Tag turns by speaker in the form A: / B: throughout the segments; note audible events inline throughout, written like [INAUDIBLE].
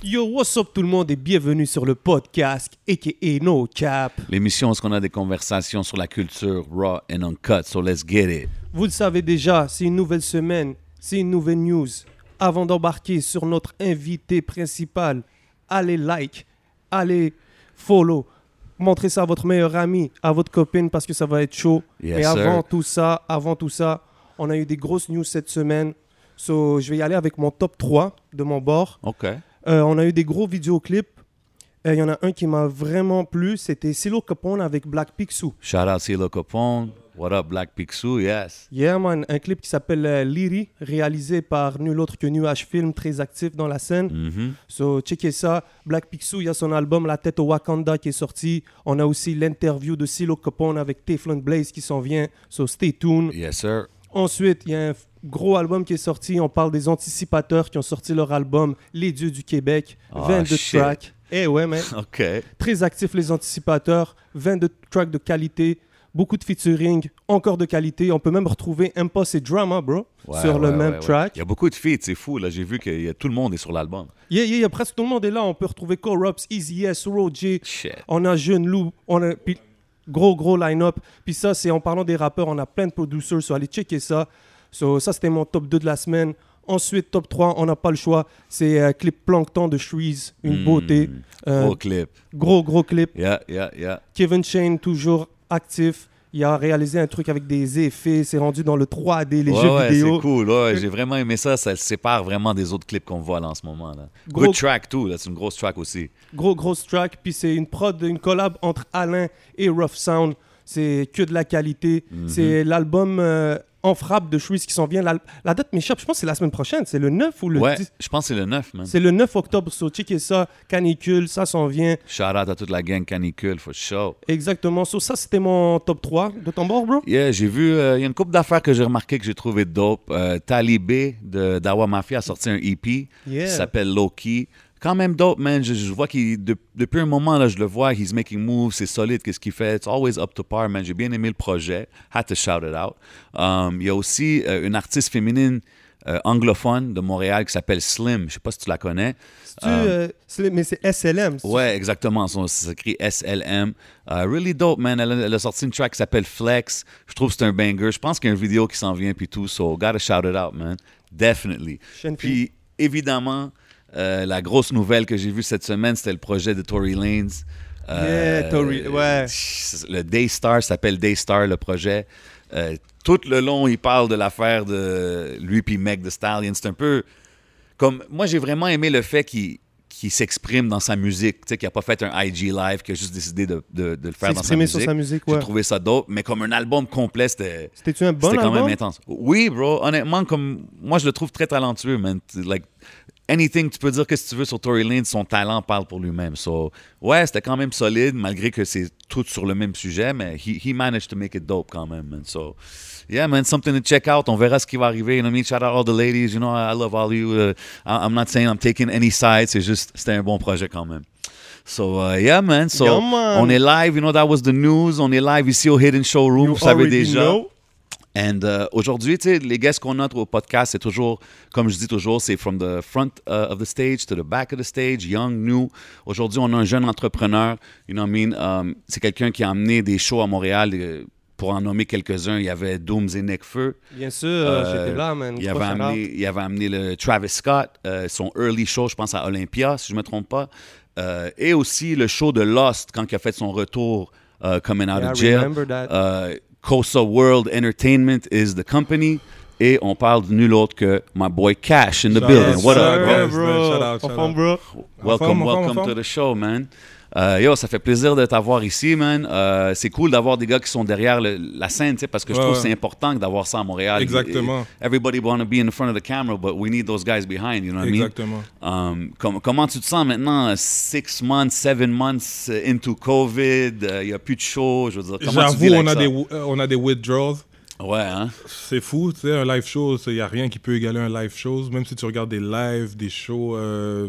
A: Yo, what's up tout le monde et bienvenue sur le podcast aka No Cap.
B: L'émission, est-ce qu'on a des conversations sur la culture raw and uncut? So let's get it.
A: Vous le savez déjà, c'est une nouvelle semaine, c'est une nouvelle news. Avant d'embarquer sur notre invité principal, allez like, allez follow, montrez ça à votre meilleur ami, à votre copine parce que ça va être chaud.
B: Yes,
A: et avant
B: sir.
A: tout ça, avant tout ça, on a eu des grosses news cette semaine. So, je vais y aller avec mon top 3 de mon bord.
B: OK.
A: Euh, on a eu des gros vidéoclips. Euh, Il y en a un qui m'a vraiment plu, c'était Silo Capone avec Black Picsou.
B: Shout out Cilo Capone. What up, Black Picsou? Yes.
A: Yeah, man, un clip qui s'appelle euh, Liri, réalisé par nul autre que Nuage Film, très actif dans la scène.
B: Mhm.
A: So, checkez ça. Black Picsou, il y a son album La tête au Wakanda qui est sorti. On a aussi l'interview de Silo Capone avec Teflon Blaze qui s'en vient. So, stay tuned.
B: Yes, sir.
A: Ensuite, il y a un f- gros album qui est sorti. On parle des anticipateurs qui ont sorti leur album Les Dieux du Québec,
B: Ah,
A: 22
B: shit.
A: tracks. Eh ouais, man.
B: OK.
A: Très actifs les anticipateurs, 22 tracks de qualité, beaucoup de featuring, encore de qualité. On peut même retrouver Impost et Drama, bro,
B: Ouais,
A: sur le
B: ouais,
A: même
B: ouais, ouais.
A: track.
B: Il y a beaucoup de feats, c'est fou. Là, j'ai vu que y a- tout le monde est sur l'album.
A: Yeah, yeah, yeah, presque tout le monde est là. On peut retrouver Corrupts, Easy S, Roger.
B: Shit.
A: On a Jeune Loup, on a puis gros, gros line-up. Puis ça, c'est en parlant des rappeurs, on a plein de producers, so allez checker ça. So, ça, c'était mon top 2 de la semaine. Ensuite, top 3, on n'a pas le choix. C'est euh, clip Plankton de Shreeze, une
B: Mm.
A: beauté. Euh,
B: Gros clip.
A: gros, gros clip.
B: Yeah, yeah, yeah.
A: Kevin Shane, toujours actif. Il a réalisé un truc avec des effets. C'est rendu dans le 3D, les
B: ouais,
A: jeux
B: ouais,
A: vidéo.
B: c'est cool. Ouais, j'ai vraiment aimé ça. Ça le sépare vraiment des autres clips qu'on voit là en ce moment. Là.
A: Gros-
B: Good track, tout. là. C'est une grosse track aussi.
A: Gros, gros track. Puis c'est une prod, une collab entre Alain et Rough Sound. C'est que de la qualité.
B: Mhm.
A: C'est l'album euh, En frappe de Shreeze qui s'en vient. La, la date m'échappe, je pense que c'est la semaine prochaine. C'est le 9 ou le
B: ouais,
A: 10
B: je pense que c'est le 9, man.
A: C'est le 9 octobre. So, checkez ça. Canicule, ça s'en vient.
B: Shout out à toute la gang canicule, for sure.
A: Exactement. So, ça, c'était mon top 3 de ton bord, bro.
B: Yeah, j'ai vu, euh, il y a une couple d'affaires que j'ai remarqué que j'ai trouvé dope. Euh, Talibé de Dawa Mafia a sorti un EP
A: Yeah.
B: qui s'appelle Loki. Quand même dope, man. Je, je vois qu'il, de- depuis un moment, là, je le vois, he's making moves, c'est solide, qu'est-ce qu'il fait. It's always up to par, man. J'ai bien aimé le projet. Had to shout it out. Um, Il y a aussi euh, une artiste féminine euh, anglophone de Montréal qui s'appelle Slim. Je sais pas si tu la connais.
A: C'est-tu, euh, c'est- mais c'est SLM. c'est-
B: Ouais, exactement. Son- Ça s'écrit SLM. Euh, really dope, man. Elle a, elle a sorti une track qui s'appelle Flex. Je trouve que c'est un banger. Je pense qu'il y a une vidéo qui s'en vient puis tout. So, gotta shout it out, man. Definitely.
A: Chaîne
B: Puis, évidemment, euh, la grosse nouvelle que j'ai vue cette semaine, c'était le projet de Tory Lanez. Euh,
A: Yeah, Tory- ouais.
B: Le Daystar s'appelle Daystar, le projet. Euh, tout le long, il parle de l'affaire de lui puis Meg de Stallion. C'est un peu comme moi j'ai vraiment aimé le fait qu'il qu'il s'exprime dans sa musique, tu sais, qu'il n'a pas fait un IG live, qu'il a juste décidé de, de- de le faire dans sa
A: S'exprimer
B: musique.
A: sur sa musique,
B: J'ai
A: ouais.
B: trouvé ça dope, mais comme un album complet, c'était
A: C'était-tu un bon
B: c'était quand
A: album?
B: même intense. Oui, bro, honnêtement, comme moi je le trouve très talentueux, man. T- Like, anything, tu peux dire que si tu veux sur Tory Lanez, son talent parle pour lui-même. So, ouais, c'était quand même solide, malgré que c'est tout sur le même sujet, mais he, he managed to make it dope quand même, man. So, yeah, man, something to check out. On verra ce qui va arriver. You know what I mean? Shout out all the ladies. You know, I love all you. Uh, I- I'm not saying I'm taking any side. C'est juste, c'était un bon projet quand même. So, uh, yeah, man. So,
A: Yeah, man.
B: on est live. You know, that was the news. On est live ici au Hidden Showroom.
A: You
B: Vous savez
A: already
B: déjà.
A: know.
B: And euh, aujourd'hui, tu sais, les guests qu'on a au podcast, c'est toujours, comme je dis toujours, c'est from the front uh, of the stage to the back of the stage, young, new. Aujourd'hui, on a un jeune entrepreneur, you know what I mean? Um, c'est quelqu'un qui a amené des shows à Montréal. euh, pour en nommer quelques-uns, il y avait Dooms et Necfeu.
A: Bien sûr,
B: Euh,
A: j'étais là, man.
B: Il
A: Gros
B: avait,
A: shout-out.
B: amené, il avait amené le Travis Scott, euh, son early show, je pense, à Olympia, si je ne me trompe pas. Euh, et aussi le show de Lost, quand il a fait son retour euh, Coming Out
A: Yeah, I
B: of Jail.
A: remember that.
B: Euh, Costa World Entertainment is the company. Et on parle de nul autre que my boy Cash in the
C: Shout
B: building.
C: out,
B: What
C: shout
B: up,
C: out.
B: bro?
C: guys, man. Shout out,
A: En
C: shout
A: forme,
C: out.
A: bro.
B: Welcome,
C: forme, en forme,
B: welcome
C: en
B: to
C: forme.
B: the show, man. Euh, yo, ça fait plaisir de t'avoir ici, man. Euh, c'est cool d'avoir des gars qui sont derrière le- la scène, tu sais, parce que je
C: Ouais,
B: trouve que
C: ouais.
B: c'est important d'avoir ça à Montréal.
C: Exactement.
B: Everybody want to be in front of the camera, but we need those guys behind, you know what I mean?
C: Exactement.
B: Um, com- comment tu te sens maintenant, six months, seven months uh, into COVID, il n'y a plus de show, je veux dire, comment tu
C: J'avoue,
B: deals
C: on,
B: avec
C: a
B: ça?
C: des wi- euh, on a des withdrawals.
B: Ouais, hein?
C: C'est fou, tu sais, un live show, il n'y a rien qui peut égaler un live show. Même si tu regardes des lives, des shows euh,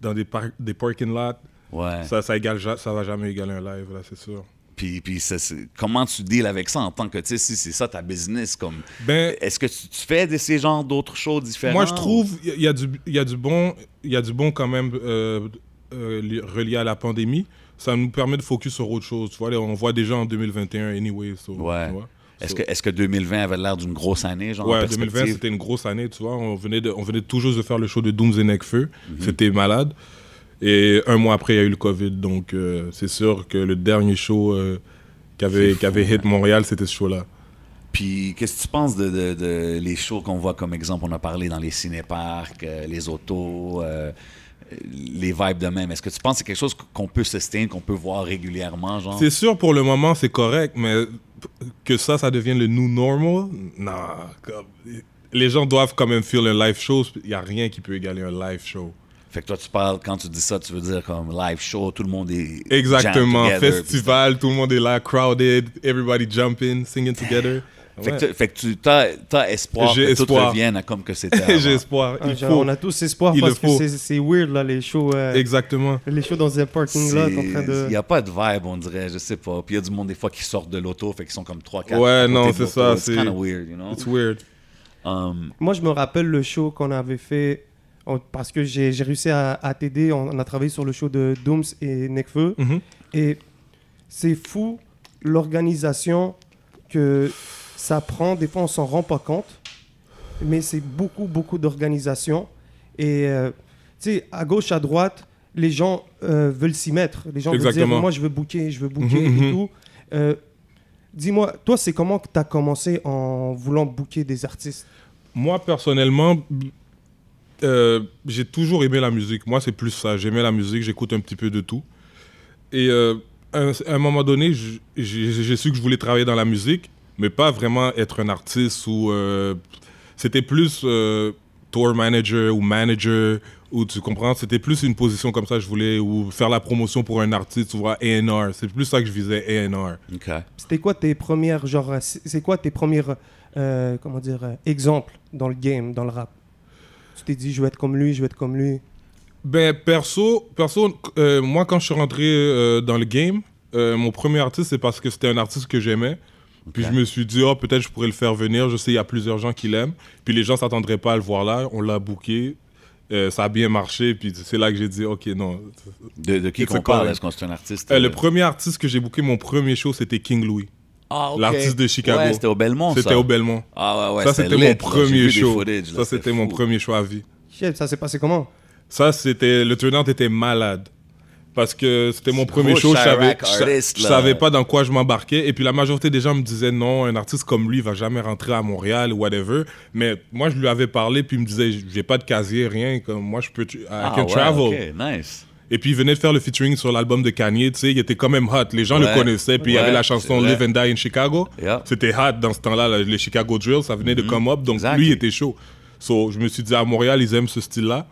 C: dans des, par- des parking lots,
B: Ouais.
C: ça, ça, égale, ja- ça va jamais égaler un live, là, c'est sûr.
B: Puis, puis ça, c'est- comment tu deals avec ça en tant que, tu sais, si c'est ça ta business, comme,
C: Ben,
B: est-ce que tu, tu fais de ces genres d'autres choses différentes?
C: Moi, je trouve il y, a du- y a du bon, il y a du bon quand même euh, euh, li- relié à la pandémie. Ça nous permet de focus sur autre chose. Tu vois, là, on voit déjà en 2021 anyway. so,
B: Ouais.
C: tu vois.
B: Est-ce
C: So-
B: que, est-ce que 2020 avait l'air d'une grosse année, genre, en
C: Ouais,
B: perspective?
C: 2020, c'était une grosse année, tu vois. On venait, de, on venait tout juste de faire le show de Dooms et Necfeu.
B: Mhm.
C: C'était malade. Et un mois après, il y a eu le COVID. Donc, euh, c'est sûr que le dernier show euh,
B: C'est
C: qu'avait
B: fou,
C: qu'avait hit Montréal, c'était ce show-là.
B: Puis, qu'est-ce que tu penses de, de- de les shows qu'on voit comme exemple? On a parlé dans les cinéparcs, euh, les autos, euh, les vibes de même. Est-ce que tu penses que c'est quelque chose qu'on peut sustain, qu'on peut voir régulièrement, genre?
C: C'est sûr, pour le moment, c'est correct, mais que ça, ça devienne le new normal, non. comme- Les gens doivent quand même faire un live show. Il n'y a rien qui peut égaler un live show.
B: Fait que toi, tu parles, quand tu dis ça, tu veux dire comme live show, tout le monde est.
C: Exactement.
B: jammed together, puis-
C: Festival, tout le monde est là, crowded, everybody jumping, singing together.
B: [LAUGHS] Fait que,
C: Ouais.
B: tu- fait que tu as, espoir
C: J'ai
B: que tout
C: espoir.
B: revienne à comme
C: [LAUGHS]
B: que c'était. avant.
C: J'ai espoir.
A: Ah,
C: Il
A: genre,
C: faut.
A: On a tous espoir
C: Il
A: parce
C: le
A: que
C: faut.
A: c'est- c'est weird, là, les shows, euh,
C: Exactement.
A: les shows dans un parking lot en train de...
B: Il n'y a pas de vibe, on dirait, je sais pas. Puis il y a du monde des fois qui sortent de l'auto, fait qu'ils sont comme 3-4.
C: Ouais, non, c'est ça,
B: C'est
C: c'est-
B: kind of weird, you know.
C: It's weird.
B: Um,
A: Moi, je me rappelle le show qu'on avait fait on- parce que j'ai j'ai réussi à, à t'aider. On, on a travaillé sur le show de Dooms et Nekfeu.
C: Mhm.
A: Et c'est fou l'organisation que ça prend. Des fois, on s'en rend pas compte. Mais c'est beaucoup, beaucoup d'organisation. Et euh, tu sais, à gauche, à droite, les gens euh, veulent s'y mettre. Les gens veulent
C: Exactement.
A: dire, moi, je veux booker, je veux booker
C: Mhm,
A: et
C: mhm.
A: tout. Euh, Dis-moi, toi, c'est comment que tu as commencé en voulant booker des artistes
C: Moi, personnellement, euh, j'ai toujours aimé la musique. Moi, c'est plus ça. J'aimais la musique, j'écoute un petit peu de tout. Et euh, un- à un moment donné, j- j'ai j'ai su que je voulais travailler dans la musique, mais pas vraiment être un artiste ou. euh, C'était plus euh, tour manager ou manager, ou tu comprends C'était plus une position comme ça, que je voulais, ou faire la promotion pour un artiste, tu vois, AR. C'est plus ça que je visais, AR.
B: OK.
A: C'était quoi tes premières genre euh, c'est c'est quoi tes premières euh, comment dire euh, exemples dans le game, dans le rap Tu t'es dit je vais être comme lui, je vais être comme lui.
C: Ben, perso, perso euh, moi, quand je suis rentré euh, dans le game, euh, mon premier artiste, c'est parce que c'était un artiste que j'aimais. Puis
B: Ok.
C: je me suis dit, oh, peut-être je pourrais le faire venir. Je sais, il y a plusieurs gens qui l'aiment. Puis les gens s'attendraient pas à le voir là. On l'a booké. Euh, ça a bien marché. Puis c'est là que j'ai dit, OK, non.
B: De, de qui
C: It's
B: qu'on
C: a
B: parle
C: calling.
B: Est-ce qu'on c'est un artiste
C: Euh,
B: euh,
C: le premier artiste que j'ai booké, mon premier show, c'était King Louis.
B: Ah, ok.
C: l'artiste de Chicago.
B: Ouais, c'était au Belmont, ça.
C: C'était au Belmont.
B: Ah, ouais, ouais.
C: ça, c'était
B: lit,
C: mon
B: là. J'ai
C: premier
B: vu des
C: show.
B: footage, là,
C: ça, c'était mon
B: fou.
C: premier show à vie.
A: Shit, ça s'est passé comment
C: Ça, c'était. Le turnout était malade. Parce que c'était mon premier
B: gros
C: show, je savais,
B: Chirac
C: je sa-
B: artist,
C: je
B: là.
C: savais pas dans quoi je m'embarquais. Et puis la majorité des gens me disaient non, un artiste comme lui va jamais rentrer à Montréal ou whatever. Mais moi, je lui avais parlé, puis il me disait j'ai pas de casier, rien. Comme moi, je peux. tu- I
B: Ah,
C: can
B: ouais,
C: travel.
B: ok, nice.
C: Et puis il venait de faire le featuring sur l'album de Kanye, tu sais, il était quand même hot. Les gens
B: Ouais.
C: le connaissaient, puis il y
B: Ouais,
C: avait la chanson
B: c'est
C: Live
B: vrai.
C: and Die in Chicago.
B: Yeah. Mm-hmm.
C: C'était hot dans ce temps-là, là, les Chicago Drill, ça venait de come up, donc
B: Exactly.
C: lui il était chaud. So, je me suis dit à Montréal, ils aiment ce style-là.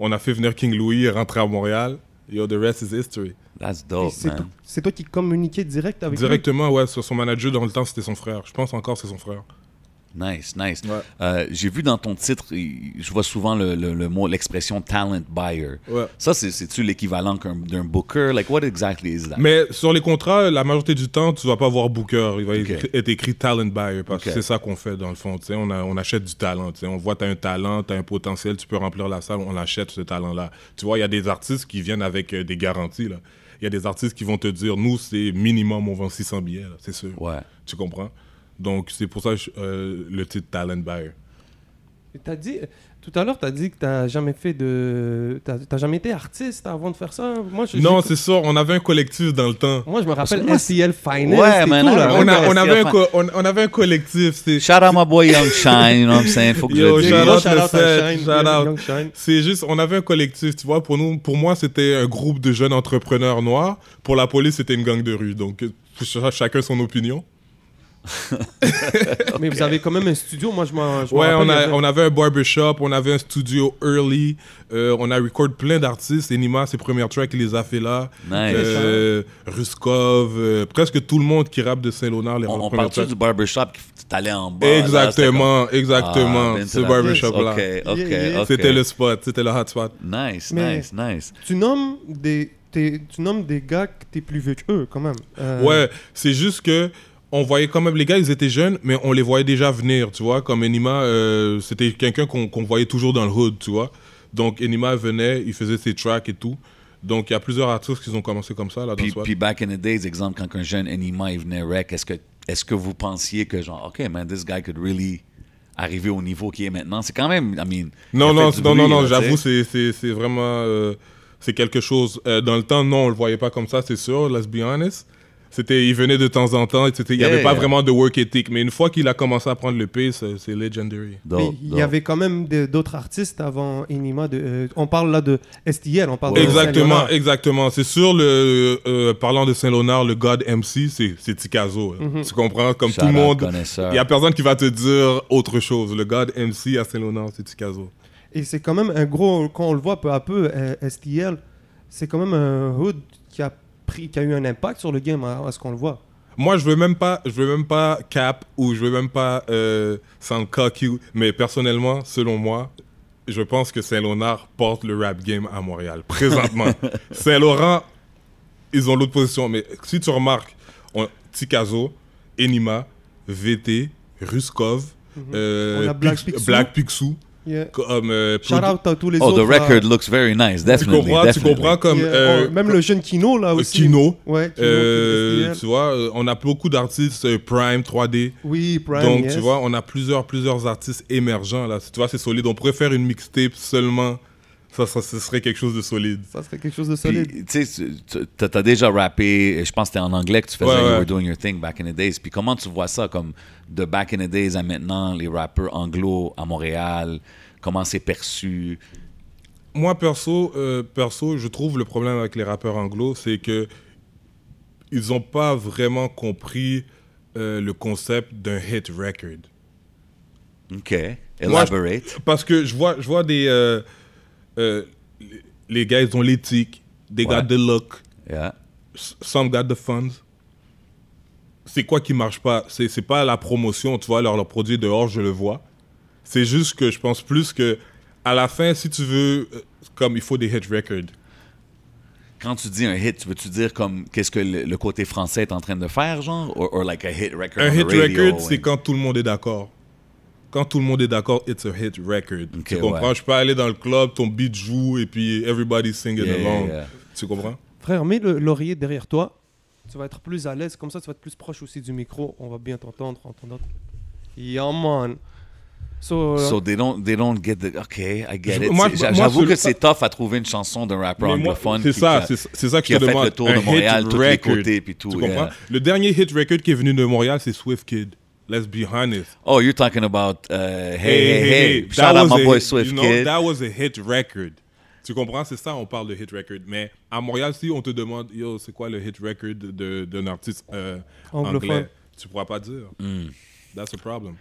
C: On a fait venir King Louis, il est rentré à Montréal. Yo, the rest is history.
B: That's
A: Et
C: Oh,
B: dope,
A: C'est to-
B: man.
A: c'est toi qui communiquais direct avec lui
C: Directement, ouais, sur son manager dans le temps, c'était son frère. Je pense encore c'est son frère.
B: Nice, nice.
C: Ouais.
B: Euh, J'ai vu dans ton titre, il- je vois souvent le, le- le mot, l'expression talent buyer.
C: Ouais.
B: Ça, c'est- c'est-tu l'équivalent qu'un- d'un booker? Like, what exactly is that?
C: Mais sur les contrats, la majorité du temps, tu vas pas voir Booker. Il va
B: Ok.
C: écri- être écrit talent buyer parce
B: Ok.
C: que c'est ça qu'on fait dans le fond. tu sais. On, a- on achète du talent. tu sais. On voit tu as un talent, tu as un potentiel, tu peux remplir la salle, on achète ce talent-là. Tu vois, il y a des artistes qui viennent avec euh, des garanties. là. Il y a des artistes qui vont te dire nous, c'est minimum, on vend 600 billets, là, c'est sûr.
B: Ouais.
C: Tu comprends Donc, c'est pour ça je- euh, le titre talent buyer.
A: T'as dit tout à l'heure, tu as dit que tu jamais fait de t'as t'as jamais été artiste avant de faire ça. Moi je
C: Non,
A: j'ai-
C: c'est ça. On avait un collectif dans le temps.
A: Moi je me rappelle
B: que moi,
A: SCL Finance
B: Ouais,
A: et
B: man,
A: tout
B: I
A: là.
B: remember.
C: On, a- on
B: Ouais,
C: avait un
B: c'est
C: co- on, on avait un collectif. c'est-
B: Shout out my boy Young Shine, you know what I'm saying? Faut que je
C: Yo,
B: le dise.
C: shout
A: Gros
C: out le
A: shout-out à
C: fait,
A: Shine,
C: shout out.
A: Young Shine.
C: C'est juste, on avait un collectif, tu vois. Pour nous, pour moi, c'était un groupe de jeunes entrepreneurs noirs. Pour la police, c'était une gang de rue. Donc, euh, ch- chacun son opinion.
A: Mais vous avez quand même un studio, moi je m'en je m'en
C: Ouais,
A: rappelle,
C: on,
A: il y
C: a-
A: avait-
C: on avait un barbershop, on avait un studio early. euh, on a record plein d'artistes. Enima, ses premières tracks, il les a fait là.
B: Nice.
C: Euh, Ruskov, euh, presque tout le monde qui rappe de Saint-Léonard, les
B: On, on
C: premières
B: parle-tu
C: tracks.
B: du barbershop qui t'allais en bas? là,
C: Exactement,
B: c'était comme-
C: exactement.
B: Ah,
C: ce
B: been to that place.
C: barbershop-là.
B: Ok, ok,
A: Yeah, yeah.
B: ok.
C: C'était le spot, c'était le hot spot.
B: Nice,
A: Mais-
B: nice, nice.
A: Tu nommes des t'es- tu nommes des gars que t'es plus vieux qu'eux, quand même. Euh,
C: Ouais, c'est juste que on voyait quand même les gars, ils étaient jeunes, mais on les voyait déjà venir, tu vois. Comme Enima, euh, c'était quelqu'un qu'on qu'on voyait toujours dans le hood, tu vois. Donc Enima venait, il faisait ses tracks et tout. Donc il y a plusieurs artistes qui ont commencé comme ça là dans
B: Puis,
C: ce rap.
B: puis back in the days, exemple, quand un jeune Enima il venait rec, est-ce que, est que vous pensiez que genre, OK, man, this guy could really arriver au niveau qu'il est maintenant? C'est quand même, I mean...
C: Non,
B: il a
C: non,
B: fait du
C: non, non,
B: bruit,
C: non,
B: là, tu
C: j'avoue,
B: sais.
C: c'est c'est- c'est vraiment. euh, c'est quelque chose. Euh, dans le temps, non, on le voyait pas comme ça, c'est sûr, let's be honest. C'était, il venait de temps en temps, c'était- il n'y
B: Yeah,
C: avait pas
B: yeah.
C: vraiment de work ethic, mais une fois qu'il a commencé à prendre le P, c'est c'est legendary.
A: mais
B: Dope,
A: Il y
B: dope.
A: avait quand même des- d'autres artistes avant Enima. De, euh, on parle là de STL, on parle de
C: Exactement,
A: Saint-Léonard.
C: exactement. C'est sûr, le, euh, parlant de Saint-Léonard, le God MC, c'est c'est Ticazo. hein. Tu comprends? Comme
B: Shout
C: tout le
B: out,
C: monde,
B: connaisseur.
C: il n'y a personne qui va te dire autre chose. Le God MC à Saint-Léonard, c'est Ticazo.
A: Et c'est quand même un gros, quand on le voit peu à peu, euh, STL, c'est quand même un hood qui a, pris, qui a eu un impact sur le game, à, à ce qu'on le voit.
C: Moi, je veux même pas, je veux même pas cap ou je veux même pas euh, sound cocky, mais personnellement, selon moi, je pense que Saint-Léonard porte le rap game à Montréal
B: [LAUGHS]
C: présentement. Saint-Laurent, ils ont l'autre position, mais si tu remarques, on, Tikazo, Enima, VT, Ruskov, euh,
A: Mhm. On a Black
C: Pix-
A: Picsou.
C: Black Picsou,
A: Yeah.
C: comme euh,
A: Shout
C: produ-
A: out à tous les
B: Oh,
A: autres.
B: the
A: là.
B: record looks very nice,
C: euh, tu
B: definitely.
C: comprends, tu
B: definitely.
C: comprends comme
A: Yeah,
C: euh,
A: on- même le jeune Kino, là
C: euh,
A: aussi.
C: Kino.
A: Ouais, Kino,
C: euh,
A: STL.
C: tu vois, euh, on a beaucoup d'artistes euh, Prime, 3D.
A: Oui, Prime,
C: Donc,
A: yes.
C: tu vois, on a plusieurs, plusieurs artistes émergents, là. Tu vois, c'est solide. On pourrait faire une mixtape seulement. Ça, ça, ce serait quelque chose de solide.
A: Ça serait quelque chose de
B: Puis,
A: solide.
B: tu sais, tu- tu- t'as déjà rappé, je pense que c'était en anglais que tu faisais
C: Ouais, ouais.
B: You were doing your thing back in the days. Puis comment tu vois ça, comme de back in the days à maintenant, les rappeurs anglo à Montréal, comment c'est perçu?
C: Moi, perso, euh, perso, je trouve le problème avec les rappeurs anglo, c'est que ils n'ont pas vraiment compris euh, le concept d'un hit record.
B: OK. Elaborate.
C: Parce que je vois, je vois des... euh, euh, les- les gars, ils ont l'éthique. They
B: Ouais.
C: got the look.
B: Yeah.
C: S- some got the funds. C'est quoi qui marche pas C'est c'est pas la promotion, tu vois, leur, leur produit dehors, je le vois. C'est juste que je pense plus que à la fin, si tu veux, euh, comme il faut des hit records.
B: Quand tu dis un hit, tu veux-tu dire comme qu'est-ce que le, le côté français est en train de faire, genre? Or, or like a hit record?
C: Un
B: on the
C: hit
B: radio
C: record, c'est
B: and-
C: quand tout le monde est d'accord. Quand tout le monde est d'accord, it's a hit record.
B: Ok,
C: tu comprends
B: ouais.
C: Je peux aller dans le club, ton beat joue et puis everybody singing
B: Yeah, yeah,
C: along.
B: yeah.
C: Tu comprends
A: Frère, mets le laurier derrière toi. Tu vas être plus à l'aise. Comme ça, tu vas être plus proche aussi du micro. On va bien t'entendre. entendre. Yeah, man. So, euh,
B: So they don't, they don't get the... OK, I get
C: Je-
B: it.
C: moi,
B: C'est-
C: moi,
B: J'avoue
C: sur le-
B: que c'est tough à trouver une chanson d'un rappeur
C: Mais moi,
B: anglophone
C: C'est
B: qui-
C: ça,
B: qui a-
C: c'est ça- c'est ça que
B: qui
C: je
B: a
C: te
B: fait
C: demande.
B: le tour de
C: un hit
B: Montréal, tous les
C: record.
B: côtés, puis tout,
C: Tu comprends?
B: yeah.
C: Le dernier hit record qui est venu de Montréal, c'est Swift Kid. Let's be honest.
B: Oh, you're talking about uh, hey, hey, hey, Shout
C: That
B: out
C: was
B: my
C: a-
B: boy Swift
C: you know,
B: Kid.
C: That was a hit record. Tu comprends? C'est ça, on parle de hit record. Mais à Montréal, si on te demande, yo, c'est quoi le hit record de- d'un artiste euh,
A: Anglophone.
C: anglais, tu pourras pas dire.
B: Hmm.
C: That's a problem.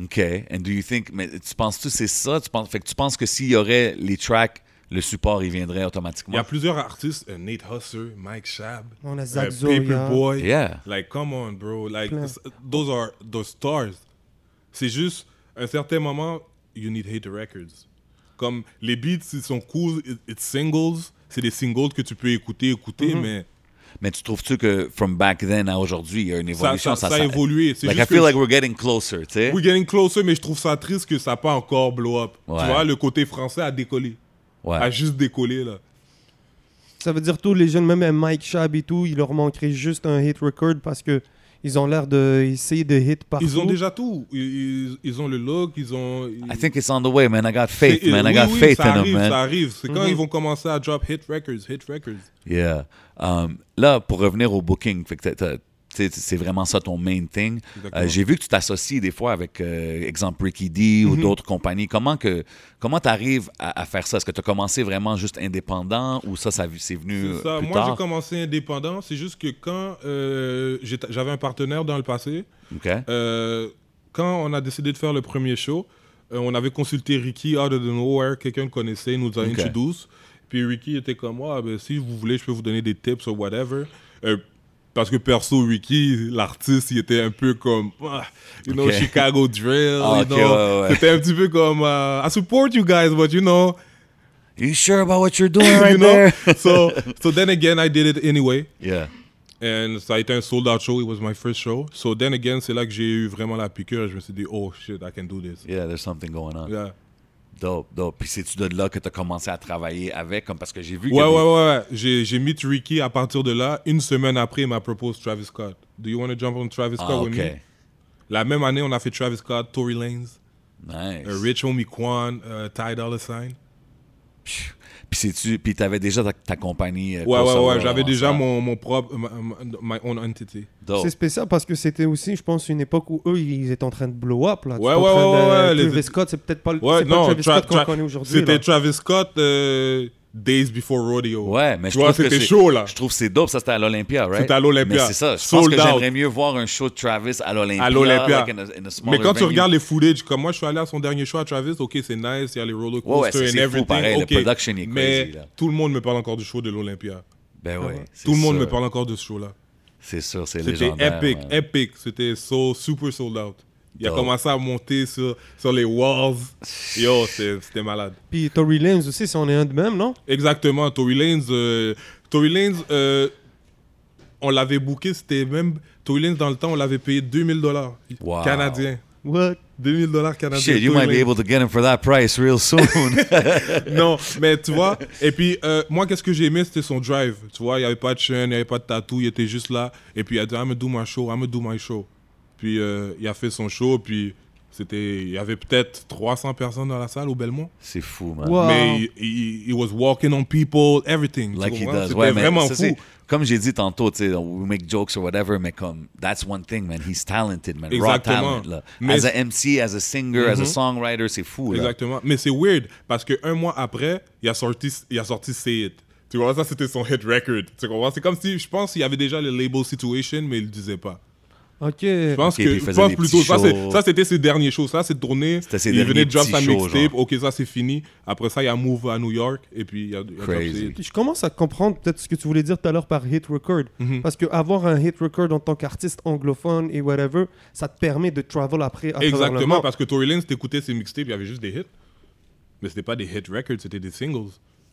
B: OK. And do you think... Mais tu penses-tu que c'est ça? Tu penses, fait que tu penses que s'il y aurait les tracks, le support, il viendrait
C: Il y
B: automatiquement?
C: a plusieurs artistes, euh, Nate Husser, Mike Shab,
A: On a Zach Zoya.
C: Paperboy.
B: Yeah.
C: Like, come on, bro. Like,
A: Plein.
C: s- those are the stars. C'est juste, à un certain moment, you need hate records. Comme les beats, ils sont cool, it- it's singles. C'est des singles que tu peux écouter, écouter,
A: Mm-hmm.
C: mais
B: Mais tu trouves-tu que from back then à aujourd'hui, il y a une
C: ça,
B: évolution?
C: ça, ça a évolué. C'est
B: Like, I
C: juste
B: feel
C: que
B: like we're getting closer, tu sais?
C: we're getting closer, mais je trouve ça triste que ça n'a pas encore blow up.
B: Ouais.
C: Tu vois, le côté français a décollé. A
B: Ouais.
C: juste décollé, là.
A: ça veut dire tous les jeunes, même Mike Shab et tout, il leur manquerait juste un hit record parce que ils ont l'air de essayer de hit partout.
C: Ils ont déjà tout. Ils, ils- ils ont le look, ils ont...
B: I think it's on the way, man. I got faith,
C: C'est-
B: man. I
C: oui,
B: got
C: oui,
B: faith
C: ça
B: in
C: arrive,
B: them, man.
C: Ça arrive, c'est quand
A: Mhm.
C: ils vont commencer à drop hit records, hit records.
B: Yeah. Um, là, pour revenir au booking, fait que t'as- t'as- t'sais, c'est vraiment ça ton main thing.
C: Exactement.
B: Euh, J'ai vu que tu t'associes des fois avec, euh, exemple, Ricky D
C: Mm-hmm.
B: ou d'autres compagnies. Comment que comment t'arrives à, à faire ça? Est-ce que tu as commencé vraiment juste indépendant ou ça, ça c'est venu euh,
C: C'est ça.
B: plus
C: Moi, j'ai
B: tard?
C: commencé indépendant. C'est juste que quand euh, j'étais- j'avais un partenaire dans le passé,
B: OK.
C: euh, quand on a décidé de faire le premier show, euh, on avait consulté Ricky out of the nowhere. Quelqu'un le connaissait, il nous a
B: Ok.
C: introduits. Puis Ricky était comme, Ah, ben, si vous voulez, je peux vous donner des tips ou whatever. Euh, parce que perso, Ricky, l'artiste, il était un peu comme, Ah, you know,
B: Ok.
C: Chicago drill.
B: Ah,
C: you
B: ok,
C: know.
B: ouais, ouais.
C: ah, C'était un petit peu comme, euh, I support you guys, but you know,
B: You sure about what you're doing right
C: [LAUGHS] you know?
B: there?
C: so, so then again, I did it anyway.
B: Yeah.
C: And ça a été un sold out show. It was my first show. So then again, c'est là que j'ai eu vraiment la piqûre. et Je me suis dit, oh shit, I can do this.
B: Yeah, there's something going on.
C: Yeah.
B: Dope, dope. Puis c'est-tu de là que tu as commencé à travailler avec? Comme parce que j'ai vu
C: Ouais, ouais,
B: que.
C: ouais, ouais. J'ai, j'ai mis Ricky à partir de là. Une semaine après, il m'a proposé Travis Scott. Do you want to jump on Travis Scott
B: Ah,
C: with me?
B: ok.
C: La même année, on a fait Travis Scott, Tory Lanez,
B: Nice.
C: euh, Rich Homie Quan, euh, Ty Dolla Sign.
B: Puis c'est-tu. Puis t'avais déjà ta, ta compagnie. euh,
C: Ouais, ouais,
B: Crossover
C: ouais. J'avais
B: en
C: déjà
B: salle.
C: mon, mon propre, ma- ma- my own entity.
B: Dope.
A: C'est spécial parce que c'était aussi, je pense, une époque où eux, ils étaient en train de blow up. Là.
C: Ouais,
A: Ils étaient en
C: ouais,
A: train
C: ouais,
A: de-
C: ouais, les-
A: Travis Scott, c'est peut-être pas, le-
C: Ouais,
A: c'est pas
C: non,
A: le Travis
C: Tra-
A: Scott qu'on
C: Tra-
A: connaît aujourd'hui.
C: C'était
A: là.
C: Travis Scott, euh, Days Before Rodeo.
B: Ouais, mais
C: Tu
B: je
C: vois,
B: trouve que
C: c'était
B: c'est-
C: chaud, là.
B: Je trouve que c'est dope. Ça, c'était à l'Olympia, right?
C: C'était à l'Olympia.
B: Mais c'est ça. Je pense
C: Sold
B: que
C: out.
B: j'aimerais mieux voir un show de Travis à l'Olympia.
C: À l'Olympia.
B: like, in a- in a smaller
C: Mais quand tu
B: venue.
C: regardes les footage, comme moi, je suis allé à son dernier show à Travis, ok, c'est nice, il y a les roller
B: Ouais, ouais,
C: coasters
B: c'est- c'est
C: and
B: fou,
C: everything.
B: pareil, le
C: ok.
B: production est
C: Mais
B: crazy, là.
C: tout le monde me parle encore du show de l'Olympia.
B: Ben ouais. c'est
C: Tout le monde
B: sûr.
C: me parle encore de ce show-là.
B: C'est sûr, c'est
C: C'était
B: légendaire.
C: epic,
B: man.
C: epic. C'était so, super sold out. Il a
B: Dope.
C: commencé à monter sur, sur les walls. Yo, c'est- c'était malade.
A: Puis Tory Lanez aussi, c'en est un de même, non
C: Exactement, Tory Lanez. euh, Tory Lanez, euh, on l'avait booké, c'était même. Tory Lanez, dans le temps, on l'avait payé 2000 dollars
B: Wow.
C: canadiens.
A: What
C: 2000 dollars canadiens.
B: Shit, you
C: Tory
B: might be
C: Lanez.
B: able to get him for that price real
C: [LAUGHS]
B: soon.
C: non, mais tu vois, et puis euh, moi, qu'est-ce que j'ai aimé, c'était son drive. Tu vois, il n'y avait pas de chaîne, il n'y avait pas de tatou, il était juste là. Et puis il a dit, I'm gonna do my show, I'm gonna do my show. Puis euh, il a fait son show, puis c'était, il y avait peut-être 300 personnes dans la salle au Belmont.
B: c'est fou, man.
A: Wow.
C: Mais il, il- he was walking on people, everything. tu
B: Like he
C: comprends?
B: does.
C: C'était
B: Ouais, mais
C: vraiment
B: ça,
C: fou.
B: c'est- Comme j'ai dit tantôt, tu sais, we make jokes or whatever, mais comme, that's one thing, man. He's talented, man. Raw
C: Exactement.
B: talent, là.
C: Mais- Mhm.
B: As a MC, as a singer, as a songwriter, c'est fou, là.
C: Exactement. Mais c'est weird, parce qu'un mois après, il a sorti, il a sorti Say It. Tu vois, ça, c'était son hit record. Tu comprends? C'est comme si, je pense, il y avait déjà le label situation, mais il le disait pas.
A: Ok.
C: Je pense
B: Ok, puis
C: que
B: il
C: je
B: faisait
C: pense
B: des
C: plutôt
B: petits
C: ça c'est
B: shows.
C: ça c'était ses derniers shows ça c'est tourné
B: C'était ses
C: il
B: derniers
C: venait de drop
B: petits
C: sa
B: shows,
C: mixtape
B: genre.
C: OK ça c'est fini après ça il a move à New York et puis il a, il a drop
B: Crazy.
C: ses-
A: Je commence à comprendre peut-être ce que tu voulais dire tout à l'heure par hit record.
C: Mm-hmm.
A: Parce que avoir un hit record en tant qu'artiste anglophone et whatever, ça te permet de travel après à travers le
C: Exactement
A: monde.
C: parce que Tory Lanez t'écoutais ses mixtapes il y avait juste des hits mais c'était pas des hit records c'était des singles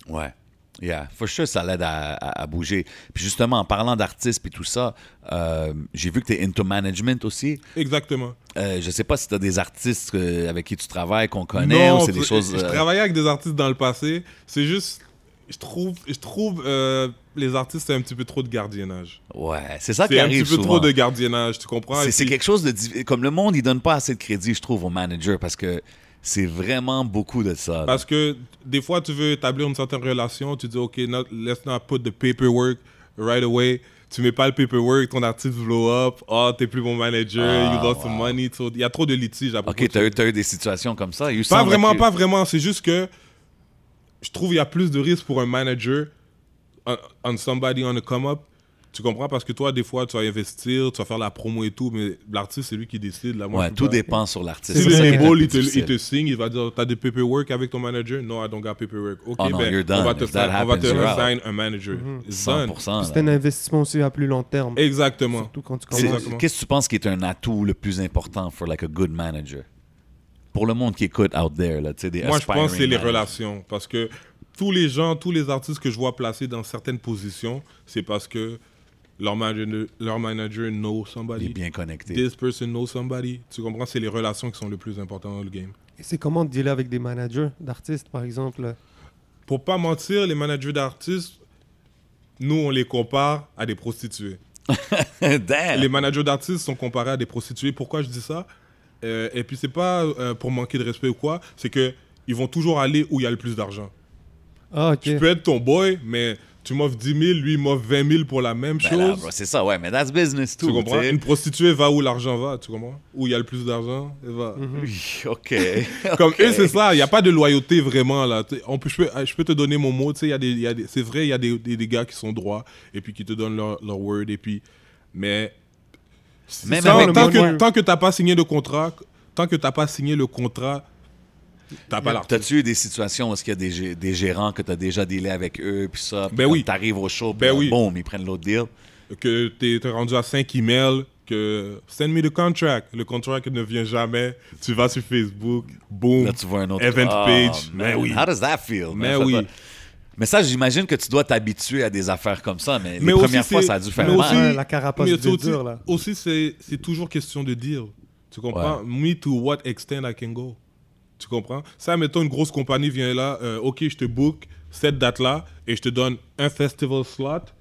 B: Ouais. Yeah, for sure, ça l'aide à, à- à bouger. Puis justement, en parlant d'artistes puis tout ça, euh, j'ai vu que t'es into management aussi.
C: exactement
B: Euh, je sais pas si t'as des artistes euh, avec qui tu travailles, qu'on connaît, ou c'est des
C: tu-
B: choses...
C: je
B: euh,
C: travaillais avec des artistes dans le passé c'est juste je trouve je trouve euh, les artistes c'est un petit peu trop de gardiennage
B: Ouais, c'est ça qui
C: c'est un petit
B: arrive
C: peu
B: souvent.
C: trop de gardiennage tu comprends
B: C'est
C: Et
B: c'est
C: puis-
B: quelque chose de... div- Comme le monde, il donne pas assez de crédit, je trouve, aux managers, parce que c'est vraiment beaucoup de ça. là.
C: Parce que des fois, tu veux établir une certaine relation, tu dis, OK, not- let's not put the paperwork right away. Tu mets pas le paperwork, ton artiste blow up. Ah, t'es plus mon manager, you lost some money. So, Il y a trop de litiges à propos
B: Ah, OK,
C: de
B: t'as
C: ça.
B: eu, t'as eu des situations comme ça. You
C: Pas
B: sound
C: vraiment,
B: like you-
C: pas vraiment. C'est juste que je trouve qu'il y a plus de risques pour un manager on, on somebody on the come-up. Tu comprends? Parce que toi, des fois, tu vas investir, tu vas faire la promo et tout, mais l'artiste, c'est lui qui décide. Là, moi,
B: Ouais,
C: je peux
B: tout
C: pas-
B: dépend sur l'artiste.
C: si
B: C'est ça qui
C: le
B: est un
C: label,
B: peu
C: il te,
B: difficile.
C: il te signe, il va dire T'as des paperwork avec ton manager Non, I don't got paperwork. Ok,
B: Oh non,
C: ben,
B: you're done.
C: on va te,
B: If that
C: fa- on va te
B: happens, you're out.
C: assign un manager.
B: Mm-hmm.
C: It's done.
B: 100%.
A: C'est un investissement aussi à plus long terme.
C: Exactement.
A: Surtout quand tu
B: C'est-
A: commences.
C: Exactement.
B: Qu'est-ce que tu penses qui est un atout le plus important for like a good manager? Pour le monde qui écoute out there, là, tu sais, des
C: Moi, je pense que c'est les
B: aspiring managers.
C: relations. Parce que tous les gens, tous les artistes que je vois placés dans certaines positions, c'est parce que leur manager, leur manager know
B: Il est
C: somebody.
B: bien connecté.
C: This person knows somebody. Tu comprends C'est les relations qui sont le plus important dans le game.
A: Et c'est comment de dealer avec des managers d'artistes, par exemple
C: Pour pas mentir, les managers d'artistes, nous, on les compare à des prostituées.
B: [LAUGHS] Damn!
C: les managers d'artistes sont comparés à des prostituées. Pourquoi je dis ça Euh, Et puis c'est pas euh, pour manquer de respect ou quoi, c'est que ils vont toujours aller où il y a le plus d'argent.
A: Ah, ok.
C: Tu peux être ton boy, mais tu m'offres 10 000, lui il m'offre 20 000 pour la même
B: Ben là,
C: chose.
B: bro, c'est ça, ouais, mais that's business
C: tu
B: too.
C: comprends
B: tu sais.
C: Une prostituée va où l'argent va, tu comprends Où il y a le plus d'argent, elle va.
B: Oui, OK.
C: [LAUGHS] Comme
B: OK.
C: eux, c'est ça, il n'y a pas de loyauté vraiment là. Tu- On peut, je, peux, je peux te donner mon mot, tu sais, il y a des- il y a des- c'est vrai, il y a des, des- des gars qui sont droits et puis qui te donnent leur, leur word et puis. Mais.
B: Même
C: tant,
B: avec
C: tant
A: des-
C: que, tant que t'as pas signé de contrat, tant que t'as pas signé le contrat, t'as pas l'argent.
B: T'as-tu eu des situations où est-ce qu'il y a des, gé- des gérants que t'as déjà dealé avec eux, puis ça, puis
C: Ben
B: comme
C: oui.
B: t'arrives au show, puis
C: Ben
B: là,
C: oui.
B: boum, ils prennent l'autre deal?
C: Que t'es t'es rendu à 5 emails, que send me the contract. Le contract ne vient jamais. Tu vas sur Facebook, boom,
B: Là, tu vois un autre.
C: event
B: Ah,
C: page.
B: man,
C: Mais oui.
B: How does that feel? man?
C: Mais
B: Ça
C: oui.
B: doit- Mais ça, j'imagine que tu dois t'habituer à des affaires comme ça, mais,
C: Mais
B: les
C: aussi,
B: premières fois,
C: c'est-
B: ça a dû faire
C: mais
B: mal.
C: aussi-
A: Ouais, la carapace de
C: Mais aussi, aussi-
A: dur, là.
C: aussi, c'est c'est toujours question de dire. Tu comprends? Me to what extent I can go. Tu comprends? Ça, mettons, une grosse compagnie vient là, euh, OK, je te book cette date-là et je te donne un festival slot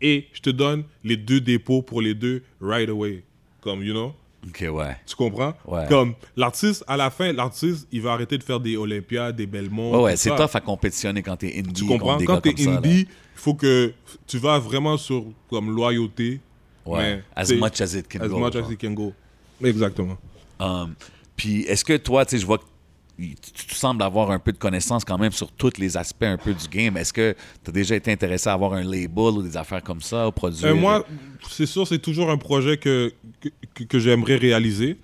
C: et je te donne les deux dépôts pour les deux right away. Comme, you know?
B: Ok, ouais.
C: Tu comprends?
B: Ouais.
C: Comme l'artiste, à la fin, l'artiste, il va arrêter de faire des Olympia, des Belmont.
B: Ouais, ouais,
C: tout
B: c'est
C: ça.
B: tough à compétitionner quand t'es indie.
C: Tu
B: contre
C: comprends?
B: des
C: Quand
B: gars
C: t'es
B: comme ça, là.
C: indie, il faut que tu vas vraiment sur comme loyauté.
B: Ouais.
C: mais
B: As
C: t'es-
B: much as it can
C: as
B: go,
C: much as
B: genre.
C: it can go. Exactement.
B: Um, Puis est-ce que toi, tu sais, je vois que tu, tu sembles avoir un peu de connaissances quand même sur tous les aspects un peu du game. Est-ce que tu as déjà été intéressé à avoir un label ou des affaires comme ça, au produit?
C: Euh, moi, c'est sûr, c'est toujours un projet que, que, que- que j'aimerais réaliser.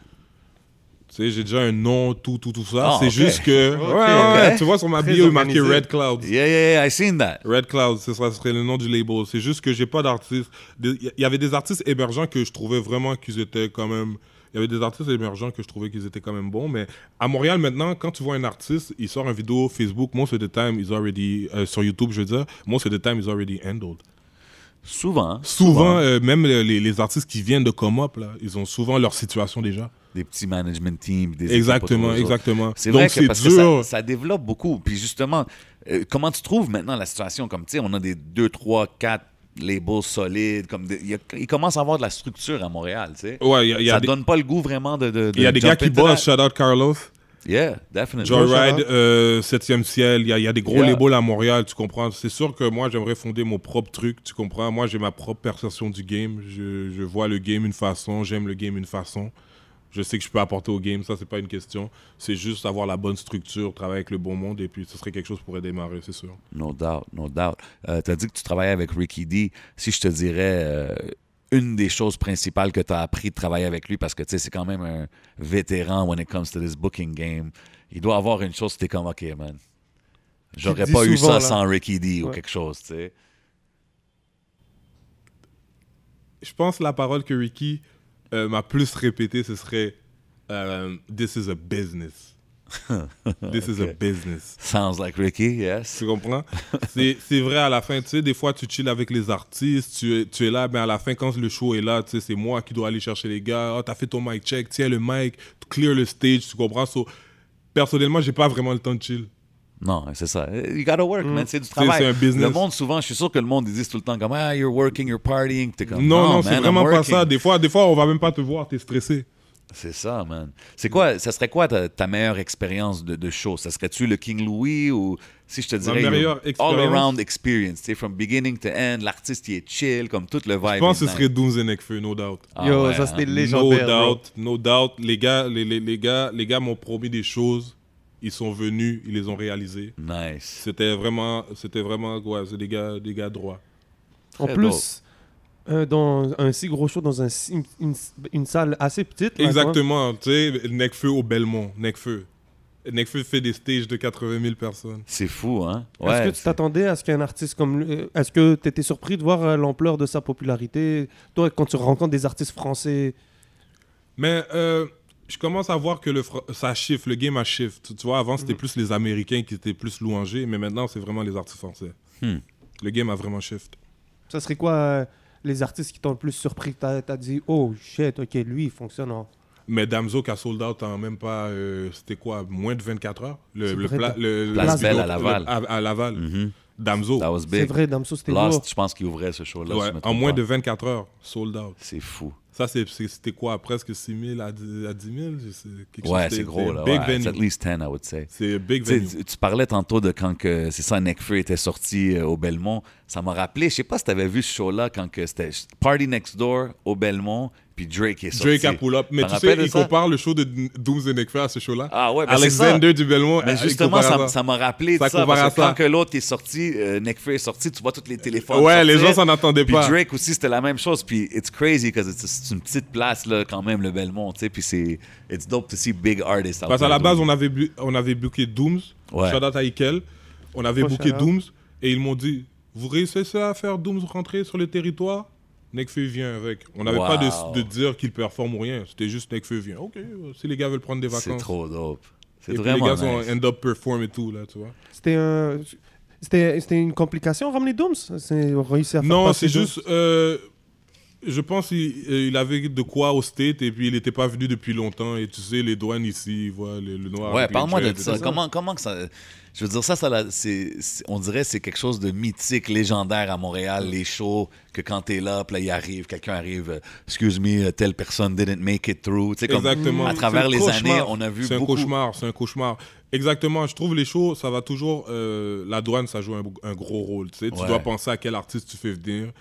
C: Tu sais, j'ai déjà un nom, tout, tout, tout ça.
B: Ah, [LAUGHS]
C: c'est
B: ok.
C: juste que. Ouais, ouais, ouais, Tu vois, sur ma
A: Très
C: bio, il est marqué
A: organisé.
C: Red Cloud.
B: Yeah, yeah, yeah, I seen that.
C: Red Cloud, ce sera- serait le nom du label. C'est juste que j'ai pas d'artiste. Il y avait des artistes émergents que je trouvais vraiment qu'ils étaient quand même. Il y avait des artistes émergents que je trouvais qu'ils étaient quand même bons. Mais à Montréal, maintenant, quand tu vois un artiste, il sort une vidéo Facebook, most of the time, is already. euh, sur YouTube, je veux dire, most of the time, is already handled.
B: Souvent,
C: Souvent, euh, même euh, les, les artistes qui viennent de come up, là, ils ont souvent leur situation déjà.
B: des petits management teams, des équipes autour
C: Exactement,
B: d'eux autres.
C: exactement.
B: C'est
C: Donc,
B: vrai que
C: c'est
B: parce
C: dur.
B: que ça, ça développe beaucoup. Puis justement, euh, comment tu trouves maintenant la situation? Comme tu sais, on a des 2, 3, 4 labels solides. Comme des- il, y a- il commence à avoir de la structure à Montréal, tu sais.
C: Ouais, il y a, il y a
B: ça
C: des,
B: donne pas le goût vraiment de. de- de
C: il y a des gars
B: jump
C: qui
B: into that.
C: bossent. Shout out Carlos.
B: Yeah, definitely.
C: Joyride, euh, 7e ciel, il y, a- il y a des gros
B: Yeah.
C: labels à Montréal, tu comprends. C'est sûr que moi, j'aimerais fonder mon propre truc, tu comprends. Moi, j'ai ma propre perception du game. Je, je vois le game une façon, j'aime le game une façon. Je sais que je peux apporter au game, ça, c'est pas une question. C'est juste avoir la bonne structure, travailler avec le bon monde, et puis ce serait quelque chose pour démarrer, c'est sûr.
B: No doubt, no doubt. Euh, tu as dit que tu travaillais avec Ricky D. Si je te dirais euh, une des choses principales que tu as appris de travailler avec lui, parce que tu sais, c'est quand même un vétéran when it comes to this booking game, il doit avoir une chose que tu es comme, OK, man, j'aurais
A: dis
B: pas eu
A: souvent,
B: ça
A: là.
B: sans Ricky D ou
A: Ouais.
B: quelque chose, tu sais.
C: Je pense que la parole que Ricky euh, m'a plus répétée, ce serait euh, This is
B: [LAUGHS]
C: a business. This is a
B: Ok.
C: business.
B: Sounds like Ricky, yes.
C: Tu comprends? C'est c'est vrai à la fin, tu sais, des fois tu chill avec les artistes, tu, es- tu es là, mais à la fin, quand le show est là, tu sais, c'est moi qui dois aller chercher les gars. Oh, t'as fait ton mic check, tiens le mic, clear le stage, tu comprends? So, personnellement, j'ai pas vraiment le temps de chill.
B: Non, c'est ça. You gotta work, man. C'est du
C: Mm. C'est-
B: travail.
C: c'est un business.
B: Le monde, souvent, je suis sûr que le monde, ils disent tout le temps comme, ah, you're working, you're partying. T'es comme,
C: Non, non,
B: man,
C: c'est
B: I'm
C: vraiment pas
B: working.
C: ça. Des fois, des fois, on va même pas te voir, t'es stressé.
B: C'est ça, man. C'est quoi, ça serait quoi ta, ta meilleure expérience de, de show? Ça serait-tu le King Louis ou si je te dirais
C: meilleure
B: your
C: expérience?
B: all-around experience, tu sais, from beginning to end, l'artiste il est chill, comme tout le vibe.
C: Je pense
B: est
C: que
B: nice.
C: ce serait Dooms et Nekfeu, no doubt.
B: Ah
A: Yo,
B: ouais,
A: ça
B: hein.
A: c'était légendaire.
C: No
A: bro.
C: doubt, no doubt. Les gars, les, les, les gars, les gars m'ont promis des choses. Ils sont venus, ils les ont réalisées.
B: Nice.
C: C'était vraiment, c'était vraiment, ouais, c'est des gars, des gars droits.
A: En
B: Très
A: plus, euh, dans un si gros show dans un si- une, une- une salle assez petite. là, quand
C: Exactement, tu sais, Necfeu au Belmont, Necfeu. Necfeu fait des stages de 80 000 personnes.
B: C'est fou, hein?
A: même. Est-ce
B: Ouais.
A: que tu t'attendais à ce qu'un artiste comme lui, euh, est-ce que tu étais surpris de voir euh, l'ampleur de sa popularité Toi, quand tu rencontres des artistes français,
C: Mais euh, je commence à voir que le fr- ça shift, le game a shift. Tu- Tu vois, avant c'était plus les Américains qui étaient plus louangés, mais maintenant c'est vraiment les artistes français.
B: Hmm.
C: Le game a vraiment shift.
A: ça serait quoi euh, les artistes qui t'ont le plus surpris T'as as dit, oh shit, ok, lui, il fonctionne en.
C: Mais Damso qui a sold out en même pas, euh, c'était quoi, moins de 24 heures Le,
A: C'est
C: le
A: vrai,
C: pla-
A: t'as-
C: le- le-
B: Place
C: le-
B: Belle à
C: le-
B: Laval.
C: à, à Laval.
B: Mhm.
C: Damso.
B: That was
A: C'est
B: big.
A: vrai, Damso, c'était lourd.
B: Lost, je pense qu'il ouvrait ce show-là. si
C: Ouais,
B: je me
C: en
B: trompe
C: moins
B: pas.
C: de 24 heures, sold out.
B: C'est fou.
C: Ça, c'est- c'est- c'était quoi Presque 6 000 à 10 à 10 000 je sais, quelque chose.
B: Ouais,
C: C'était-
B: c'est gros,
C: c'était
B: là.
C: Big
B: ouais. It's
C: venue.
B: at least 10, I would say.
C: C'est Big
B: Tu sais,
C: Venue.
B: Tu, tu parlais tantôt de quand que c'est ça, Necfeu était sorti euh, au Belmont. Ça m'a rappelé, je sais pas si t'avais vu ce show-là quand que c'était Party Next Door au Belmont, puis Drake est sorti.
C: Drake à pull-up. Mais
B: T'en
C: tu sais,
B: rappelles de
C: il
B: ça?
C: compare le show de Dooms et Nekfeu à ce show-là.
B: Ah ouais, ben c'est ça.
C: Alexander du Belmont.
B: Mais
C: il
B: justement,
C: compare
B: ça
C: à
B: ça m'a rappelé de
C: Ça
B: ça,
C: compare
B: parce que
C: à ça.
B: quand que l'autre est sorti, euh, Necfeu est sorti, tu vois tous les téléphones
C: Ouais, les gens
B: sortir.
C: s'en attendaient
B: Puis
C: pas.
B: Drake aussi, c'était la même chose. Puis it's crazy, parce que c'est une petite place, là, quand même, le Belmont, tu sais. Puis c'est... It's dope to see big artists out
C: Parce qu'à la
B: there.
C: base, on avait, bu- on avait booké Dooms.
B: Ouais.
C: Shout out à Ikel. On avait
A: Gros
C: booké
A: shout out.
C: Dooms. Et ils m'ont dit Vous réussissez à faire Dooms rentrer sur le territoire Nekfeu vient avec. On n'avait
B: Wow.
C: pas de, de dire qu'il performe ou rien. C'était juste Nekfeu vient. Ok, euh, si les gars veulent prendre des
B: C'est
C: vacances.
B: trop dope.
C: Et
B: C'est
C: puis
B: vraiment
C: les gars sont
B: nice.
C: end up perform et tout, là, tu vois.
A: C'était un. C'était c'était une complication, ramener Dooms C'est réussir à faire
C: Non,
A: passer
C: c'est
A: Dooms.
C: juste. euh, je pense qu'il euh, il avait de quoi au state et puis il n'était pas venu depuis longtemps. Et tu sais, les douanes ici, ils voient les- le noir.
B: Ouais,
C: avec les
B: parle-moi de
C: dreads et
B: ça.
C: tout.
B: Comment, comment que ça. Je veux dire, ça, ça la- c'est- c'est- on dirait c'est quelque chose de mythique, légendaire à Montréal, les shows, que quand t'es là, puis là, il arrive, quelqu'un arrive, euh, excuse me, euh, telle personne didn't make it through. Tu sais, comme
C: Exactement.
B: à travers
C: C'est un
B: les années,
C: cauchemar.
B: on a vu
C: C'est un
B: beaucoup.
C: cauchemar, c'est un cauchemar. Exactement, je trouve les shows, ça va toujours. euh, la douane, ça joue un, un gros rôle. Tu, sais. Tu
B: Ouais.
C: dois penser à quel artiste tu fais venir.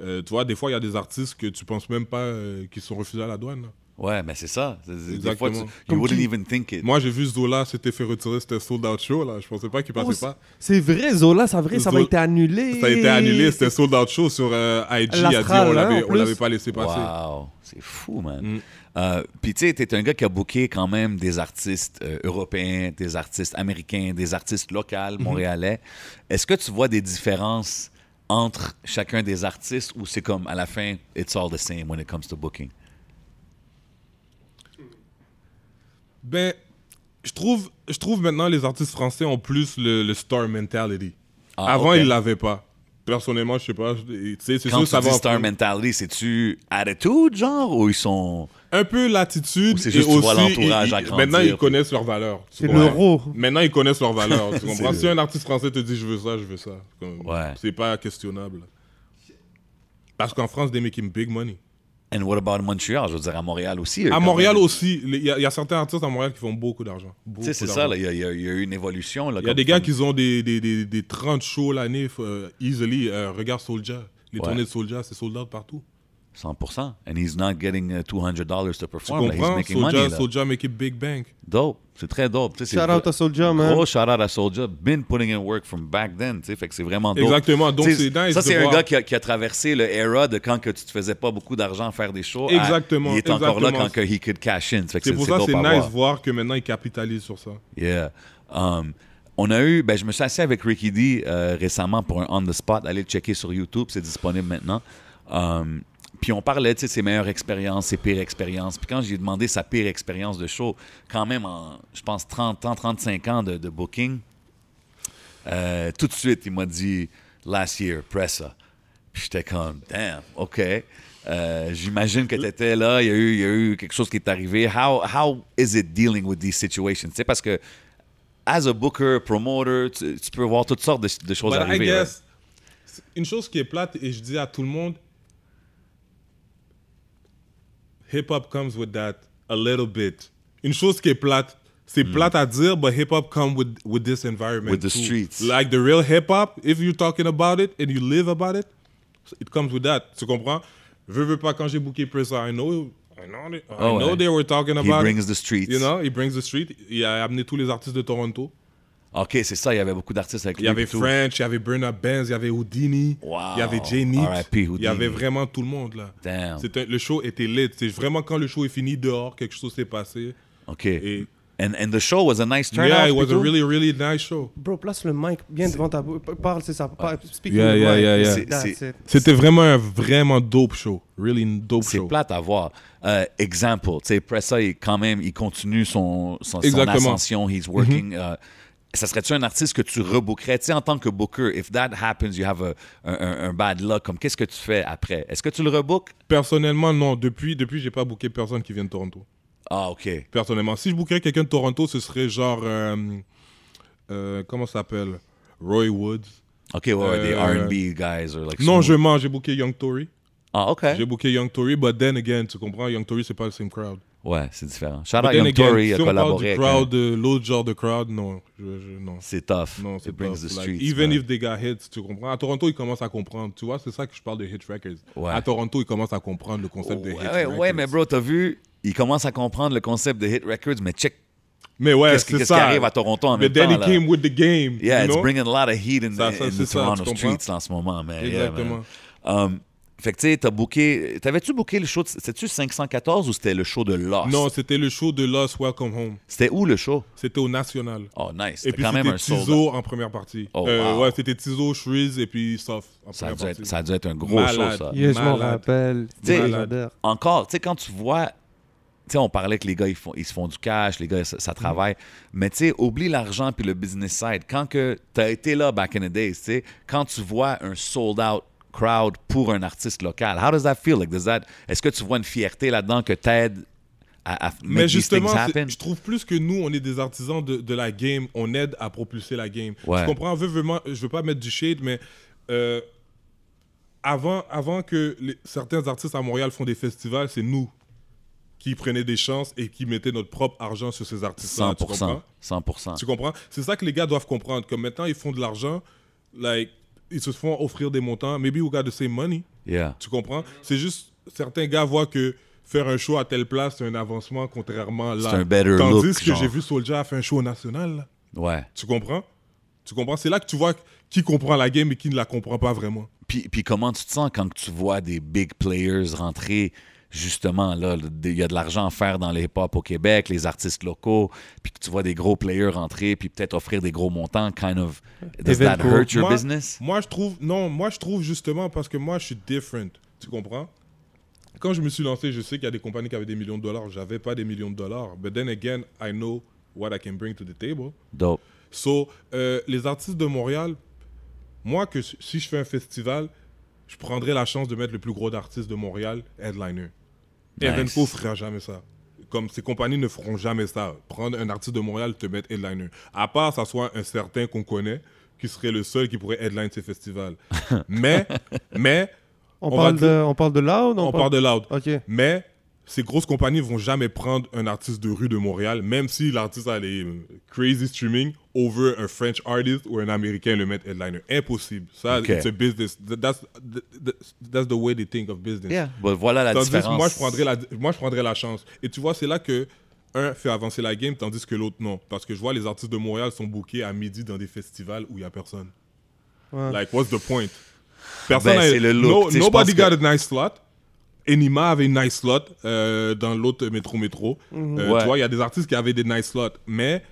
C: Euh, tu vois, des fois, il y a des artistes que tu penses même pas euh, qui sont refusés à la douane. là.
B: Ouais, mais c'est ça. C'est- c'est- Des fois,
C: Exactement.
B: tu,
A: Comme
B: you wouldn't
A: qui-
B: even think it.
C: Moi, j'ai vu Zola s'était fait retirer, c'était sold out show. Là. Je pensais pas qu'il
A: Oh,
C: passait
A: c'est-
C: pas.
A: C'est vrai, Zola, c'est vrai, ça
C: Zola-
A: a été annulé.
C: Ça a été annulé, c'était sold out show sur euh, IG. Il a dit
A: L'Astral,
C: on
A: hein,
C: l'avait-
A: en
C: on l'avait
A: plus.
C: pas laissé passer.
B: Wow, c'est fou, man.
C: Mm.
B: Euh, Puis tu sais, t'es un gars qui a booké quand même des artistes euh, européens, des artistes américains, des artistes
C: Mhm.
B: locaux, montréalais. Est-ce que tu vois des différences entre chacun des artistes ou c'est comme à la fin, it's all the same when it comes to booking?
C: Ben, je trouve, je trouve maintenant les artistes français ont plus le, le star mentality.
B: Ah,
C: Avant,
B: ok.
C: ils l'avaient pas. Personnellement, je sais pas. je- tu sais, C'est
B: Quand
C: sûr,
B: tu
C: ça
B: dis
C: va.
B: star mentality, c'est-tu attitude, genre, ou ils sont...
C: Un peu
B: Ou
C: l'attitude.
B: c'est
C: et
B: juste tu
C: aussi,
B: vois l'entourage
C: ils-
B: agrandir,
C: Maintenant,
B: puis-
C: ils connaissent leurs valeurs. tu
A: C'est
C: comprends?
A: l'euro.
C: Maintenant, ils connaissent leurs valeurs. Tu comprends?
B: le-
C: Si un artiste français te dit je veux ça, je veux ça. Comme,
B: Ouais.
C: C'est pas questionnable. Parce qu'en France, they make him big money.
B: And what about Montreal? Je veux dire, à Montréal aussi. eux,
C: À
B: quand
C: Montréal
B: même.
C: aussi, il y, a- il y a certains artistes à Montréal qui font beaucoup d'argent.
B: Tu sais, c'est ça, là, il y, a- il y a il y a eu une évolution. là,
C: Il y a
B: comme-
C: des gars qui ont des, des, des, des 30 shows l'année, euh, easily. euh, regarde Soulja. Les
B: Ouais.
C: tournées de Soulja, c'est sold out partout.
B: 100%. And he's not getting uh, $200 to
C: Tu
B: perform. là. He's
C: comprends?
B: making money,
C: Soulja,
B: là.
C: Soulja make it big bang.
B: Dope. C'est très dope. Tu sais, c'est
A: Shout out à hein. Soulja, man.
B: Gros shout out à Soulja. Been putting in work from back then. tu sais, Fait que c'est vraiment dope.
C: Exactement. Donc,
B: Tu sais,
C: c'est nice
B: Ça,
C: de
B: c'est un
C: voir.
B: gars qui a, qui a traversé le era de quand que tu te faisais pas beaucoup d'argent à faire des shows. à-
C: Exactement,
B: il est encore là
C: exactement.
B: quand que he could cash in. Fait que
C: C'est pour ça
B: dope
C: c'est
B: à
C: nice
B: voir.
C: de voir que maintenant ils capitalisent sur ça.
B: Yeah. Um, on a eu, ben, je me suis assis avec Ricky D euh, récemment pour un on the spot. Allez le checker sur YouTube, c'est disponible maintenant. Um, puis on parlait de ses meilleures expériences, ses pires expériences. Puis quand j'ai demandé sa pire expérience de show, quand même en, je pense, 30 ans, 35 ans de, de booking, euh, tout de suite, il m'a dit Last year, Pressa. Puis j'étais comme Damn, OK. Euh, J'imagine que tu étais là, il y, a eu, il y a eu quelque chose qui est arrivé. How, how is it dealing with these situations? Tu sais, parce que, as a booker, promoter, tu, tu peux voir toutes sortes de, de choses
C: But I
B: arriver. right?
C: guess, c'est une chose qui est plate et je dis à tout le monde, hip hop comes with that a little bit. Une chose qui est plate, c'est plate à dire, but hip hop comes with with this
B: Mm.
C: environment.
B: With the
C: too.
B: streets.
C: Like the real hip hop, if you're talking about it and you live about it, it comes with that. Tu comprends? Veux veux pas quand j'ai booké Pressa, I know, I know, they- I
B: Oh,
C: know
B: ouais.
C: they were talking
B: He
C: about.
B: brings
C: it.
B: the streets.
C: You know, he brings the street. Il a amené tous les artistes de Toronto.
B: OK, c'est ça, il y avait beaucoup d'artistes avec
C: Il y
B: lui
C: avait
B: et tout.
C: French, il y avait Bernard Benz, il y avait Houdini,
B: Wow.
C: il y avait Jay Nix,
B: R.I.P.
C: il y
B: Houdini.
C: avait vraiment tout le monde là.
B: Damn.
C: C'était- le show était lit. C'est vraiment quand le show est fini dehors, quelque chose s'est passé.
B: OK.
C: Et-
B: And, and the show was a nice turnout.
C: yeah, it was
B: puis
C: a
B: tout.
C: really, really nice show.
A: Bro, place le mic bien devant ta bouche. Parle, c'est ça. Parle, speak
C: Yeah,
A: in the
C: yeah,
A: mic.
C: yeah, yeah.
B: Ah. C'est-
A: That's
B: c'est-
A: it.
C: C'était vraiment un vraiment dope show. Really dope
B: C'est
C: show.
B: plate à voir. Euh, exemple, tu sais, Pressa, il, quand même, il continue son, son, son
C: Exactement. Mm-hmm.
B: ascension, he's working. euh, ça serait-tu un artiste que tu rebookerais? Tu sais, en tant que booker, if that happens, you have a, un, un- un bad luck, comme qu'est-ce que tu fais après? Est-ce que tu le rebookes?
C: Personnellement, non. Depuis, depuis j'ai pas booké personne qui vient de Toronto.
B: Ah, OK.
C: Personnellement, si je bookerais quelqu'un de Toronto, ce serait genre. euh, euh, comment ça s'appelle Roy Woods.
B: OK, ouais, ouais, des
C: Euh,
B: R&B guys. Or like
C: Non, je
B: some-
C: mens, j'ai booké Young Tory.
B: Ah, OK.
C: J'ai booké Young Tory, but then again, tu comprends, Young Tory, c'est pas le same crowd.
B: Ouais, c'est différent.
C: But
B: Shout-out
C: then
B: Ah, Young
C: again,
B: Tory a
C: si on parle
B: collaboré
C: du
B: avec...
C: crowd, de l'autre genre de crowd, non. Je, je- non.
B: C'est tough.
C: Non,
B: It
C: c'est pas
B: brings the
C: like,
B: streets.
C: Even
B: man.
C: if they got hits, tu comprends. À Toronto, ils commencent à comprendre. Tu vois, c'est ça que je parle de Hit Records.
B: Ouais.
C: À Toronto, ils commencent à comprendre le concept de Hit
B: Ouais, ouais,
C: Records.
B: ouais, mais bro, t'as vu, il commence à comprendre le concept de Hit Records, mais check
C: Mais ouais,
B: qu'est-ce qui-
C: c'est
B: qu'est-ce
C: ça.
B: qui arrive à Toronto en
C: Mais
B: même temps,
C: Danny
B: là.
C: came with the game.
B: Yeah,
C: you
B: it's
C: know?
B: bringing a lot of heat in,
C: Ça,
B: the,
C: ça,
B: in the
C: c'est ça,
B: Toronto
C: tu comprends?
B: Oh, streets en ce moment, man. Yeah, man.
C: Exactement.
B: Um, Fait que tu sais, t'as booké. T'avais-tu booké le show? de- C'était-tu 514 ou c'était le show de Lost?
C: Non, c'était le show de Lost Welcome Home.
B: C'était où le show?
C: C'était au National.
B: Oh, nice.
C: Et
B: C'était
C: puis
B: quand même
C: c'était
B: un sold
C: Tizo en première partie.
B: Oh,
C: Euh,
B: wow.
C: Ouais, c'était Tizo, Shreeze et puis Soft en
B: ça a,
C: première
B: dû être,
C: partie.
B: ça a dû être un gros
C: Malade.
B: show, ça.
A: Yeah, je m'en
C: Malade.
A: rappelle.
B: Tu sais,
A: Légendaire.
B: Encore, tu sais, quand tu vois. Tu sais, on parlait que les gars, ils, font, ils se font du cash, les gars, ça,
C: Mm.
B: ça travaille. Mais tu sais, oublie l'argent puis le business side. Quand que t'as été là back in the days, tu sais, quand tu vois un sold-out crowd pour un artiste local, how does that feel? Like, does that, est-ce que tu vois une fierté là-dedans que t'aides à, à make
C: Mais
B: these
C: justement,
B: things
C: c'est-
B: happen?
C: je trouve plus que nous, on est des artisans de, de la game. On aide à propulser la game.
B: Ouais.
C: Je comprends, veux, veux, moi, je veux pas mettre du shade, mais euh, avant, avant que les- certains artistes à Montréal font des festivals, c'est nous qui prenaient des chances et qui mettaient notre propre argent sur ces artistes-là. Tu
B: 100%.
C: comprends?
B: 100%.
C: Tu comprends C'est ça que les gars doivent comprendre. Comme maintenant, ils font de l'argent, like, ils se font offrir des montants. Maybe we got the same money.
B: Yeah.
C: Tu comprends C'est juste, certains gars voient que faire un show à telle place, c'est un avancement, contrairement à là.
B: C'est un better
C: Tandis
B: look,
C: que
B: genre.
C: j'ai vu Soulja faire un show au national. là.
B: Ouais.
C: Tu comprends Tu comprends C'est là que tu vois qui comprend la game et qui ne la comprend pas vraiment.
B: Puis, puis comment tu te sens quand tu vois des big players rentrer justement là, le- il y a de l'argent à faire dans les hip-hop au Québec, les artistes locaux, puis que tu vois des gros players rentrer puis peut-être offrir des gros montants, kind of, does that
A: Evenco.
B: hurt your
C: Moi-
B: business?
C: Moi, je trouve, non, moi, je trouve justement parce que moi, je suis different. Tu comprends Quand je me suis lancé, je sais qu'il y a des compagnies qui avaient des millions de dollars. J'avais pas des millions de dollars. But then again, I know what I can bring to the table.
B: Dope.
C: So, euh, les artistes de Montréal, moi, que s- si je fais un festival, je prendrais la chance de mettre le plus gros d'artistes de Montréal, headliner.
B: Nice.
C: Evenco ne fera jamais ça. Comme ces compagnies ne feront jamais ça. Prendre un artiste de Montréal, te mettre headliner. À part, ça soit un certain qu'on connaît, qui serait le seul qui pourrait headline ces festivals. mais, mais,
A: On,
C: On
A: parle
C: va dire-
A: de, on parle de là ou non
C: on parle de Loud.
A: Ok.
C: Mais ces grosses compagnies vont jamais prendre un artiste de rue de Montréal, même si l'artiste a les euh, crazy streaming over un French artist ou un Américain le mettre headliner. Impossible. Ça,
B: Ok.
C: it's a business. Th- That's, th- th- that's the way they think of business.
B: Yeah. Bah, voilà la
C: Tandis que
B: différence.
C: moi je, prendrais la, moi, je prendrais la chance. Et tu vois, c'est là que un fait avancer la game, tandis que l'autre non. Parce que je vois les artistes de Montréal sont bookés à midi dans des festivals où il n'y a personne.
A: Ouais.
C: Like, what's the point? Personne
B: Ben,
C: a-
B: c'est le look.
C: No-
B: Tu sais, je
C: nobody
B: pense
C: got a nice slot. Enima avait une nice slot euh, dans l'autre métro-métro. Euh,
B: Ouais.
C: Tu vois, il y a des artistes qui avaient des nice slots. Mais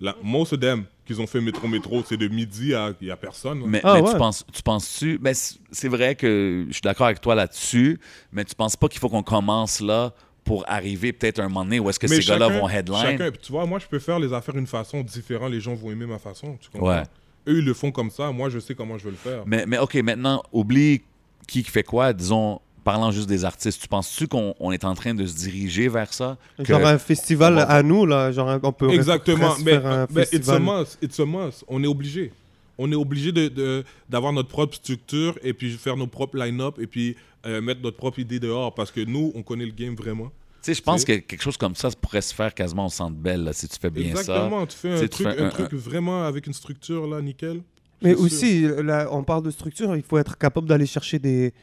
C: la, most of them qu'ils ont fait métro-métro, c'est de midi à. Il n'y a personne. là.
B: Mais,
A: Ah,
B: mais tu
A: ouais.
B: penses, tu penses-tu, ben, c- c'est vrai que je suis d'accord avec toi là-dessus, mais tu penses pas qu'il faut qu'on commence là pour arriver peut-être un moment donné où est-ce que
C: Mais
B: ces gars-là
C: chacun-
B: vont headline?
C: chacun- tu vois, moi, je peux faire les affaires d'une façon différente. Les gens vont aimer ma façon. Tu comprends?
B: Ouais.
C: Eux, ils le font comme ça. Moi, je sais comment je vais le faire.
B: Mais, mais OK, maintenant, oublie qui qui fait quoi, disons, parlant juste des artistes. Tu penses-tu qu'on on est en train de se diriger vers ça? Que-
A: Genre un festival
B: Bon.
A: à nous, là. Genre, un- on peut
C: Exactement.
A: presque
C: Mais,
A: faire un
C: mais it's a
A: festival.
C: must. It's a must. On est obligé. On est obligé d'avoir de, d'avoir notre propre structure et puis faire nos propres line-up et puis euh, mettre notre propre idée dehors parce que nous, on connaît le game vraiment.
B: Tu sais, je pense que quelque chose comme ça pourrait se faire quasiment au Centre Bell, là, si tu fais bien
C: Exactement. Tu fais
B: Tu sais,
C: un
B: tu
C: truc,
B: fais
C: un
B: un-
C: truc vraiment avec une structure là, nickel.
A: Mais
C: C'est sûr.
A: aussi, là, on parle de structure, il faut être capable d'aller chercher des,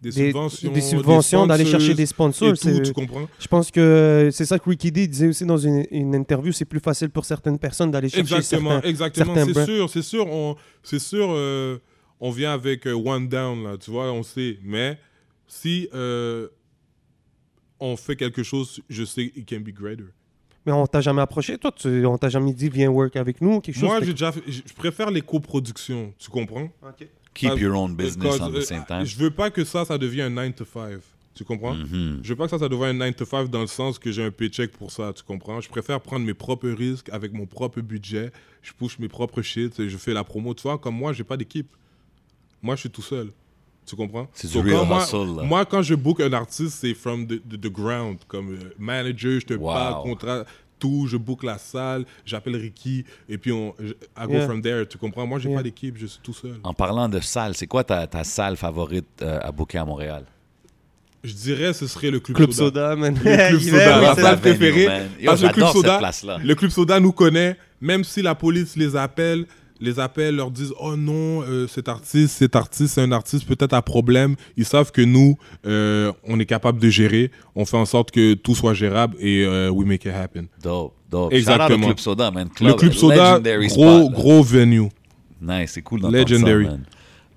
C: Des,
A: des-
C: subventions.
A: des subventions, d'aller chercher des
C: sponsors
A: sponsors.
C: et tout,
A: c'est-
C: tu comprends?
A: Je pense que c'est ça que Ricky D disait aussi dans une, une interview, c'est plus facile pour certaines personnes d'aller chercher
C: Exactement,
A: certains-
C: exactement.
A: certains
C: C'est
A: brands.
C: sûr, c'est sûr. On, c'est sûr, euh, on vient avec euh, One Down, là, tu vois, on sait. Mais si euh, on fait quelque chose, je sais, it can be greater.
A: Mais on t'a jamais approché, toi, tu- on t'a jamais dit viens work avec nous, quelque chose.
C: Moi,
A: Fait
C: j'ai déjà, fait- je préfère les coproductions, tu comprends?
A: que- Ok.
B: que keep
C: Ah,
B: your own business
C: Because,
B: on
C: euh,
B: the same time.
C: Je veux pas que ça, ça devienne un 9 to 5. Tu
A: Mm.
C: comprends?
B: Mhm.
C: Je veux pas que ça, ça devienne un 9 to 5 dans le sens que j'ai un paycheck pour ça, tu comprends? Je préfère prendre mes propres risques avec mon propre budget. Je push mes propres shit, je fais la promo. Tu vois, comme moi, j'ai pas d'équipe. Moi, je suis tout seul. Tu comprends?
B: C'est du
C: So,
B: real
C: quand moi,
B: hustle, là.
C: moi, quand je book un artiste, c'est from the, the- the ground. Comme euh, manager, je te
B: Wow.
C: parle, contrat, tout. Je book la salle, j'appelle Ricky, et puis on, je- I go
A: Yeah.
C: from there. Tu comprends? Moi, j'ai
A: Yeah.
C: pas d'équipe, je suis tout seul.
B: En parlant de salle, c'est quoi ta, ta salle favorite euh, à booker à Montréal?
C: Eh, Je dirais ce serait le club,
A: Club
C: soda.
A: Soda, man.
C: Club
A: [LAUGHS] Il est-
C: Soda,
A: oui,
C: la
A: c'est
C: salle
A: vrai.
B: venue,
C: préférée,
B: man. Yo,
C: parce que le Club
B: j'adore cette
C: Soda-
B: place-là.
C: Le Club Soda nous connaît, même si la police les appelle, les appelle, leur disent Oh non, euh, cet artiste, cet artiste, c'est un artiste peut-être à problème. Ils savent que nous, euh, on est capable de gérer. On fait en sorte que tout soit gérable et euh, we make it happen.
B: Dope, dope.
C: Exactement.
B: Shout out au Club Soda, man.
C: le Club Soda,
B: legendary
C: gros,
B: spot, là.
C: gros venue.
B: Nice, c'est cool d'entendre
C: Legendary.
B: ça, man.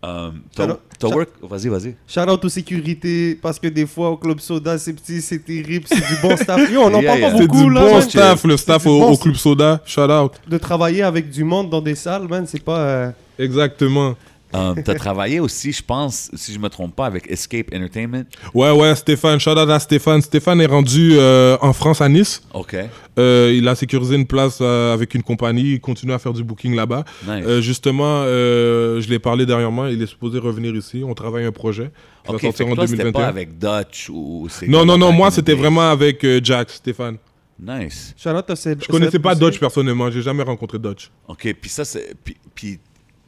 B: Euh, t'as-
A: Alors,
B: t'as
A: ça-
B: work. Vas-y, vas-y.
A: Shout out aux sécurité, parce que des fois, au Club Soda, c'est petit, c'est terrible, c'est du bon staff. Yo, on en
B: Yeah,
A: parle
B: yeah.
A: pas
C: C'est
A: beaucoup,
C: du
A: là,
C: bon
A: man.
C: staff, le staff
A: du
C: au,
A: bon
C: au
A: staff.
C: Club Soda. Shout out.
A: De travailler avec du monde dans des salles, man, c'est pas... euh,
C: Exactement.
B: Euh, t'as travaillé aussi, je pense, si je me trompe pas, avec Escape Entertainment.
C: Ouais, ouais, Stéphane. Shout out à Stéphane. Stéphane est rendu euh, en France, à Nice.
B: OK.
C: Euh, il a sécurisé une place euh, avec une compagnie. Il continue à faire du booking là-bas.
B: Nice.
C: Euh, justement, euh, je l'ai parlé dernièrement. Il est supposé revenir ici. On travaille un projet. qui va
B: OK, fait
C: sortir
B: que
C: en
B: toi, c'était
C: 2021.
B: pas avec euh, Dutch ou... c'est
C: Non,
B: comme
C: non, non.
B: back in
C: Moi,
B: the
C: c'était
B: days.
C: vraiment avec euh, Jack, Stéphane.
B: Nice.
A: shout out à Seb-
C: Je connaissais
A: Seb
C: pas
A: aussi.
C: Dodge personnellement. J'ai jamais rencontré Dodge.
B: OK, puis ça, c'est... Puis, puis,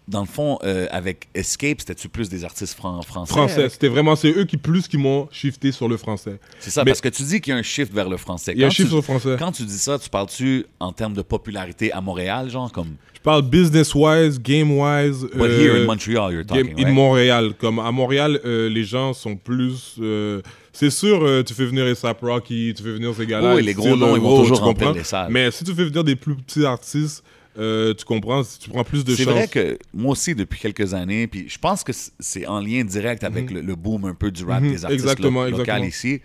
B: dans le fond, euh, avec Escape, c'était-tu plus des artistes fran- français?
C: Français. C'était vraiment, c'est eux qui plus qui m'ont shifté sur le français.
B: C'est ça,
C: Mais-
B: parce que tu dis qu'il y a un shift vers le français.
C: Il y a un
B: Quand
C: chiffre
B: tu-
C: sur le français.
B: Quand tu dis ça, tu parles-tu en termes de popularité à Montréal, genre comme...
C: Je parle business-wise, game-wise.
B: But
C: euh,
B: here in Montreal, you're
C: game-
B: talking,
C: in
B: right?
C: Montréal. Comme à Montréal, euh, les gens sont plus. euh, c'est sûr, euh, tu fais venir ASAP Rocky, tu fais venir ces gars-là.
B: Oui, les
C: ils
B: gros
C: tirent
B: noms,
C: leur
B: ils vont
C: rôle,
B: toujours
C: tu
B: remplir
C: comprends.
B: les salles.
C: Mais si tu fais venir des plus petits artistes, euh, tu comprends, si tu prends plus de
B: C'est
C: chance.
B: vrai que moi aussi, depuis quelques années, puis je pense que c- c'est en lien direct avec le, le boom un peu du rap
C: Mhm,
B: des artistes
C: Mm-hmm. exactement,
B: lo- locaux
C: exactement.
B: ici,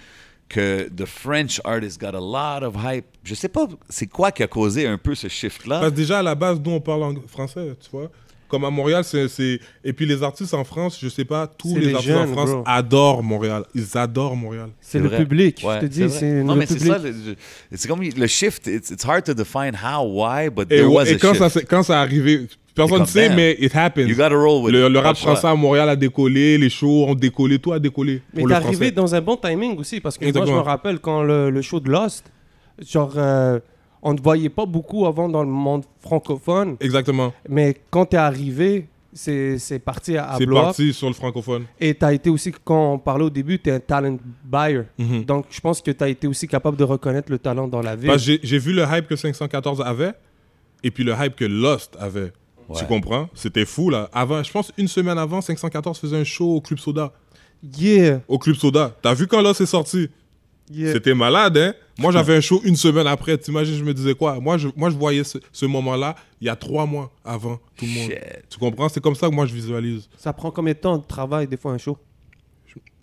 B: que the French artist got a lot of hype. Je sais pas, c'est quoi qui a causé un peu ce shift-là?
C: Parce que déjà, à la base, nous, on parle en français, tu vois. Comme à Montréal, c'est. c'est- Et puis les artistes en France, je sais pas, tous
A: C'est
C: les,
A: les
C: artistes
A: jeunes,
C: en France
A: bro.
C: adorent Montréal. Ils adorent Montréal.
A: C'est le
B: vrai.
A: public,
B: Ouais,
A: je te dis,
B: vrai.
A: c'est
B: Non,
A: le
B: mais c'est
A: public.
B: ça, le- je- c'est comme le shift, it's, it's hard to define how, why, but
C: Et,
B: there was a
C: et quand,
B: shift.
C: ça, s'est- quand ça arrivé, personne
B: Comme
C: ne sait,
B: damn.
C: mais it happens.
B: You gotta roll with
C: Le,
B: it. Pas
C: le rap
B: le choix.
C: français à Montréal a décollé, les shows ont décollé, tout a décollé.
A: Mais
C: pour
A: t'es
C: le
A: arrivé
C: français.
A: dans un bon timing aussi, parce que moi,
C: Exactement.
A: je me rappelle quand le, le show de Lost, genre, euh, on ne voyait pas beaucoup avant dans le monde francophone,
C: Exactement.
A: mais quand t'es arrivé, c'est c'est parti à, à
C: C'est
A: blow up.
C: parti sur le francophone.
A: Et t'as été aussi, quand on parlait au début, t'es un talent buyer.
C: Mhm.
A: Donc, je pense que t'as été aussi capable de reconnaître le talent dans la ville.
C: Parce que j'ai- j'ai vu le hype que 514 avait et puis le hype que Lost avait.
B: Ouais.
C: Tu comprends? C'était fou, là. Avant, je pense une semaine avant, 514 faisait un show au Club Soda.
A: Yeah,
C: Au Club Soda. T'as vu quand Lost est sorti?
A: yeah.
C: C'était malade, hein?
B: [LAUGHS]
C: Moi, j'avais un show une semaine après. T'imagines, je me disais quoi? Moi, je, moi, je voyais ce, ce moment-là il y a trois mois avant tout le monde.
B: Shit.
C: Tu comprends? C'est comme ça que moi, je visualise.
A: Ça prend combien de temps de travail, des fois, un show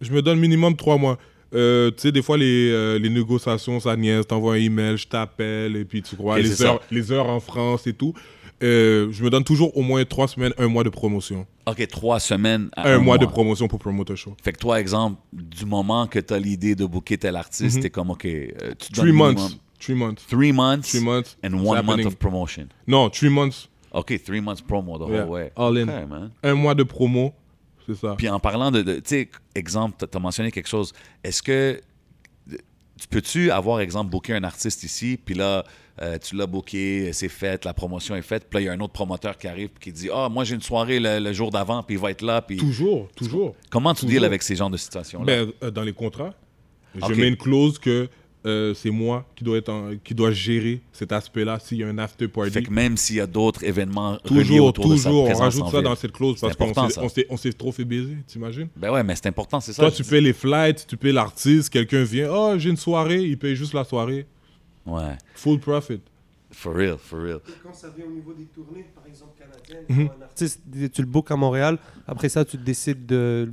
C: Je me donne minimum trois mois. Euh, tu sais, des fois, les, euh, les négociations, ça niaise. T'envoies un email, je t'appelle, et puis tu crois,
B: Ok,
C: les,
B: c'est ça.
C: heures, les heures en France et tout. Euh, je me donne toujours au moins trois semaines, un mois de promotion.
B: OK, trois semaines à
C: Un, mois, de
B: mois.
C: promotion pour promoter un show.
B: Fait que toi, exemple, du moment que t'as l'idée de booker tel artiste,
C: Mhm.
B: t'es comme, OK, euh, tu te donnes
C: Three
B: minimum
C: months. Three months.
B: Three months.
C: Three months.
B: And
C: It's
B: one month
C: happening.
B: of promotion.
C: Non, three months.
B: OK, three months promo the whole
C: Yeah.
B: way.
C: All in.
B: Okay, man.
C: Un mois de promo. C'est ça.
B: Puis en parlant de, de- tu sais, exemple, t'as- t'as mentionné quelque chose. Est-ce que tu peux-tu avoir, exemple, booker un artiste ici, puis là, euh, tu l'as booké, c'est fait, la promotion est faite, puis là, il y a un autre promoteur qui arrive puis qui dit, ah, moi, j'ai une soirée le, le jour d'avant, puis il va être là, puis...
C: Toujours, toujours.
B: Comment tu deals
C: toujours.
B: avec ces genres de situations-là?
C: Ben, euh, dans les contrats,
B: Ok.
C: je mets une clause que euh, c'est moi qui dois être en- qui dois gérer cet aspect-là s'il y a un after party.
B: Fait que même s'il y a d'autres événements reliés
C: Toujours,
B: autour de sa
C: toujours, on
B: présence
C: rajoute
B: en
C: ça
B: ville.
C: dans cette clause
B: C'est
C: parce qu'on
B: important,
C: s'est-
B: ça.
C: on s'est- on s'est trop fait baiser, t'imagines
B: Ben ouais, mais c'est important, c'est ça.
C: Toi,
B: je
C: tu
B: dis.
C: payes les flights, tu payes l'artiste, quelqu'un vient, oh, j'ai une soirée, il paye juste la soirée.
B: Ouais,
C: Full profit.
B: for real, for real.
A: Quand ça vient au niveau des tournées, par exemple canadiennes,
C: Mhm.
A: un artiste, tu le bookes à Montréal, après ça, tu décides de,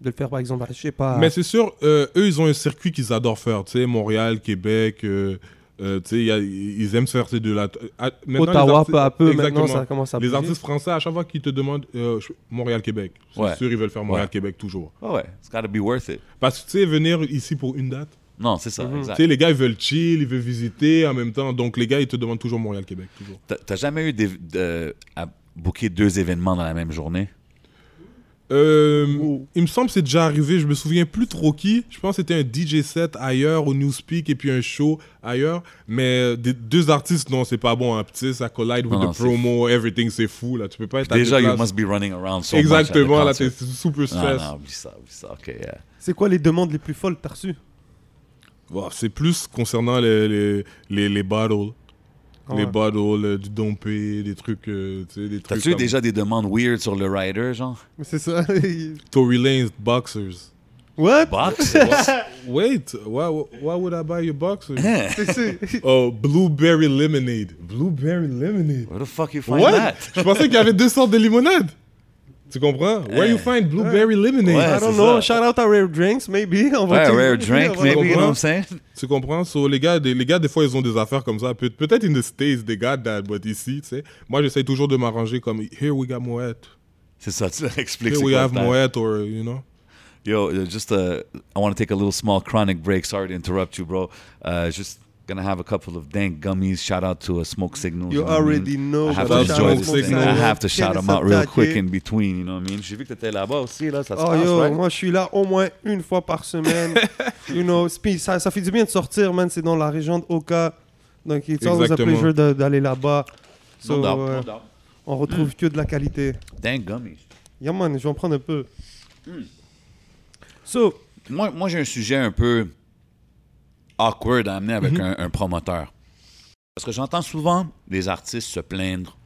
A: de le faire, par exemple, à- je sais pas.
C: Mais c'est sûr, euh, eux, ils ont un circuit qu'ils adorent faire, tu sais, Montréal, Québec, euh, euh, tu sais, il y a- ils aiment se faire ces deux-là. Ah, maintenant, les
A: Ottawa,
C: artistes-
A: peu à peu,
C: Exactement.
A: maintenant, ça commence à
C: Les
A: bouger.
C: artistes français, à chaque fois qu'ils te demandent euh, je- Montréal-Québec, c'est
B: Ouais.
C: sûr, ils veulent faire Montréal-Québec toujours.
B: Ouais, ouais, it's gotta be worth it.
C: Parce que, tu sais, venir ici pour une date,
B: Non, c'est ça, exact.
C: tu sais, les gars, ils veulent chill, ils veulent visiter en même temps. Donc, les gars, ils te demandent toujours Montréal-Québec, toujours.
B: T'as- T'as jamais eu d'év- de- à booker deux événements dans la même journée?
C: Euh,
B: Oh.
C: Il me semble que c'est déjà arrivé, je me souviens plus trop qui. Je pense que c'était un DJ set ailleurs, au Newspeak, et puis un show ailleurs. Mais des, deux artistes, non, c'est pas bon. Hein. Tu sais, ça collide with
B: Non, non,
C: the
B: c'est
C: promo, everything, c'est fou, là. Tu peux pas être à
B: Déjà,
C: tes
B: you
C: places.
B: must be running around so much at the
C: Exactement, là,
B: concert.
C: t'es super
B: Non,
C: stress.
B: Ah, non, oublie ça, oublie ça, OK, yeah.
A: C'est quoi les demandes les plus folles que t'as reçues
C: Wow, c'est plus concernant les, les, les, les battles. Les
A: Ouais.
C: battles, euh, du dompé, des trucs, euh, tu sais, des trucs
B: T'as-tu
C: comme
B: déjà des demandes weird sur le rider, genre?
A: Mais C'est ça.
C: Tory Lanez, Boxers.
A: [LAUGHS] What
C: Bah.
B: [LAUGHS] Box?
C: Wait, why, why would I buy your boxers? [CLEARS THROAT]
A: C'est- c'est-
C: Oh, blueberry lemonade. Blueberry lemonade.
B: Where the fuck you find
C: What?
B: that?
C: Je pensais qu'il y avait deux sortes de limonade. Tu comprends? Where you find blueberry lemonade?
B: Ouais.
A: I don't
B: c'est
A: know.
B: ça.
A: Shout out à Rare Drinks, maybe. On va
B: Ouais,
A: checker.
B: rare drink,
A: On va-
B: maybe, you know
C: comprends.
B: what I'm saying?
C: Tu comprends? So, les gars, des, les gars, des fois, ils ont des affaires comme ça. Peut- Peut-être in the States, des gars that, but ici, tu sais. Moi, j'essaie toujours de m'arranger comme Here we got Moet.
B: C'est ça, tu [LAUGHS] expliques.
C: Here
B: c'est
C: we
B: quoi
C: have
B: le terme.
C: Moet, or, you know.
B: Yo, uh, just uh, I want to take a little small chronic break. Sorry to interrupt you, bro. Uh, just gonna have a couple of dank gummies. Shout out to uh, Smoke Signals.
A: You
B: know what I mean?
A: already know.
B: I have
C: Shout
B: to
C: out
B: enjoy
C: Smoke
B: this thing.
C: Signals.
B: I have to shout
A: Quel
B: them out real
A: attaqué.
B: quick in between. You know what I mean? J'ai vu que t'étais là-bas aussi, là. Ça se
A: Oh
B: passe,
A: yo,
B: right?
A: moi je suis là au moins une fois par
B: [LAUGHS]
A: semaine. you know, puis ça, ça fait du bien de sortir, man. C'est dans la région de Oka. Donc it's always a
C: Exactement.
A: pleasure de- d'aller là-bas. So,
B: No doubt, no
A: ouais,
B: doubt.
A: on retrouve que de la qualité.
B: Dank gummies.
A: Yeah, man, je vais en prendre un peu. So,
B: Moi, moi j'ai un sujet un peu awkward à amener avec
A: Mm-hmm.
B: un, un promoteur. Parce que j'entends souvent des artistes se plaindre.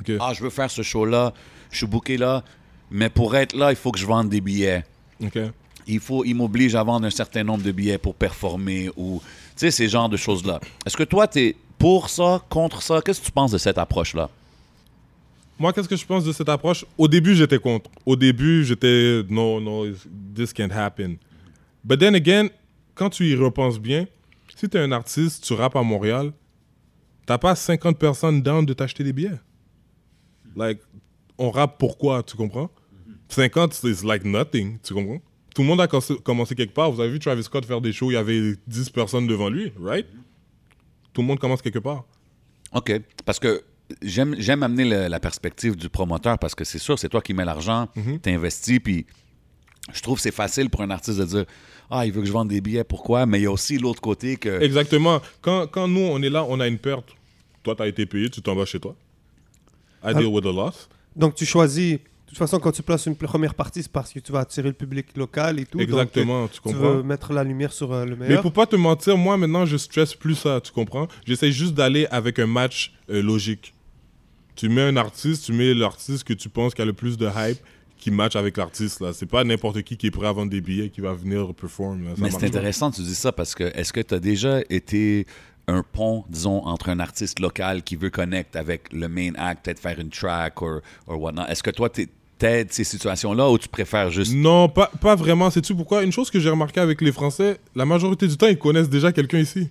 C: Ok.
B: Ah, je veux faire ce show-là, je suis booké là, mais pour être là, il faut que je vende des billets.
C: Ok.
B: Il faut, il m'oblige à vendre un certain nombre de billets pour performer ou, tu sais, ces genres de choses-là. Est-ce que toi, t'es pour ça, contre ça? Qu'est-ce que tu penses de cette approche-là?
C: Moi, qu'est-ce que je pense de cette approche Au début, j'étais contre. Au début, j'étais non, non, it's- this can't happen. But then again, quand tu y repenses bien, si tu es un artiste, tu rappes à Montréal, t'as pas 50 personnes down de t'acheter des billets. Like, on rappe pourquoi, tu comprends 50, c'est like nothing, tu comprends Tout le monde a commencé- commencé quelque part. Vous avez vu Travis Scott faire des shows, il y avait 10 personnes devant lui, right Tout le monde commence quelque part.
B: OK. Parce que j'aime, j'aime amener le- la perspective du promoteur parce que c'est sûr, c'est toi qui mets l'argent, t'investis, puis je trouve que c'est facile pour un artiste de dire Ah, il veut que je vende des billets, pourquoi? Mais il y a aussi l'autre côté que.
C: Exactement. Quand, quand nous, on est là, on a une perte. Toi, tu as été payé, tu t'en vas chez toi. I deal with a loss.
A: donc tu choisis. De toute façon, quand tu places une première partie, c'est parce que tu vas attirer le public local et tout. donc,
C: Exactement, tu
A: tu
C: comprends.
A: veux mettre la lumière sur euh, le
C: Mais
A: meilleur.
C: pour pas te mentir, moi, maintenant, je stresse plus ça, tu comprends J'essaie juste d'aller avec un match euh, logique. Tu mets un artiste, tu mets l'artiste que tu penses qui a le plus de hype qui match avec l'artiste. là. C'est pas n'importe qui qui est prêt à vendre des billets qui va venir perform. là. Ça
B: Mais
C: marche
B: c'est
C: pas.
B: intéressant, tu dis ça parce que est-ce que tu as déjà été un pont, disons, entre un artiste local qui veut connecter avec le main act, peut-être faire une track ou whatnot? Est-ce que toi, t'es- t'aides ces situations-là ou tu préfères juste.
C: Non, pas, pas vraiment. Sais-tu pourquoi Une chose que j'ai remarqué avec les Français, la majorité du temps, ils connaissent déjà quelqu'un ici.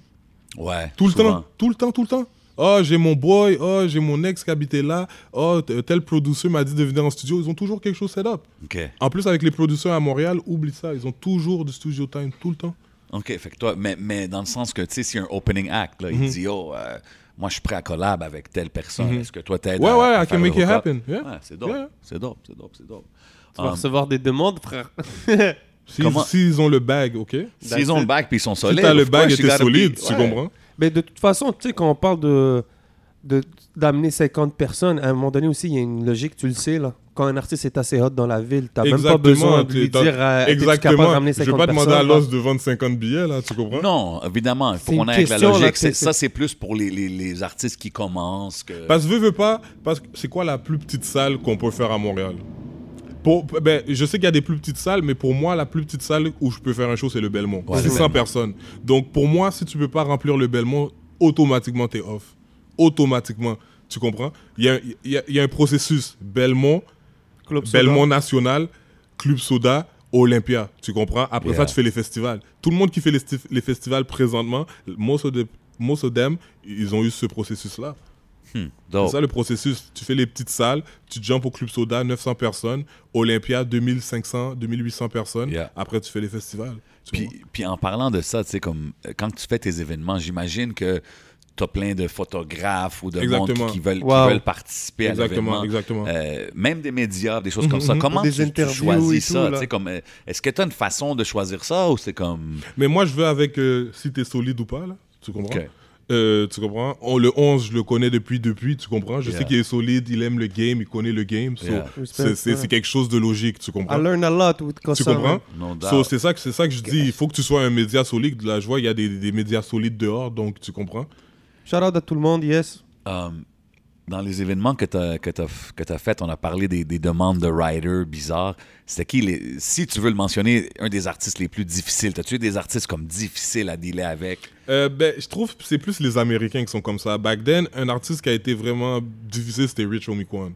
B: Ouais.
C: Tout le
B: souvent.
C: temps, tout le temps, tout le temps. Oh, j'ai mon boy, oh, j'ai mon ex qui habitait là, oh, t- tel producer m'a dit de venir en studio. Ils ont toujours quelque chose set up.
B: OK.
C: En plus, avec les producteurs à Montréal, oublie ça, ils ont toujours du studio time, tout le temps.
B: OK, fait que toi, mais, mais dans le sens que, tu sais, s'il y a un opening act, là,
C: Mm-hmm.
B: il dit, oh, euh, moi, je suis prêt à collab avec telle personne. Est-ce que toi, t'aides
C: Ouais,
B: à-
C: ouais,
B: à faire
C: I can
B: le
C: make it
B: hook-up?
C: happen. Yeah.
B: Ouais, c'est dope.
C: Yeah.
B: C'est dope, c'est dope, c'est dope.
A: Tu vas
B: Um,
A: recevoir des demandes, frère.
C: S'ils
B: Comment-
C: s'ils ont le bag, ok
B: S'ils ont le bac puis ils sont
C: Si
B: solides.
C: t'as le
B: of
C: bag
B: course,
C: et
B: you
C: t'es
B: gotta be-
C: solide, tu
B: ouais.
C: comprends
A: Mais Ben, de toute façon, tu sais, quand on parle de de- d'amener 50 personnes, à un moment donné aussi, il y a une logique, tu le sais, là. Quand un artiste est assez hot dans la ville, t'as même pas besoin de
C: t'es-
A: lui
C: t'as-
A: dire euh, Es-tu capable de
C: Exactement.
A: ramener
C: Je vais
A: 50
C: pas
A: personnes hein.
C: demander à
A: là?
C: l'os de vendre 50 billets, là, tu comprends
B: Non, évidemment, il faut
A: C'est
B: qu'on
A: une
B: aille avec la
A: question, là,
B: logique.
A: que
B: C'est-
A: c'est-
B: Ça, c'est plus pour les, les, les artistes qui commencent. Que...
C: Parce que veux, veux pas, parce que c'est quoi la plus petite salle qu'on peut faire à Montréal pour, ben, je sais qu'il y a des plus petites salles, mais pour moi, la plus petite salle où je peux faire un show, c'est le Belmont.
B: Ouais, le
C: 600
B: Belmont.
C: personnes. Donc pour moi, si tu peux pas remplir le Belmont, automatiquement, t'es off. Automatiquement. Tu comprends Il y a, il y a- il y a un processus. Belmont,
A: Club Soda.
C: Belmont National, Club Soda, Olympia. Tu comprends Après
B: Yeah.
C: ça, tu fais les festivals. Tout le monde qui fait les, stif- les festivals présentement, most of, the- most of them, ils ont eu ce processus-là.
B: Donc, Oh.
C: C'est ça le processus. Tu fais les petites salles, tu jumps au Club Soda, 900 personnes, Olympia, 2500, 2800 personnes.
B: Yeah.
C: Après, tu fais les festivals. Tu
B: Puis,
C: vois.
B: puis en parlant de ça, tu sais, comme euh, quand tu fais tes événements, j'imagine que tu as plein de photographes ou de
C: Exactement.
B: monde qui veulent, qui
A: Wow.
B: veulent participer
C: exactement,
B: à l'événement.
C: exactement.
B: Euh, même des médias, des choses comme ça. Comment
A: Mhm, Des
B: tu, tu
A: interviews et
B: choisis
A: tout,
B: ça?
A: là.
B: Tu sais, comme, euh, Est-ce que tu as une façon de choisir ça ou c'est comme...
C: Mais moi, je veux avec euh, si t'es solide ou pas, là. Tu comprends
B: Eh. Ok.
C: Euh, tu comprends On- Le 11, je le connais depuis, depuis, tu comprends Je
B: Yeah.
C: sais qu'il est solide, il aime le game, il connaît le game. so
B: Yeah.
C: c'est- c'est c'est quelque chose de logique, tu
A: I
C: comprends
A: learn a lot with
C: Tu
A: Kossa,
C: comprends
A: man.
B: No doubt.
C: So, c'est ça que c'est ça que je dis. Il faut que tu sois un média solide. Là, je vois, il y a des, des médias solides dehors, donc tu comprends.
A: Shout out à tout le monde, yes.
B: Euh, dans les événements que tu as, que t'as f- que t'as fait, on a parlé des, des demandes de riders bizarres. C'était qui, les, si tu veux le mentionner, un des artistes les plus difficiles? T'as-tu eu des artistes comme difficiles à dealer avec?
C: Euh, ben, je trouve que c'est plus les Américains qui sont comme ça. Back then, un artiste qui a été vraiment difficile, c'était Rich Homie Kwan.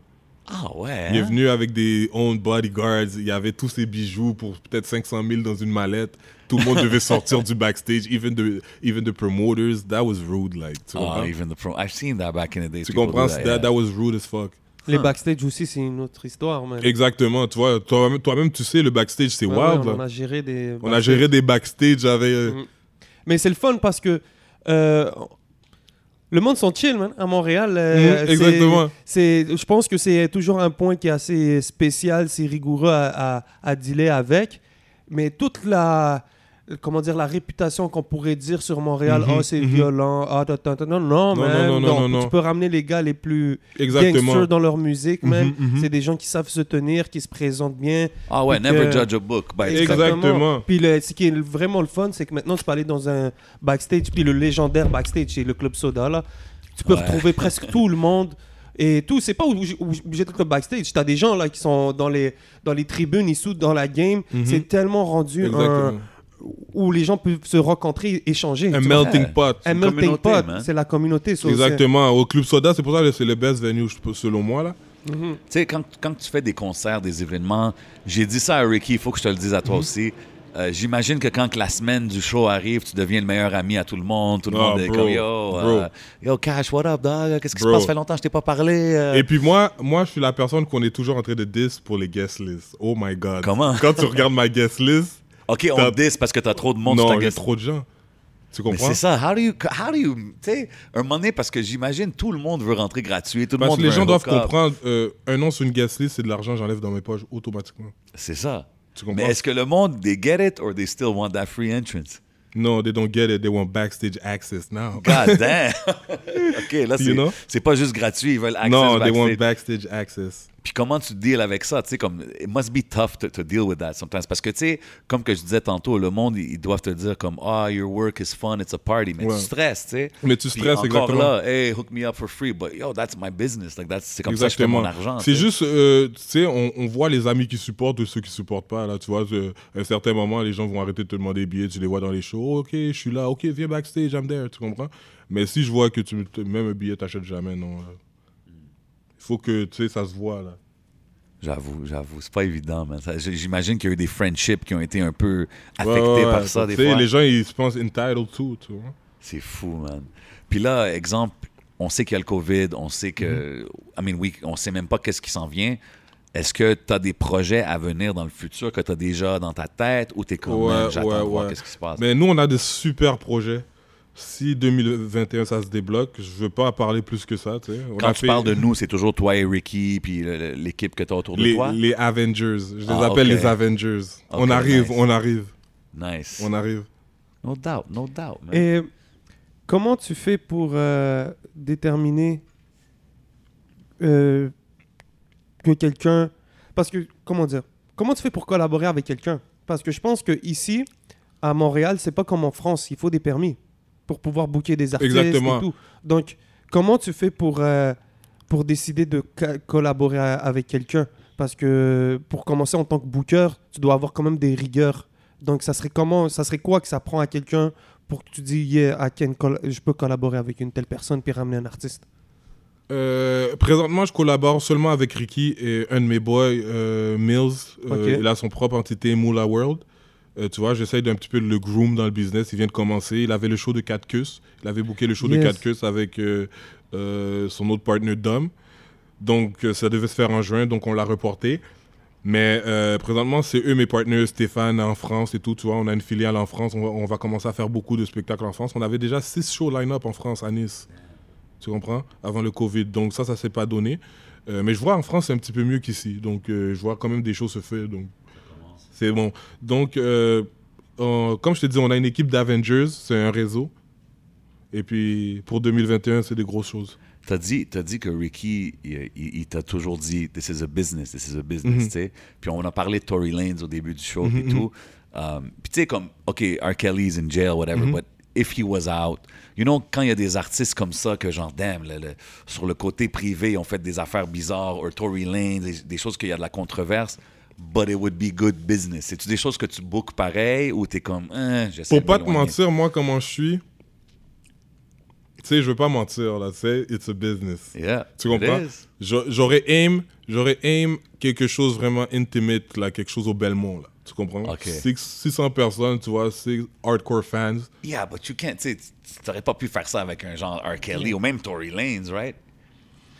B: Ah ouais.
C: Il est
B: hein?
C: venu avec des own bodyguards. Il avait tous ses bijoux pour peut-être 500 000 dans une mallette. Tout le monde devait sortir du backstage, even the, even the promoters. That was rude, like. Tu
B: Ah,
C: comprends?
B: even the pro. I've seen that back in the day.
C: Tu
B: people do
C: comprends?
B: that,
C: That,
B: yeah.
C: that was rude as fuck.
A: Les backstage aussi, c'est une autre histoire, man.
C: Exactement. Tu vois, toi-même, toi-même, tu sais, le backstage, c'est
A: Ouais,
C: wild.
A: ouais, on
C: là.
A: a géré des.
C: On a géré des backstage avec. euh,
A: Mm. Mais c'est le fun parce que euh, le monde s'en chill, man. À Montréal, euh,
C: Mm,
A: c'est-
C: exactement.
A: c'est, je pense que c'est toujours un point qui est assez spécial, c'est rigoureux à, à, à dealer avec. Mais toute la, comment dire, la réputation qu'on pourrait dire sur Montréal,
C: Mhm,
A: oh c'est
C: mhm.
A: violent, ah ta, ta, ta. non, non,
C: Non,
A: man.
C: non, non, non,
A: Donc,
C: non,
A: tu
C: non.
A: peux ramener les gars les plus
C: Exactement.
A: gangsters dans leur musique, man.
C: Mhm, mhm.
A: C'est des gens qui savent se tenir, qui se présentent bien,
B: Ah ouais,
A: Puis
B: never
A: que-
B: judge a book by its
C: Exact.
B: cover.
C: Exactement.
A: Puis le, ce qui est vraiment le fun, c'est que maintenant, tu peux aller dans un backstage, puis le légendaire backstage chez le Club Soda, là. Tu peux
B: Ouais.
A: retrouver presque tout le monde. Et tout, c'est pas obligé obligé d'être le backstage. T'as des gens là qui sont dans les, dans les tribunes, ils sautent dans la game.
C: Mhm.
A: C'est tellement rendu un-
C: Exactement.
A: où les gens peuvent se rencontrer, échanger.
C: Un
A: tu vois.
C: melting pot.
A: Un
B: une
A: melting
B: communauté,
A: pot,
B: man.
A: c'est la communauté. so-
C: Exactement. Au Club Soda, c'est pour ça que c'est le best venue, je peux- selon moi. là.
A: c'est- Mhm.
B: Tu sais, quand, quand tu fais des concerts, des événements, j'ai dit ça à Ricky, il faut que je te le dise à toi
C: Mm-hmm.
B: aussi. Euh, J'imagine que quand que la semaine du show arrive, tu deviens le meilleur ami à tout le monde. Tout le
C: Ah,
B: monde est
C: bro,
B: comme yo, euh, yo, Cash, what up, dog? Qu'est-ce qui se
C: Bro.
B: passe? Ça fait longtemps que je t'ai pas parlé. euh.
C: Et puis moi, moi, je suis la personne qu'on est toujours en train de dis pour les guest lists. Oh my God.
B: Comment?
C: Quand tu regardes ma guest list,
B: ok, on
C: t'as-
B: te dis c'est parce que t'as trop de monde sur
C: non,
B: ta
C: il y a
B: guest.
C: trop de hein. gens. Tu
B: Mais
C: comprends?
B: c'est ça. How do you, how do you, tu sais, un moment donné, parce que j'imagine tout le monde veut rentrer gratuit, tout le
C: Parce
B: monde
C: que les
B: veut un
C: gens doivent
B: hook-up.
C: comprendre, euh, un nom sur une guest list, c'est de l'argent que j'enlève dans mes poches automatiquement.
B: C'est ça.
C: Tu comprends?
B: Mais est-ce que le monde, they get it or they still want that free entrance?
C: Non, they don't get it, they want backstage access now.
B: God damn! [LAUGHS] OK, là, c'est
C: You know?
B: c'est pas juste gratuit, ils veulent access
C: non, they want
B: backstage.
C: backstage access.
B: Puis comment tu deals avec ça? Tu sais, comme, it must be tough to, to deal with that sometimes. Parce que, tu sais, comme que je disais tantôt, le monde, ils doivent te dire comme, ah, your work is fun, it's a party. Mais
C: Ouais.
B: tu stresses, tu sais.
C: Mais tu
B: Puis
C: stresses,
B: encore
C: exactement.
B: là, hey, hook me up for free, but yo, that's my business. Like, that's- c'est comme ça que je fais mon argent.
C: C'est
B: tu sais.
C: juste, euh, tu sais, on, on voit les amis qui supportent ou ceux qui supportent pas. Là, tu vois, euh, à un certain moment, les gens vont arrêter de te demander des billets. Tu les vois dans les shows. Oh, ok, je suis là. Ok, viens backstage, I'm there. Tu comprends Mais si je vois que tu me- même un billet, t'achètes jamais, non. là. Il faut que, tu sais, ça se voit là.
B: J'avoue, j'avoue, c'est pas évident, man. Ça, j- J'imagine qu'il y a eu des friendships qui ont été un peu affectés
C: Ouais, ouais,
B: par
C: ouais.
B: ça, des
C: Tu sais,
B: fois.
C: les gens, ils se pensent entitled to. Tu vois.
B: C'est fou, man. Puis là, exemple, on sait qu'il y a le COVID, on sait que.
C: Mhm.
B: I mean, oui, on sait même pas qu'est-ce qui s'en vient. Est-ce que tu as des projets à venir dans le futur que tu as déjà dans ta tête ou t'es comme,
C: Ouais,
B: man, j'attends
C: ouais,
B: de voir
C: ouais.
B: qu'est-ce qui se passe?
C: Mais nous, on a des super projets. Si 2021 ça se débloque, je veux pas en parler plus que ça. tu sais. On
B: Quand
C: a
B: tu
C: fait-
B: parles de nous, c'est toujours toi et Ricky, puis le- le- l'équipe que tu as autour de
C: les,
B: toi.
C: les Avengers. Je les
B: Ah,
C: appelle
B: ok.
C: les Avengers. on
B: Ok,
C: arrive,
B: nice.
C: on arrive,
B: Nice.
C: on arrive.
B: No doubt, no doubt, man.
A: Et comment tu fais pour euh, déterminer euh, que quelqu'un. Parce que, comment dire Comment tu fais pour collaborer avec quelqu'un Parce que je pense que ici, à Montréal, c'est pas comme en France. Il faut des permis pour pouvoir booker des artistes
C: Exactement.
A: et tout. Donc, comment tu fais pour, euh, pour décider de ca- collaborer à- avec quelqu'un Parce que pour commencer en tant que booker, tu dois avoir quand même des rigueurs. Donc, ça serait comment Ça serait quoi que ça prend à quelqu'un pour que tu dis yeah, I can col- je peux collaborer avec une telle personne puis ramener un artiste.
C: Euh, présentement, je collabore seulement avec Ricky et un de mes boys, euh, Mills. Euh,
A: Ok.
C: il a son propre entité, Moolah World. Euh, tu vois, j'essaye d'un petit peu de le groom dans le business. Il vient de commencer. Il avait le show de 4 Cus. Il avait booké le show
A: Yes.
C: de 4 Cus avec euh, euh, son autre partner, Dom. Donc, euh, ça devait se faire en juin, donc on l'a reporté. Mais euh, présentement, c'est eux mes partenaires, Stéphane en France et tout. Tu vois, on a une filiale en France. On va, on va commencer à faire beaucoup de spectacles en France. On avait déjà six shows line-up en France, à Nice. Tu comprends Avant le Covid. Donc ça, ça s'est pas donné. Euh, mais je vois en France, c'est un petit peu mieux qu'ici. Donc euh, je vois quand même des choses se faire. Donc c'est bon. Donc, euh, on- comme je te dis, on a une équipe d'Avengers. C'est un réseau. Et puis pour 2021, c'est des grosses choses.
B: T'as dit, t'as dit que Ricky, il, il- il t'a toujours dit, this is a business, this is a
C: Mhm.
B: business, tu sais. Puis on a parlé de Tory Lanez au début du show et tout. Um, puis tu sais, comme, OK, R. Kelly's in jail, whatever,
C: Mhm.
B: but if he was out, you know, quand il y a des artistes comme ça que genre, damn, le- le- sur le côté privé, ils ont fait des affaires bizarres, ou Tory Lanez, des, des choses qu'il y a de la controverse, but it would be good business. C'est-tu des choses que tu bookes pareil ou t'es comme, hein, j'essaie
C: Pour
B: de
C: pas te
B: m'éloigner.
C: mentir, moi, comment je suis, tu sais, je veux pas mentir, là, tu sais, it's a business.
B: Yeah,
C: Tu
B: it
C: comprends?
B: is.
C: J'a- J'aurais aim J'aurais aim quelque chose vraiment intimate, là, quelque chose au Belmont, là. Tu comprends?
B: Ok.
C: Six- 600 personnes, tu vois, six hardcore fans.
B: Yeah, but you can't, tu sais, tu- t'aurais pas pu faire ça avec un genre R. Kelly ou même Tory Lanez, right?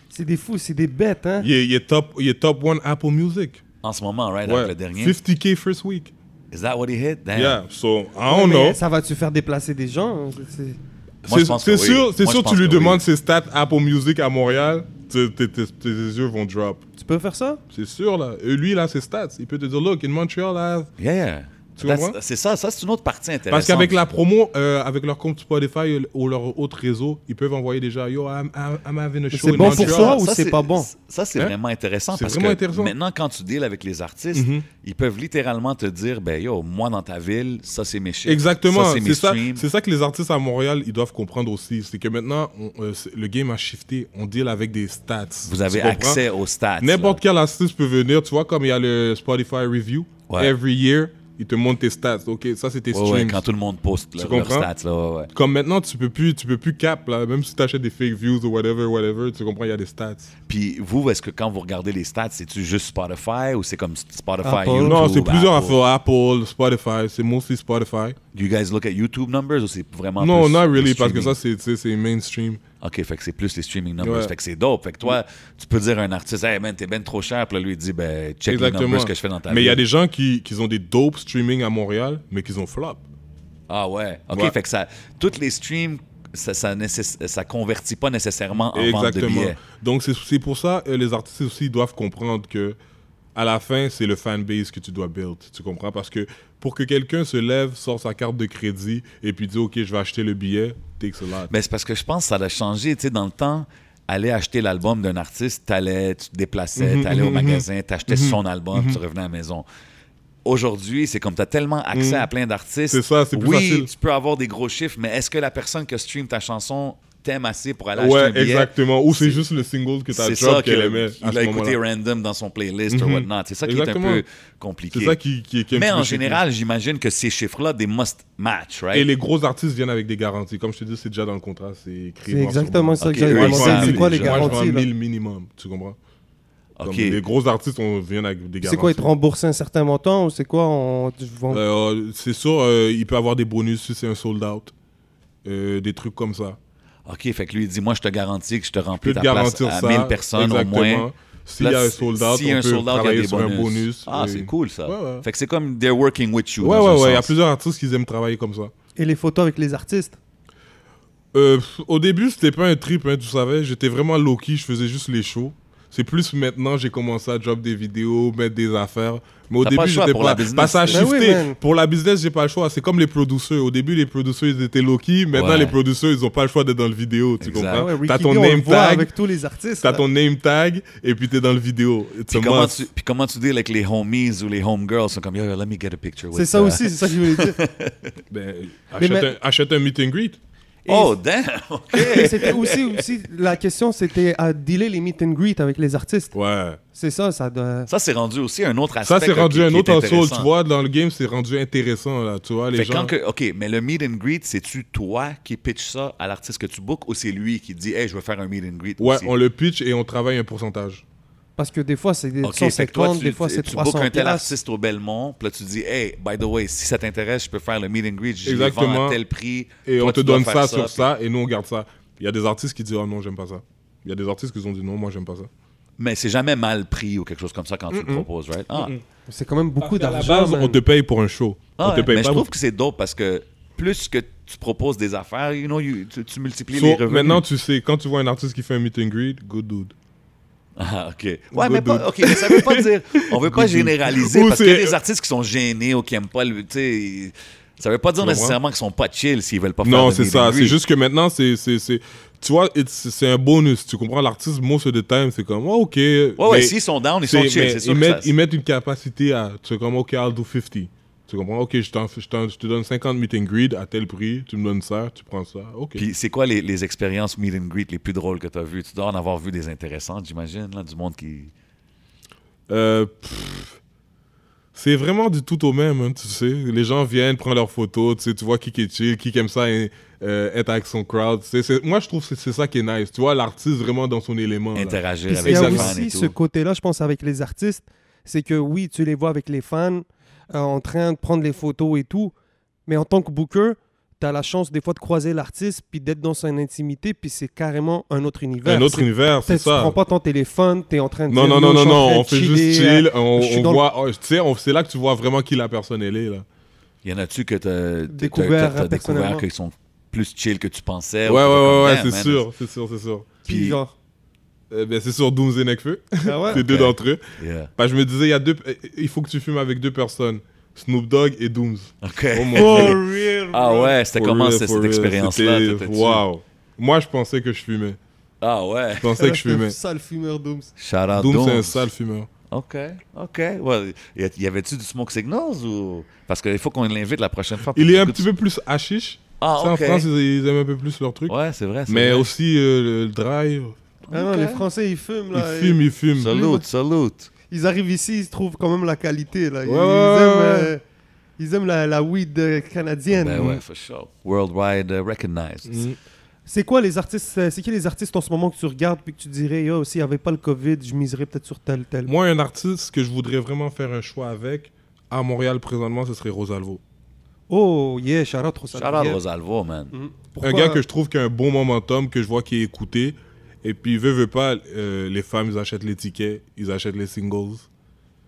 A: C'est des fous, c'est des bêtes, hein.
C: Il est, il est top, il est top one Apple Music.
B: En ce moment, right,
C: Ouais.
B: avec le dernier. Hein.
C: 50K first week.
B: Is that what he hit? Damn.
C: Yeah, so, I don't
A: Mais
C: know.
A: Ça va-tu faire déplacer des gens hein, c'est- c'est-
B: Moi, je
C: C'est
B: pense
C: c'est
B: que oui.
C: sûr, c'est
B: Moi, je
C: sûr
B: pense
C: tu lui
B: que oui.
C: demandes ses stats Apple Music à Montréal, tes, tes- tes- tes yeux vont drop.
A: Tu peux faire ça
C: C'est sûr, là. Et lui, là, ses stats. Il peut te dire, look, in Montreal, I have-
B: Yeah.
C: Tu
B: That's-
C: comprends?
B: C'est ça, ça c'est une autre partie intéressante.
C: Parce qu'avec la promo, euh, avec leur compte Spotify ou leur autre réseau, ils peuvent envoyer déjà, yo, I'm, I'm- I'm having a show
A: c'est
C: in
A: bon pour
C: Montreal.
A: ça ou c'est pas bon?
B: Ça, c'est
C: Hein?
B: vraiment intéressant
C: C'est
B: parce
C: vraiment
B: que
C: intéressant. Mm-hmm.
B: maintenant, quand tu deals avec les artistes, ils peuvent littéralement te dire, ben yo, moi dans ta ville, ça c'est mes shit.
C: Exactement,
B: Ça c'est mes
C: c'est ça,
B: streams.
C: c'est ça que les artistes à Montréal, ils doivent comprendre aussi. C'est que maintenant, on- euh, c'est- le game a shifté. On deal avec des stats.
B: Vous
C: Tu
B: avez
C: comprends?
B: accès aux stats.
C: N'importe
B: là.
C: quel artiste peut venir. Tu vois, comme il y a le Spotify Review,
B: Ouais.
C: every year, ils te montrent tes stats. OK, ça, c'est tes
B: Ouais, ouais,
C: streams.
B: quand tout le monde poste là,
C: Tu
B: leurs
C: comprends?
B: stats. Là, ouais, ouais.
C: Comme maintenant, tu peux plus, tu peux plus cap, là. Même si tu achètes des fake views ou whatever, whatever, tu comprends, il y a des stats.
B: Puis vous, est-ce que quand vous regardez les stats, c'est-tu juste Spotify ou c'est comme Spotify,
A: Apple.
B: YouTube?
C: Ah, non, c'est plusieurs
B: Apple?
C: affaires. Apple, Spotify, c'est mostly Spotify.
B: Do you guys look at YouTube numbers ou c'est vraiment
C: non,
B: plus
C: not
B: le
C: really, parce que
B: streaming?
C: ça, c'est, tu sais, c'est mainstream.
B: OK, fait que c'est plus les streaming numbers.
C: Ouais.
B: Fait que c'est dope. Fait que toi, tu peux dire à un artiste, hey man, t'es ben trop cher. Puis là, lui, il dit, ben, check les
C: Exactement.
B: numbers que je fais dans ta
C: mais il y a
B: ville.
C: des gens qui, qui ont des dope streaming à Montréal, mais qui ont flop.
B: Ah ouais. OK,
C: Ouais.
B: fait que ça, toutes les streams, ça, ça, nécess- ça convertit pas nécessairement en vente de
C: Exactement.
B: billets.
C: Donc c'est- c'est pour ça euh, les artistes aussi doivent comprendre que à la fin, c'est le fanbase que tu dois build. Tu comprends Parce que pour que quelqu'un se lève, sort sa carte de crédit et puis dit OK, je vais acheter le billet, takes a lot.
B: Mais Ben, c'est parce que je pense que ça a changé. Tu sais, dans le temps, aller acheter l'album d'un artiste, t'allais, tu te déplaçais,
C: Mhm,
B: t'allais au magasin, t'achetais son album, tu revenais à la maison. Aujourd'hui, c'est comme tu as tellement accès à plein d'artistes.
C: Mhm. C'est ça, c'est plus
B: oui,
C: facile.
B: tu peux avoir des gros chiffres, mais est-ce que la personne qui stream ta chanson t'aime assez pour aller acheter un
C: ouais,
B: billet?
C: exactement. Ou c'est juste le single que tu as
B: C'est ça
C: drop
B: qu'il
C: qu'elle aimait à
B: a
C: ce
B: écouté
C: moment-là.
B: random dans son playlist ou
C: Mhm.
B: whatnot. C'est ça qui
C: Exactement.
B: est un peu compliqué.
C: C'est ça qui, qui, qui est un
B: mais
C: petit peu
B: en
C: tricky.
B: général, j'imagine que ces chiffres-là, des must match, right?
C: Et les gros artistes viennent avec des garanties. Comme je te dis, c'est déjà dans le contrat. C'est écrit.
A: C'est
C: noir sur
A: exactement
C: blanc.
A: ça
B: Ok,
A: que j'avais
B: eux, ils
A: demandé.
B: vendent
A: C'est quoi les
B: les gens.
C: Moi, je vends
A: garanties là
C: 1000 minimum. Tu comprends Comme
B: OK.
C: Les gros artistes, on vient avec des garanties.
A: C'est quoi, ils te remboursent un certain montant ou c'est quoi on... tu vends-
C: Euh, c'est sûr, euh, il peut avoir des bonus si c'est un sold out. Euh, des trucs comme ça.
B: OK, fait que lui, il dit, moi, je te garantis que je te
C: Je
B: remplis
C: peux te
B: ta place
C: garantir
B: à
C: ça.
B: 1000 personnes au moins.
C: S'il y a
B: Là,
C: un sold out,
B: s'il y a
C: on
B: un
C: peut
B: sold out, il y a
C: travailler
B: des
C: sur un bonus.
B: Ah,
C: Oui.
B: c'est cool, ça.
C: Ouais, ouais.
B: Fait que c'est comme they're working with you.
C: Ouais,
B: dans un
C: ouais, ouais. Il y a
B: sens.
C: plusieurs artistes qui aiment travailler comme ça.
A: Et les photos avec les artistes
C: Euh, pff, au début, c'était pas un trip, hein, tu savais. J'étais vraiment low-key, je faisais juste les shows. C'est plus maintenant, j'ai commencé à drop des vidéos, mettre des affaires. Mais au
B: T'as pas
C: début,
B: le choix
C: j'étais
B: pour
C: pas.
B: la business.
C: Parce que ça a
A: Ben oui,
C: shifté.
A: man.
C: pour la business, j'ai pas le choix. C'est comme les producteurs. Au début, les producteurs, ils étaient low-key. Maintenant,
B: Ouais.
C: les producteurs, ils ont pas le choix d'être dans le vidéo. Tu
B: Exact.
C: comprends?
A: Ah ouais, Ricky
C: euh, T'as
A: D,
C: ton
A: on le
C: name
A: voit
C: tag.
A: avec tous les artistes.
C: T'as
A: là.
C: ton name tag et puis t'es dans le vidéo. It's a
B: Puis comment,
C: must.
B: tu, puis comment tu deals avec les homies ou les homegirls? sont comme, yo, yo, let me get a picture with
A: C'est ça
B: uh,
A: aussi, c'est ça que je voulais dire.
C: Ben,
A: Mais
C: achète,
A: ma-
C: un, achète un meet and greet.
B: Oh, damn! [LAUGHS] OK.
A: Et c'était aussi, aussi, la question c'était à dealer les meet and greet avec les artistes.
C: Ouais.
A: C'est ça, ça doit.
B: Ça, c'est rendu aussi un autre aspect.
C: Ça, c'est
B: là,
C: rendu
B: qui-
C: un
B: qui
C: autre
B: est
C: hustle, tu
B: intéressant.
C: vois. Dans le game, c'est rendu intéressant, là. Tu vois, les
B: Fait
C: gens.
B: quand que, OK, mais le meet and greet, c'est-tu toi qui pitch ça à l'artiste que tu bookes ou c'est lui qui dit, hey, je veux faire un meet and greet?
C: Ouais,
B: aussi?
C: on le pitch et on travaille un pourcentage.
A: Parce que des fois c'est des
B: OK, fait que
A: 150,
B: toi, tu,
A: des fois
B: tu-
A: c'est
B: tu bookes
A: 300
B: un tel
A: piastres.
B: artiste au Belmont, puis là, tu dis, hey, by the way, si ça t'intéresse, je peux faire le meet and greet, je les
C: Exactement.
B: vends à tel prix.
C: Et
B: Toi,
C: on te
B: tu dois
C: donne
B: faire
C: ça, sur
B: puis-
C: ça et nous, on garde ça. Il y a des artistes qui disent, oh non, j'aime pas ça. Il y a des artistes qui ont dit, non, moi, j'aime pas ça.
B: Mais c'est jamais mal pris ou quelque chose comme ça quand tu le proposes, right? Ah,
A: C'est quand même beaucoup
C: À la
A: d'argent.
C: base,
A: man.
C: on te paye pour un show.
B: Ah
C: on te
B: ouais,
C: paye
B: mais
C: pas
B: je
C: pour-
B: trouve que c'est dope parce que plus que tu proposes des affaires, you know, you- tu, tu multiplies
C: So,
B: les revenus.
C: maintenant, tu sais, quand tu vois un artiste qui fait un meet and greet, good dude.
B: [LAUGHS] Ah, OK. Ouais,
C: Good
B: mais, pas,
C: dude.
B: ok, mais ça veut pas dire... On
C: [LAUGHS]
B: veut pas
C: Good dude.
B: généraliser
C: Ou
B: parce qu'il y a
C: c'est-
B: des artistes qui sont gênés ou qui aiment pas le... tu sais, Ça veut pas dire
C: comprends?
B: nécessairement qu'ils sont pas chill s'ils veulent pas faire
C: Non,
B: de
C: c'est
B: meet and
C: ça. C'est
B: greet.
C: juste que maintenant, c'est. c'est- c'est- Tu vois, it's- c'est un bonus. Tu comprends? L'artiste, most of the time, c'est comme, oh, ok.
B: Ouais,
C: mais
B: ouais, s'ils sont down, ils sont
C: c'est-
B: chill,
C: mais
B: c'est sûr
C: ils,
B: que
C: mettent,
B: ça-
C: ils mettent une capacité à. Tu es comme, ok, I'll do 50. Tu comprends? Ok, je, t'en- je t'en- je te donne 50 meet and greet à tel prix. Tu me donnes ça, tu prends ça. Ok.
B: Puis c'est quoi les, les expériences meet and greet les plus drôles que tu as vues? Tu dois en avoir vu des intéressantes, j'imagine, là, du monde qui...
C: Euh, pff, c'est vraiment du tout au même, hein, tu sais. Les gens viennent, prennent leurs photos, tu sais, tu vois qui qui est chill, qui qui aime ça, hein, euh, être avec son crowd. C'est- c'est- moi, je trouve que c'est- c'est ça qui est nice. Tu vois, l'artiste vraiment dans son élément. là.
B: Interagir
A: Puis il
B: avec
A: y a
B: les
C: Exactement.
B: fans et
A: aussi ce
B: tout.
A: côté-là, je pense, avec les artistes, c'est que oui, tu les vois avec les fans euh, en train de prendre les photos et tout, mais en tant que booker, tu as la chance des fois de croiser l'artiste puis d'être dans son intimité, puis c'est carrément un autre univers.
C: Un autre
A: C'est-
C: univers, c'est
A: Tu prends
C: ça.
A: pas ton téléphone, tu es en train de
C: Non,
A: dire,
C: non,
A: Yo,
C: non,
A: je
C: non,
A: suis en
C: non,
A: train
C: on
A: de
C: fait juste
A: chiller,
C: chill.
A: euh,
C: On,
A: je suis
C: on
A: dans le-
C: voit, oh, tu sais, on- c'est là que tu vois vraiment qui la personne elle est. Là.
B: Y en a-tu que t'as- t'as
A: Découvert,
B: t'as- t'as découvert
A: personnellement.
B: qu'ils sont plus chill que tu pensais?
C: Ouais,
B: ou t'es
C: ouais, ouais,
B: comme,
C: ouais,
B: Damn,
C: c'est
B: man,
C: sûr, c'est sûr, c'est sûr.
A: Puis
C: [LAUGHS]
A: genre,
C: Euh, ben, c'est sûr, Dooms et Nekfeu,
A: ah ouais.
C: les deux
B: Ok.
C: d'entre eux.
B: Yeah.
C: Bah, je me disais, il y a deux, euh, il faut que tu fumes avec deux personnes, Snoop Dogg et Dooms.
B: Ok.
C: Oh mon
A: For
C: Dieu.
A: real,
B: [LAUGHS] Ah
A: bro.
B: ouais, c'était
C: For
B: comment
C: real,
B: c'est-
C: for
B: cette
C: real.
B: expérience-là?
C: C'était-
B: t'étais-tu-
C: Wow. Moi, je pensais que je fumais.
B: [LAUGHS] Ah ouais.
C: Je pensais que je
A: C'était un
C: fumais.
A: sale fumeur d'Ooms.
B: Shout out
C: Doom, c'est
B: Dooms.
C: un sale fumeur.
B: OK, OK. Ouais, y a- y avait-tu du smoke signals ou... Parce qu'il faut qu'on l'invite la prochaine fois. pour
C: Il est
B: qu'il
C: un
B: écoute-
C: petit peu plus hashish.
B: Ah,
C: Ça,
B: OK.
C: en France, ils, ils aiment un peu plus leur truc.
B: Ouais, c'est vrai. c'est
C: Mais
B: vrai.
C: aussi euh, le drive.
A: Ah non,
B: Ok.
A: les Français, ils fument
C: Ils
A: là. et-
C: fument, ils fument.
B: Salute, salute.
A: ils arrivent ici, ils se trouvent quand même la qualité. Là. Ils,
C: Ouais,
A: ils
C: ouais,
A: aiment,
C: ouais,
A: euh, ils aiment la, la weed euh, canadienne.
B: Ben ouais, for sure. Worldwide uh, recognized.
C: Mm.
A: C'est quoi les artistes euh, C'est qui les artistes en ce moment que tu regardes puis que tu dirais, yo, s'il n'y avait pas le Covid, je miserais peut-être sur tel tel.
C: Moi, un artiste que je voudrais vraiment faire un choix avec, à Montréal présentement, ce serait Rosalvo.
A: Oh yeah, Charlotte
B: Shout out Rosalvo, man.
A: Mm.
C: Un gars que je trouve qui a un bon momentum, que je vois qui est écouté. Et puis, veut, veut pas, euh, les femmes, ils achètent les tickets, ils achètent les singles.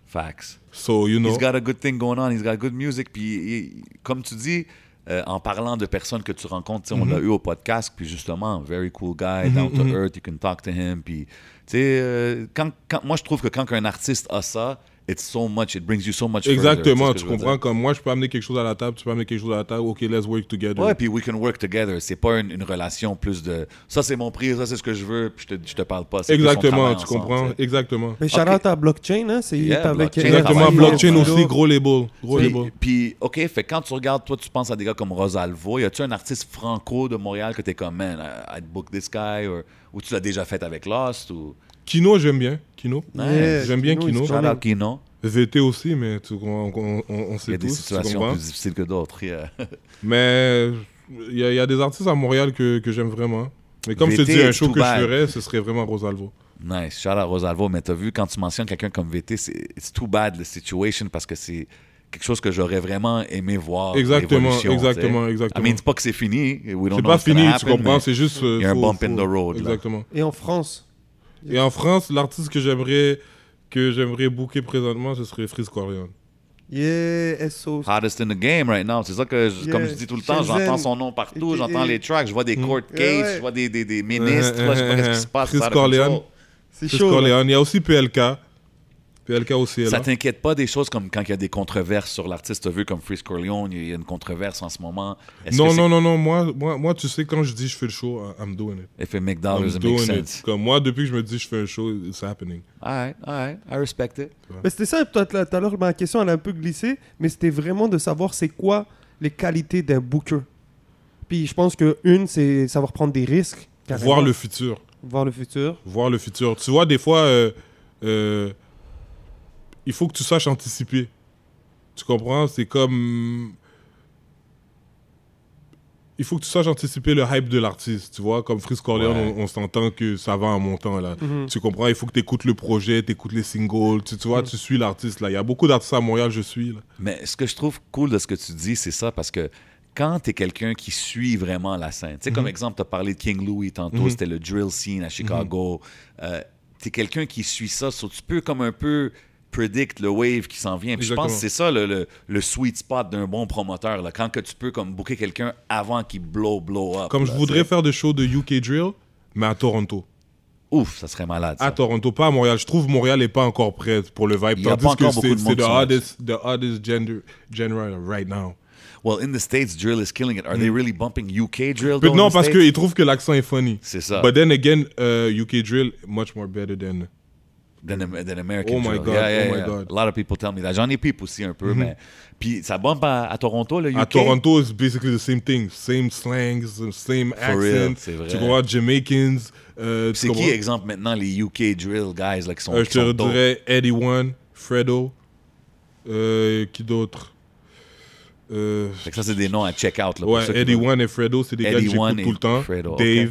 B: Facts.
C: So, you know.
B: He's got a good thing going on. He's got good music. Puis, il- il- comme tu dis, euh, en parlant de personnes que tu rencontres, tu sais, on l'a eu au podcast. Puis, justement, very cool guy, down to earth. You can talk to him. Puis, tu sais, euh, quand, quand- moi, je trouve que quand un artiste a ça, it's so much. It brings you so much. further.
C: Exactement,
B: sais ce
C: tu
B: que je veux dire?
C: comprends comme moi je peux amener quelque chose à la table, tu peux amener quelque chose à la table, ok let's work together.
B: Ouais, puis we can work together. C'est pas une, une relation plus de ça, c'est mon prix, ça, c'est ce que je veux, puis je te, je te parle pas. C'est plus on
C: Exactement,
B: travaille
C: tu
B: ensemble,
C: comprends,
B: tu sais.
C: exactement.
A: Mais Charlotte Ben, à Blockchain, hein, c'est il
B: Yeah,
A: est avec
B: Blockchain,
C: Exactement,
B: travaille
A: RFI,
C: blockchain
A: Fido.
C: aussi, gros label, gros
B: Puis-
C: label.
B: Puis, OK, fait quand tu regardes, toi, tu penses à des gars comme Rosalvo, y a-tu un artiste franco de Montréal que t'es comme, man, I- I'd book this guy, or- ou tu l'as déjà fait avec Lost, ou.
C: Kino, j'aime bien, Kino.
A: Yeah,
C: J'aime bien Kino.
A: il se
B: Shout
A: connaît.
B: out Kino.
C: VT aussi, mais tu, on, on- on- on
B: Il y
C: sait
B: a des
C: tous, tu
B: situations
C: comprends.
B: plus difficiles que d'autres. yeah. [LAUGHS]
C: Mais il y, a- il y a des artistes à Montréal que, que j'aime vraiment. hein. Mais comme je te
B: VT,
C: dis, un
B: it's
C: show
B: too
C: que je
B: bad.
C: ferais, ce serait vraiment Rosalvo.
B: Nice. Shout out Rosalvo. Mais t'as vu, quand tu mentionnes quelqu'un comme VT, c'est it's too bad, the situation, parce que c'est quelque chose que j'aurais vraiment aimé voir.
C: Exactement,
B: l'évolution,
C: exactement,
B: tu sais.
C: exactement.
B: I mean, c'est pas que c'est fini. We don't
C: C'est
B: know
C: pas
B: what's gonna
C: fini, tu
B: happen,
C: comprends,
B: mais
C: c'est juste... Il
B: y a un bump in the road, là.
C: Exactement.
A: Et en France,
C: Et en France, l'artiste que j'aimerais que j'aimerais booker présentement, ce serait Freeze Corleone.
A: yeah, SO.
B: Hottest in the game right now. C'est ça que, je-
A: Yeah.
B: comme je dis tout le temps,
A: Shenzhen.
B: j'entends son nom partout,
A: Et-
B: j'entends
A: et-
B: les tracks, je vois
C: Hmm.
B: des court cases,
A: Ouais, ouais.
B: je vois des, des, des ministres, là, je sais pas qu'est-ce qui se passe.
C: Euh, Chris
B: ça, comme ça.
C: Corleone.
A: C'est
C: Chris
A: chaud. là.
C: Corleone. Il y a aussi PLK. PLK aussi est
B: Ça
C: là.
B: t'inquiète pas des choses comme quand il y a des controverses sur l'artiste T'as vu comme Freeze Corleone, il y a une controverse en ce moment. Est-ce que
C: Non,
B: c'est-
C: non, non, non. Moi, moi, moi, tu sais, quand je dis je fais le show, I- I'm doing it.
B: If it make dollars,
C: I'm
B: it Oh, makes
C: doing
B: sense.
C: it. Comme moi, depuis que je me dis je fais un show, it's happening.
B: All right, all right, I respect it.
A: Mais c'était ça, toi, tout à l'heure, ma question, elle a un peu glissé, mais c'était vraiment de savoir c'est quoi les qualités d'un booker. Puis je pense que une, c'est savoir prendre des risques. carrément.
C: Voir le futur.
A: Voir le futur.
C: Voir le futur. Tu vois, des fois, euh, euh, il faut que tu saches anticiper. Tu comprends? C'est comme. Il faut que tu saches anticiper le hype de l'artiste, tu vois. Comme Freeze Corleone,
B: Ouais.
C: on, on s'entend que ça va en montant, là.
A: Mhm.
C: Tu comprends? Il faut que tu écoutes le projet, tu écoutes les singles, tu, tu vois, tu suis l'artiste, là. Il y a beaucoup d'artistes à Montréal, je suis, là.
B: Mais ce que je trouve cool de ce que tu dis, c'est ça, parce que quand t'es quelqu'un qui suit vraiment la scène, tu sais,
C: Mhm.
B: comme exemple, t'as parlé de King Louis tantôt, c'était le drill scene à Chicago.
C: Mhm.
B: Euh, t'es quelqu'un qui suit ça, so tu peux comme un peu predict le wave qui s'en vient. Puis je pense que c'est
C: Exactement.
B: ça le, le- le sweet spot d'un bon promoteur, là, quand que tu peux comme booker quelqu'un avant qu'il blow, blow up.
C: Comme
B: là,
C: je voudrais
B: tu
C: faire des shows de UK Drill, mais à Toronto.
B: sais. Ouf, ça serait malade. ça.
C: À Toronto, pas à Montréal. Je trouve Montréal n'est pas encore prête pour le vibe.
B: Il y a pas
C: tandis que
B: encore beaucoup
C: c'est
B: de
C: c'est
B: monde
C: the
B: sur la
C: hardest, the hardest gender, genre right now.
B: Well, in the States, drill is killing it. Are they really bumping UK drill?
C: But
B: though, in
C: Mm. non,
B: the
C: parce
B: States?
C: qu'ils trouvent que l'accent est funny.
B: C'est ça.
C: But then again, euh, UK Drill, much more better than...
B: than, Am- than American
C: Oh my
B: drill.
C: God,
B: Yeah, yeah,
C: oh my
B: yeah.
C: God. Mm-hmm.
B: A lot of people tell me that. J'en ai pipe aussi un peu, mais puis ça bombe à, à Toronto le UK.
C: À Toronto, it's basically the same thing. Same slangs, same
B: real,
C: accent.
B: c'est vrai.
C: Tu comprends, Jamaicans. euh, tu
B: C'est qui
C: comprends?
B: exemple maintenant les UK drill guys là, qui sont
C: Euh, je
B: qui sont
C: te
B: dope?
C: dirais Eddie One, Fredo, euh, qui d'autre Euh,
B: Fait que ça, c'est des noms à check out. Là, pour ceux
C: ouais,
B: qui
C: Eddie
B: veulent.
C: One et Fredo, c'est des gars que
B: Eddie One
C: j'écoute
B: et
C: tout le temps.
B: Fredo, ok.
C: Dave.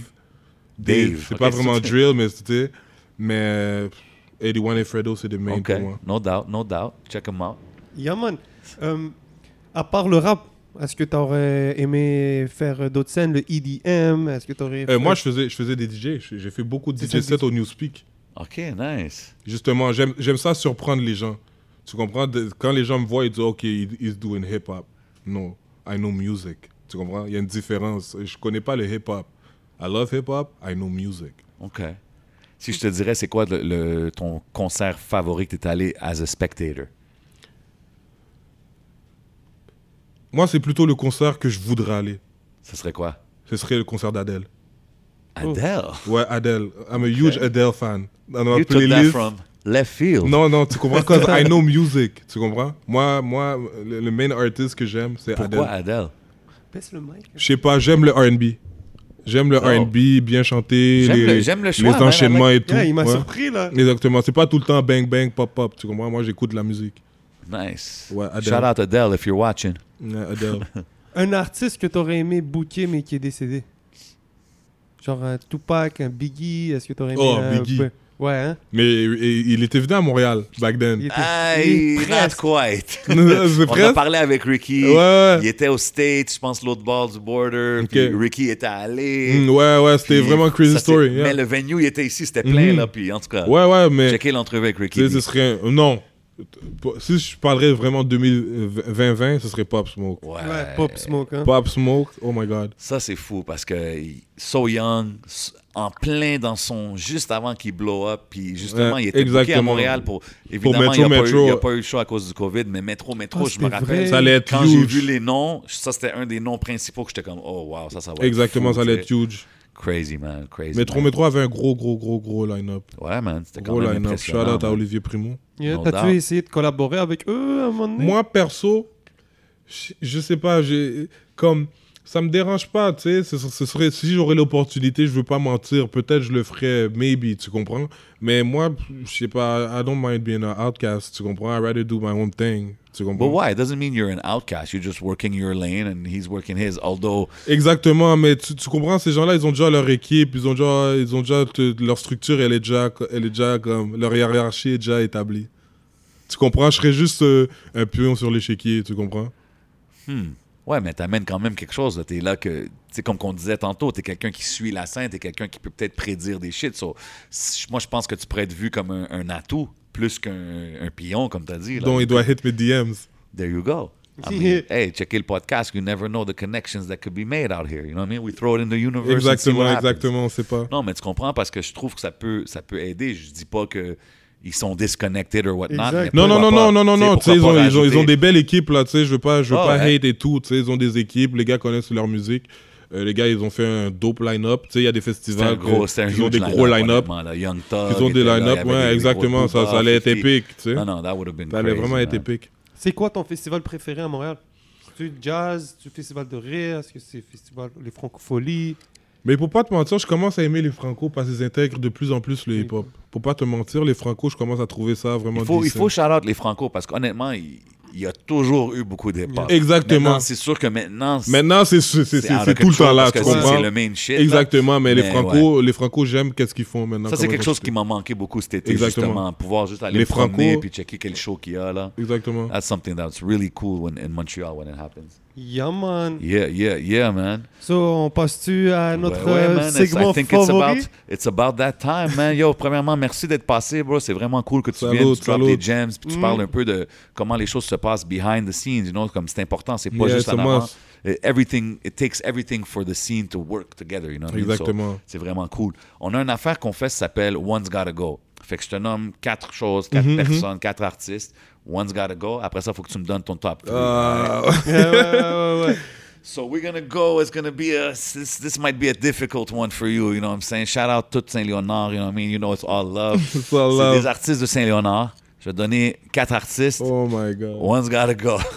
C: Dave.
B: Dave,
C: C'est
B: ok,
C: pas
B: c'est
C: vraiment
B: ça.
C: drill, mais c'était. Mais euh, Eddie One et Fredo, c'est des mains
B: OK.
C: pour moi.
B: No doubt, no doubt. Check them out.
A: Yaman, Euh, à part le rap, est-ce que t'aurais aimé faire euh, d'autres scènes, le EDM Est-ce que t'aurais.
C: Euh, moi, je faisais, je faisais des DJ. Je- J'ai fait beaucoup de
A: C'est
C: DJ
A: ça,
C: sets au Newspeak.
B: OK, nice.
C: Justement, j'aime j'aime ça surprendre les gens. Tu comprends? De- Quand les gens me voient, ils disent OK, he- he's doing hip-hop. Non, I know music. Tu comprends? Il y a une différence. Je connais pas le hip-hop. I love hip-hop, I know music.
B: OK. Si je te dirais, c'est quoi le, le- ton concert favori que tu es allé as a spectator?
C: Moi, c'est plutôt le concert que je voudrais aller.
B: Ce serait quoi?
C: Ce serait le concert d'Adèle.
A: Oh.
B: Adele.
C: Ouais, Adele. I'm a huge Adele fan. Dans ma
B: You took that
C: playlist-
B: from left field.
C: Non, non, tu comprends? Cause
B: [LAUGHS]
C: I know music. Tu comprends? Moi, moi le, le main artist que j'aime, c'est Adele.
B: Pourquoi Adele?
A: Baisse le mic.
C: Je sais pas, j'aime le R&B. J'aime le
B: Oh.
C: R&B, bien chanté,
B: J'aime
C: les,
B: le- j'aime le choix,
C: les
B: man,
C: enchaînements et tout.
A: Yeah, il m'a
C: ouais.
A: surpris là.
C: Exactement, c'est pas tout le temps bang bang pop pop, tu comprends Moi j'écoute de la musique.
B: Nice.
C: Ouais, Adele.
B: Shout out Adele if you're watching.
C: Ouais,
B: [LAUGHS]
C: Adele.
A: Un artiste que t'aurais aimé booker mais qui est décédé Genre un Tupac, un Biggie, est-ce que t'aurais aimé.
C: Oh,
A: un
C: Biggie.
A: peu- Ouais, hein
C: Mais et- il était venu à Montréal back
A: Il
C: [LAUGHS] then.
A: était-
B: Aïe,
A: il est
B: not
A: presque.
B: quite.
C: c'est
B: On a
C: presque.
B: parlé avec Ricky.
C: Ouais, ouais.
B: Il était au States, je pense, l'autre bord du border.
C: Ok.
B: Puis Ricky était allé.
C: Mm, ouais, ouais, c'était
B: Puis
C: vraiment crazy
B: ça, c'est-
C: story. yeah.
B: Mais le venue, il était ici, c'était plein,
C: Mhm.
B: là. Puis en tout cas,
C: Ouais, ouais, mais
B: checker l'entrevue avec Ricky.
C: tu sais, ce serait non. Si je parlerais vraiment de 2020, ce serait Pop Smoke.
B: Ouais.
A: Ouais, Pop Smoke, hein.
C: Pop Smoke, oh my god.
B: Ça, c'est fou parce que il- So Young, s- en plein dans son. juste avant qu'il blow up, puis justement,
C: Ouais,
B: il était booké à
C: exactement.
B: Montréal pour. Évidemment,
C: Metro,
B: il n'y a, pas eu-
C: Metro.
B: il a pas eu le choix à cause du COVID, mais Metro, Metro,
A: Ah,
B: je me
A: c'était
B: rappelle.
A: vrai.
C: Ça allait être
B: Quand j'ai
C: huge.
B: vu les noms, ça, c'était un des noms principaux que j'étais comme, oh wow, ça, ça va. être
C: Exactement,
B: fou,
C: ça allait
B: tu
C: être huge.
B: sais. Crazy, man, crazy.
C: Metro
B: man.
C: Metro avait un gros, gros, gros, gros line-up.
B: Ouais, man, c'était quand
C: Gros
B: même
C: line-up. Shout
B: impressionnant. hein.
C: out à
B: man.
C: Olivier Primo.
A: Yeah,
B: No
A: T'as-tu
B: doubt.
A: essayé de collaborer avec eux à un moment donné
C: Moi, perso, je- je sais pas, j'ai comme ça me dérange pas, tu sais, ce, ce serait si j'aurais l'opportunité, je veux pas mentir, peut-être je le ferais maybe, tu comprends Mais moi, je sais pas, I don't mind being an outcast, tu comprends I rather do my own thing, tu
B: But
C: comprends
B: why? It doesn't mean you're an outcast. You're just working your lane and he's working his. Although,
C: Exactement, mais tu, tu comprends ces gens-là, ils ont déjà leur équipe, ils ont déjà ils ont déjà te- leur structure, elle est déjà elle est déjà comme leur hiérarchie est déjà établie. Tu comprends Je serais juste euh, un pion sur l'échiquier, tu comprends
B: hmm, ouais, mais t'amènes quand même quelque chose. là. T'es là que, tu sais, comme qu'on disait tantôt, t'es quelqu'un qui suit la scène, t'es quelqu'un qui peut peut-être prédire des shit. So, si- moi, je pense que tu pourrais être vu comme un, un atout plus qu'un un pion, comme t'as dit. là.
C: Donc il doit hit mes DMs.
B: There you go. I
C: [LAUGHS]
B: mean, hey, checker le podcast. You never know the connections that could be made out here. You know what I mean? We throw it in the universe. and see what
C: Exactement,
B: happens.
C: exactement, on sait pas.
B: Non, mais tu comprends parce que je trouve que ça peut, ça peut aider. Je dis pas que ils sont disconnected or whatnot.
A: Exact.
B: mais
C: Non, non,
B: pourquoi
C: non,
B: pas?
C: non, non, non,
B: Tu sais,
C: non, tu sais, ils,
B: pourquoi
C: ont,
B: pas
C: ils, ont, ils ont
B: rajouter-
C: des belles équipes, là, tu sais, je veux pas, je veux
B: Ah
C: pas
B: ouais.
C: hate et tout, tu sais, ils ont des équipes, les gars connaissent leur musique, euh, les gars, ils ont fait un dope line-up, tu sais, il y a des
B: C'était un
C: festivals,
B: gros,
C: que-
B: c'était un
C: ils ont
B: huge
C: des gros line-up,
B: honnêtement, là. Young Thug.
C: ils ont des
B: était là, il y
C: line-up,
B: avait
C: ouais,
B: des- des
C: exactement,
B: Wolf
C: ça, ça
B: Puff,
C: allait être
B: 50.
C: épique, tu sais,
B: Non, non, that would have been
C: ça allait
B: crazy,
C: Bah, vraiment être
B: man.
C: épique.
A: C'est quoi ton festival préféré à Montréal Tu jazz, tu festival de rire, est-ce que c'est festival les francopholies
C: Mais pour pas te mentir, je commence à aimer les franco parce qu'ils intègrent de plus en plus le hip-hop. Pour pas te mentir, les franco, je commence à trouver ça vraiment
B: Il faut, il
C: decent.
B: faut shout out les Franco parce qu'honnêtement, il, il y a toujours eu beaucoup d'époques.
C: Exactement.
B: Maintenant, C'est sûr que maintenant, c'est-
C: Maintenant, c'est c'est- c'est-
B: out of
C: c'est tout le
B: control
C: temps là,
B: parce
C: tu
B: que c'est-
C: comprends
B: C'est le main shit. là.
C: Exactement, mais les
B: Mais
C: franco, les franco, j'aime qu'est-ce qu'ils font maintenant.
B: Ça, c'est
C: comment
B: quelque
C: ils
B: chose
C: ont-
B: qui m'a manqué beaucoup cet été,
C: Exactement.
B: justement. Pouvoir juste aller me
C: Les
B: promener
C: Franco-
B: puis checker quel show qu'il y a, là.
C: Exactement.
B: That's something that's really cool when, in Montreal when it happens.
A: Yeah man.
B: Yeah, yeah, yeah, man.
A: So on passe-tu à notre
B: Ouais, ouais,
A: euh,
B: man, it's-
A: segment
B: I think it's
A: favori
B: [LAUGHS] about, it's about that time, man. Yo, premièrement, merci d'être passé, bro. C'est vraiment cool que tu
C: Salut,
B: viennes, tu drops
C: salut.
B: des gems, puis tu
A: Mm.
B: parles un peu de comment les choses se passent behind the scenes, you know, comme c'est important, c'est pas
C: Yeah,
B: juste
C: it's
B: en
C: a
B: avant.
C: must.
B: Uh, Everything, it takes everything for the scene to work together, you know what I mean? So,
C: Exactement.
B: c'est vraiment cool. On a une affaire qu'on fait, ça s'appelle One's Gotta Go. Fait que je te nomme quatre choses, quatre
C: Mm-hmm,
B: personnes, quatre artistes. One's Gotta Go. Après ça, faut que tu me donnes ton top. three.
C: Ah, [LAUGHS]
A: Yeah, ouais, ouais, ouais, ouais.
B: So we're gonna go. It's gonna be a this. This might be a difficult one for you. You know what I'm saying? Shout out tout Saint Léonard. You know what I mean? You know it's all love.
C: [LAUGHS] It's all
B: C'est
C: love.
B: des artistes de Saint Léonard. Je vais donner quatre artistes.
C: oh my god.
B: One's gotta go. [LAUGHS]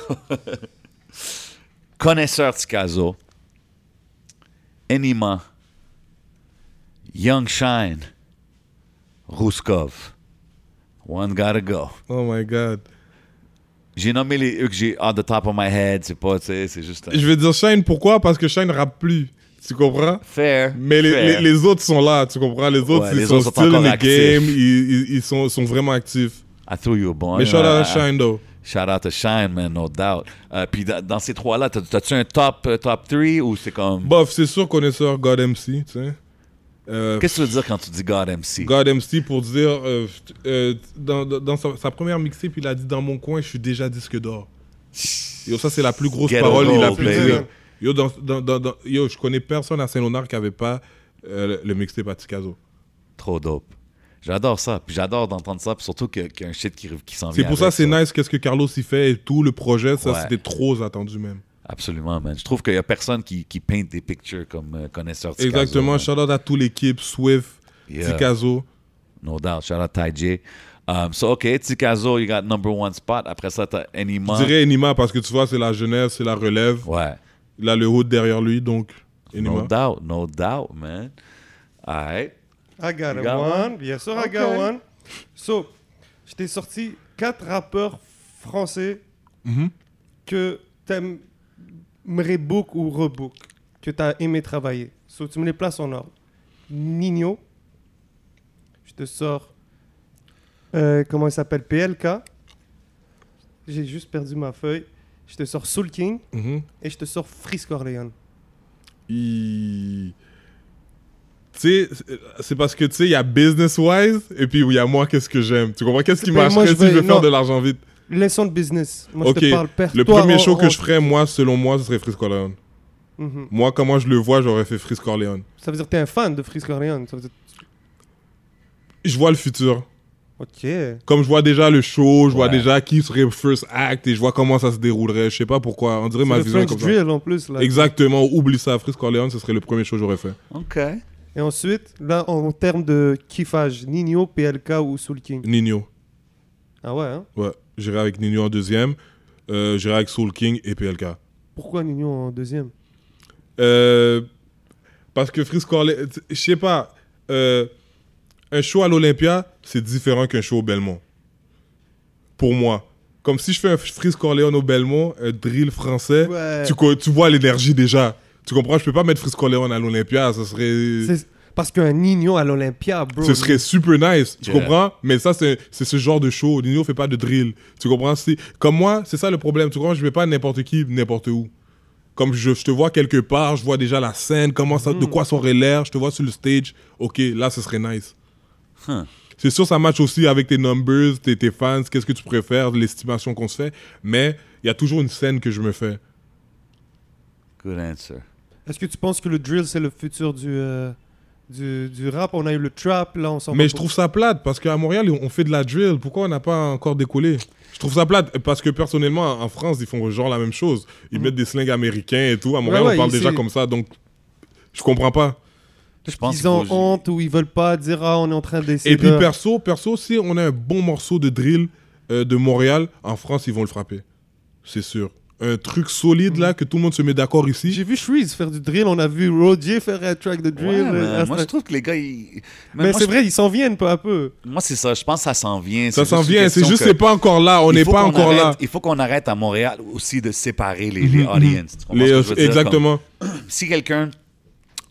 B: Connaisseur Ticazo, Enima, Young Shine, Ruskov. One gotta go.
C: Oh my god.
B: J'ai nommé les eux que j'ai on the top of my head, c'est pas, tu sais, c'est juste. un-
C: Je vais dire Shine, pourquoi Parce que Shine rappe plus. Tu comprends
B: Fair.
C: Mais les, les,
B: fair.
C: les autres sont là, tu comprends Les autres,
B: Ouais,
C: ils
B: les
C: sont
B: autres sont
C: still in
B: encore
C: the
B: actifs.
C: game, ils, ils, ils sont, sont vraiment actifs.
B: I threw you a bone.
C: Mais shout out
B: Euh,
C: à Shine, though.
B: Shout out to Shine, man, no doubt. Euh, Puis dans, dans ces trois-là, t'as- t'as-tu un top, euh, top 3 ou c'est comme.
C: Bof, c'est sûr, connaisseur God MC, tu sais. Euh,
B: Qu'est-ce que tu veux dire quand tu dis God MC?
C: God MC pour dire, euh, euh, dans, dans- dans sa, sa première mixtape, il a dit Dans mon coin, je suis déjà disque d'or. Yo, ça, c'est la plus grosse
B: Get
C: parole il a
B: old,
C: pu
B: baby.
C: dire. Yo, dans, dans, dans- dans- yo, je connais personne à Saint-Léonard qui avait pas euh, le mixtape à Ticazo.
B: Trop dope. J'adore ça. Puis j'adore d'entendre ça. Puis surtout qu'il y a- qu'il y a un shit qui, qui s'en vient.
C: C'est pour ça,
B: avec,
C: c'est nice, qu'est-ce que Carlos y fait et tout, le projet, ça,
B: Ouais.
C: c'était trop attendu même.
B: Absolument, man. Je trouve qu'il y a personne qui, qui peint des pictures comme euh, connaisseur Ticazo,
C: Exactement,
B: man.
C: shout out à toute l'équipe, Swift,
B: Yeah.
C: Ticazo.
B: No doubt. Shout out Ty J. Um, so, OK, Ticazo, you got number one spot. Après ça, t'as Anima.
C: Je dirais Enima parce que tu vois, c'est la jeunesse, c'est la relève.
B: Ouais.
C: Il a le haut derrière lui, donc Enima.
B: No doubt. No doubt, man. All right.
A: I got
B: You got
A: one. Bien sûr, I got
B: Okay.
A: one. So, je t'ai sorti quatre rappeurs français
C: Mhm.
A: que t'aimerais book ou rebook, que t'as aimé travailler. So, tu me les places en ordre. Nino, je te sors. euh, comment il s'appelle PLK. J'ai juste perdu ma feuille. Je te sors Soul King
C: Mhm.
A: et je te sors Frisk Orleans.
C: il- Tu sais, c'est parce que tu sais, il y a business wise et puis il y a moi, qu'est-ce que j'aime. Tu comprends Qu'est-ce qui
A: Ben, moi,
C: marcherait
A: je
C: si je
A: vais-
C: veux faire
A: non.
C: de l'argent vite
A: Laissons le business. Moi,
C: Ok.
A: je te parle. perds-
C: Le
A: toi,
C: premier
A: on-
C: show que
A: on-
C: je ferais, moi, selon moi, ce serait Frisco Leon.
A: Mhm.
C: Moi, comment je le vois, j'aurais fait Frisco Leon.
A: Ça veut dire que t'es un fan de Frisk Orleans. Ça veut dire...
C: Je vois le futur.
A: Ok.
C: Comme je vois déjà le show, je vois
B: Ouais.
C: déjà qui serait first act et je vois comment ça se déroulerait. Je sais pas pourquoi. On dirait
A: C'est
C: ma
A: le
C: vision est
A: French
C: comme ça.
A: Drill en plus. Là.
C: Exactement, oublie ça. Frisco Leon, ce serait le premier show que j'aurais fait.
B: OK.
A: Et ensuite, là, en termes de kiffage, Nino, PLK ou Soul King
C: Nino.
A: Ah ouais, hein
C: Ouais, j'irai avec Nino en deuxième. Euh, j'irai avec Soul King et PLK.
A: Pourquoi Nino en deuxième
C: Euh, parce que Fritz Corley, t- je sais pas, euh, un show à l'Olympia, c'est différent qu'un show au Belmont. Pour moi. Comme si je fais un Fritz Corleone au Belmont, un drill français,
A: Ouais.
C: tu, co- tu vois l'énergie déjà. Tu comprends? Je peux pas mettre Fritz Corleone à l'Olympia, ça serait.
A: C'est- Parce qu'un Nino à l'Olympia, bro.
C: Ce serait super nice, tu
B: Yeah.
C: comprends? Mais ça, c'est c'est ce genre de show. Nino fait pas de drill. Tu comprends? C'est- Comme moi, c'est ça le problème. Tu comprends? Je vais pas n'importe qui, n'importe où. Comme je, je te vois quelque part, je vois déjà la scène, comment ça,
B: Hmm.
C: de quoi ça aurait l'air, je te vois sur le stage. Ok, là, ce serait nice.
B: Huh.
C: C'est sûr, ça match aussi avec tes numbers, tes, tes fans, qu'est-ce que tu préfères, l'estimation qu'on se fait. Mais il y a toujours une scène que je me fais.
B: Good answer.
A: Est-ce que tu penses que le drill, c'est le futur du, euh, du, du rap On a eu le trap, là, on s'en
C: Mais
A: va
C: je
A: pour-
C: trouve ça plate parce qu'à Montréal, on fait de la drill. Pourquoi on n'a pas encore décollé Je trouve ça plate parce que personnellement, en France, ils font genre la même chose. Ils mettent des slings américains et tout. À Montréal,
A: Mm. Ouais, ouais,
C: on parle
A: ils-
C: déjà
A: c'est-
C: comme ça. Donc, je comprends pas.
B: Je pense
A: Ils
B: qu'il
A: ont
B: faut-
A: honte ou ils veulent pas dire, ah, on est en train d'essayer
C: Et puis,
A: de-
C: perso, perso, si on a un bon morceau de drill euh, de Montréal, en France, ils vont le frapper. C'est sûr. Un truc solide
A: Mm.
C: là que tout le monde se met d'accord ici.
A: J'ai vu Shreeze faire du drill, on a vu Roger faire un track de drill.
B: Ouais, man.
A: euh,
B: Moi, je trouve que les gars, ils...
A: Mais
B: moi,
A: c'est
B: je-
A: vrai, ils s'en viennent peu à peu.
B: Moi, c'est ça. Je pense que ça s'en vient.
C: Ça
B: C'est
C: s'en
B: juste une
C: vient. C'est
B: question
C: juste,
B: que-
C: c'est pas encore là. On
B: Il
C: n'est
B: faut
C: pas
B: qu'on
C: encore
B: arrête-
C: là. Mm-hmm.
B: Il faut qu'on arrête à Montréal aussi de séparer les, les audiences. Tu comprends
C: Les-
B: ce que je veux dire?
C: exactement.
B: Comme, si quelqu'un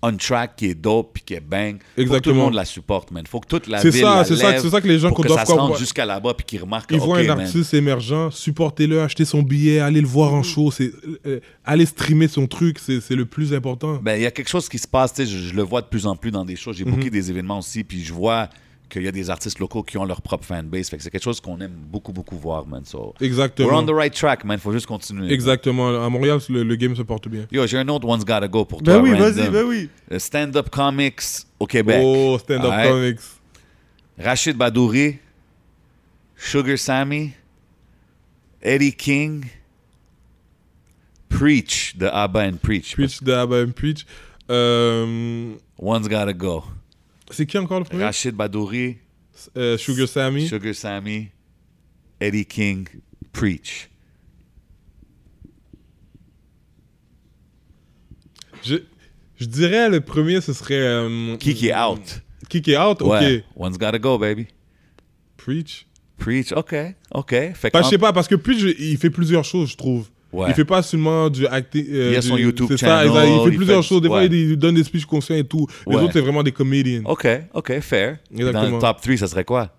B: on track qui est dope puis qui est bang, faut que tout le
C: Exactement.
B: monde la supporte, man. Faut que toute la
C: C'est
B: ville
C: ça,
B: la
C: c'est ça-
B: lève
C: c'est ça que les gens
B: pour
C: qu'on
B: que
C: doit
B: ça se
C: voir.
B: rende jusqu'à là-bas puis qu'ils remarquent.
C: Il voit
B: OK,
C: un
B: man.
C: artiste émergent, supportez-le, achetez son billet, allez le voir en show, c'est, euh, allez streamer son truc, c'est, c'est le plus important.
B: Ben, il y a quelque chose qui se passe, tu sais, je, je le vois de plus en plus dans des shows. J'ai
C: Mm-hmm.
B: booké des événements aussi, puis je vois qu'il y a des artistes locaux qui ont leur propre fanbase. Fait que c'est quelque chose qu'on aime beaucoup, beaucoup voir, man. So, we're on
C: Exactement.
B: the right track, man. Faut juste continuer. man.
C: Exactement. À Montréal, le, le game se porte bien.
B: Yo, j'ai un autre One's Gotta Go pour
A: Ben
B: toi.
A: oui,
B: random.
A: vas-y, ben oui.
B: Euh, Stand-up comics au Québec.
C: Oh, stand-up
B: Alright.
C: comics.
B: Rachid Badouri, Sugar Sammy, Eddie King, Preach de Abba and Preach.
C: Preach de Abba Preach. Euh,
B: One's Gotta Go.
C: c'est qui encore le premier
B: Rachid Badouri,
C: Euh, Sugar Sammy.
B: Sugar Sammy, Eddie King, Preach.
C: Je, je dirais le premier, ce serait. euh,
B: Kiki out.
C: Kick It Out,
B: Ouais.
C: ok.
B: One's Gotta Go, baby.
C: Preach.
B: Preach, ok, ok. Fait que
C: Parce que
B: en-
C: je sais pas, parce que puis je- il fait plusieurs choses, je trouve.
B: Ouais.
C: Il fait pas seulement du acting. euh,
B: Il y a son
C: du-
B: YouTube
C: c'est ça,
B: channel,
C: exact, il
B: il
C: fait plusieurs
B: fait-
C: choses. Des fois,
B: ouais.
C: il il donne des speeches conscients et tout. Les
B: Ouais.
C: autres, c'est vraiment des comédiens.
B: Ok, ok, fair. Puis Dans le
C: Exactement.
B: top 3, ça serait quoi?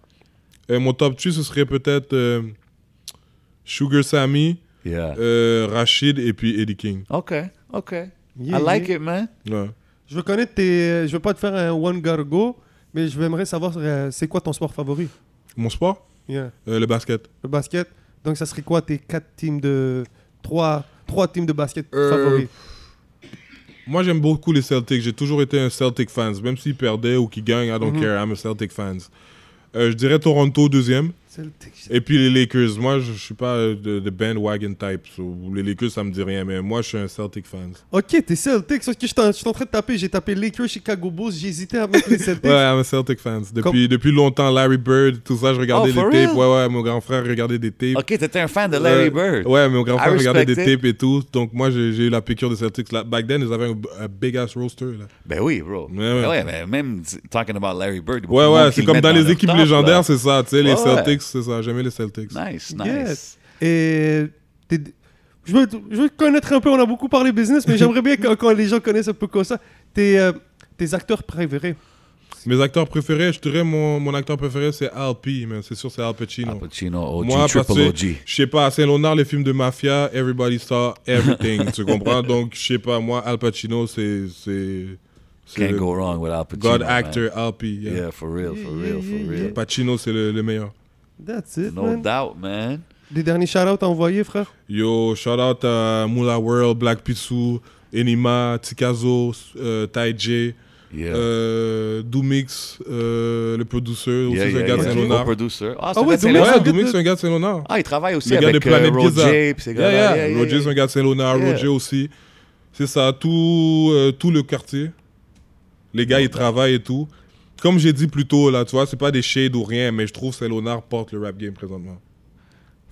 C: Euh, mon top 3, ce serait peut-être euh, Sugar Sammy,
B: Yeah.
C: euh, Rachid et puis Eddie King.
B: Ok, ok.
A: Yeah,
B: I like
A: yeah.
B: it, man.
C: Ouais.
A: Je veux connaître tes. euh, Je veux pas te faire un one gotta go, mais je aimerais savoir euh, c'est quoi ton sport favori.
C: Mon sport,
A: Yeah.
C: euh, le basket.
A: Le basket. Donc ça serait quoi tes quatre teams de trois trois teams de basket
C: Euh,
A: favoris.
C: Moi, j'aime beaucoup les Celtics. J'ai toujours été un Celtic fan. Même s'ils perdaient ou qu'ils gagnent, I don't
B: Mm-hmm.
C: care. I'm a Celtic fan. je dirais Toronto deuxième.
A: Celtics.
C: Et puis les Lakers. Moi, je, je suis pas euh, de, de bandwagon type. so, les Lakers, ça me dit rien. Mais moi, je suis un Celtic fan.
A: Ok, t'es Celtics. Parce que je, t'en- je suis en train de taper. J'ai tapé Lakers, Chicago Bulls. J'hésitais à mettre les
C: [LAUGHS]
A: Celtics.
C: Ouais, I'm a Celtic fan. Depuis,
A: Comme-
C: depuis longtemps, Larry Bird, tout ça, je regardais
B: Oh, for
C: les tapes.
B: real?
C: Ouais, ouais, mon grand frère regardait des tapes.
B: Ok, t'étais un fan de Larry
C: Ouais.
B: Bird.
C: Uh, Ouais, mais mon grand
B: I
C: frère regardait des
B: respect it.
C: tapes et tout. Donc moi, j'ai j'ai eu la piqûre de Celtics. Là, back then, ils avaient un, big ass roster. là.
B: Ben oui, bro.
C: Ouais, ouais.
B: Ben ouais, ben même t- talking about Larry Bird. beaucoup
C: Ouais,
B: de monde
C: ouais,
B: qui
C: c'est
B: le
C: comme
B: met
C: dans, les
B: leur
C: équipes
B: top, là.
C: légendaires, c'est ça. Tu sais, les
B: Ouais, ouais.
C: Celtics, c'est ça. J'aimais les Celtics.
B: Nice, nice.
A: Yes. Et t'es- je veux, je veux connaître un peu, on a beaucoup parlé business, mais j'aimerais bien que, quand les gens connaissent un peu comme ça, tes, euh, tes acteurs préférés.
C: Mes acteurs préférés, je dirais mon, mon acteur préféré, c'est Al P, mais c'est sûr, c'est Al Pacino.
B: Al Pacino, OG,
C: Moi, parce
B: Triple
C: que,
B: OG.
C: je sais pas, à Saint-Léonard, les films de mafia, everybody saw everything,
B: [LAUGHS]
C: tu comprends? Donc, je sais pas, moi, Al Pacino, c'est... c'est- C'est
B: Can't
C: le
B: go wrong with Al Pacino.
C: God
B: man.
C: actor, Al P. yeah.
B: Yeah. for real, for
A: Yeah, yeah,
B: real, for
A: yeah,
B: real.
C: Pacino, c'est le, le meilleur.
A: That's it,
B: No
A: man.
B: doubt, man.
A: Des derniers shout-outs à envoyer, frère
C: Yo, shout out à Mula World, Black Pizzou, Enima, Tikazo, euh, Tai J,
B: Yeah.
C: euh, Doomix, euh, le producteur, aussi
B: yeah,
C: c'est un
B: yeah,
C: gars de
B: yeah.
C: Saint-Léonard.
B: Co-producer. Ah,
A: ouais,
B: c'est
A: Doomix,
B: un gars
A: c'est un gars
B: de Saint-Léonard.
C: Ouais, Doomix,
A: de-
C: c'est un gars de Saint-Léonard.
B: Ah, il travaille aussi
C: Le gars de
B: avec euh,
C: Planète Giza.
B: Roger, puis ces
C: Yeah,
B: gars-là.
C: yeah. Roger, c'est un gars de Saint-Léonard,
B: Yeah.
C: Roger aussi. C'est ça, tout, euh, tout le quartier. Les gars, ils travaillent et tout. Comme j'ai dit plus tôt, là, tu vois, c'est pas des shades ou rien, mais je trouve Saint-Léonard porte le rap game présentement.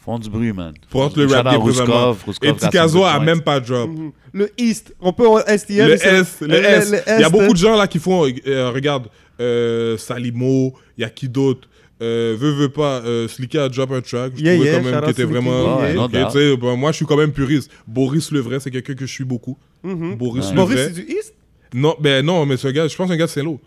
B: Font du bruit, man.
C: Porte le rap game présentement. Et Tikazo a même pas drop.
A: Le East. On peut en STL.
C: le
A: c'est-
C: S, le S. Il y a
A: Est,
C: beaucoup
A: hein.
C: de gens là qui font, euh, regarde, euh, Salimo, il y a qui d'autre euh, veux, veux pas, euh, Slicky a drop un track, je
A: Yeah,
C: trouvais
A: yeah,
C: quand même
A: shout out
C: qu'il était
A: Slicky,
C: vraiment...
A: yeah. Ouais,
B: no
C: Ok,
B: doubt.
C: tu sais, ben, moi, je suis quand même puriste. Boris Levray, c'est quelqu'un que je suis beaucoup.
A: Mhm.
C: Boris
B: Ouais.
C: Levray.
A: Boris, c'est du East
C: Non, ben non, mais ce gars, je pense un gars de Saint-Lô.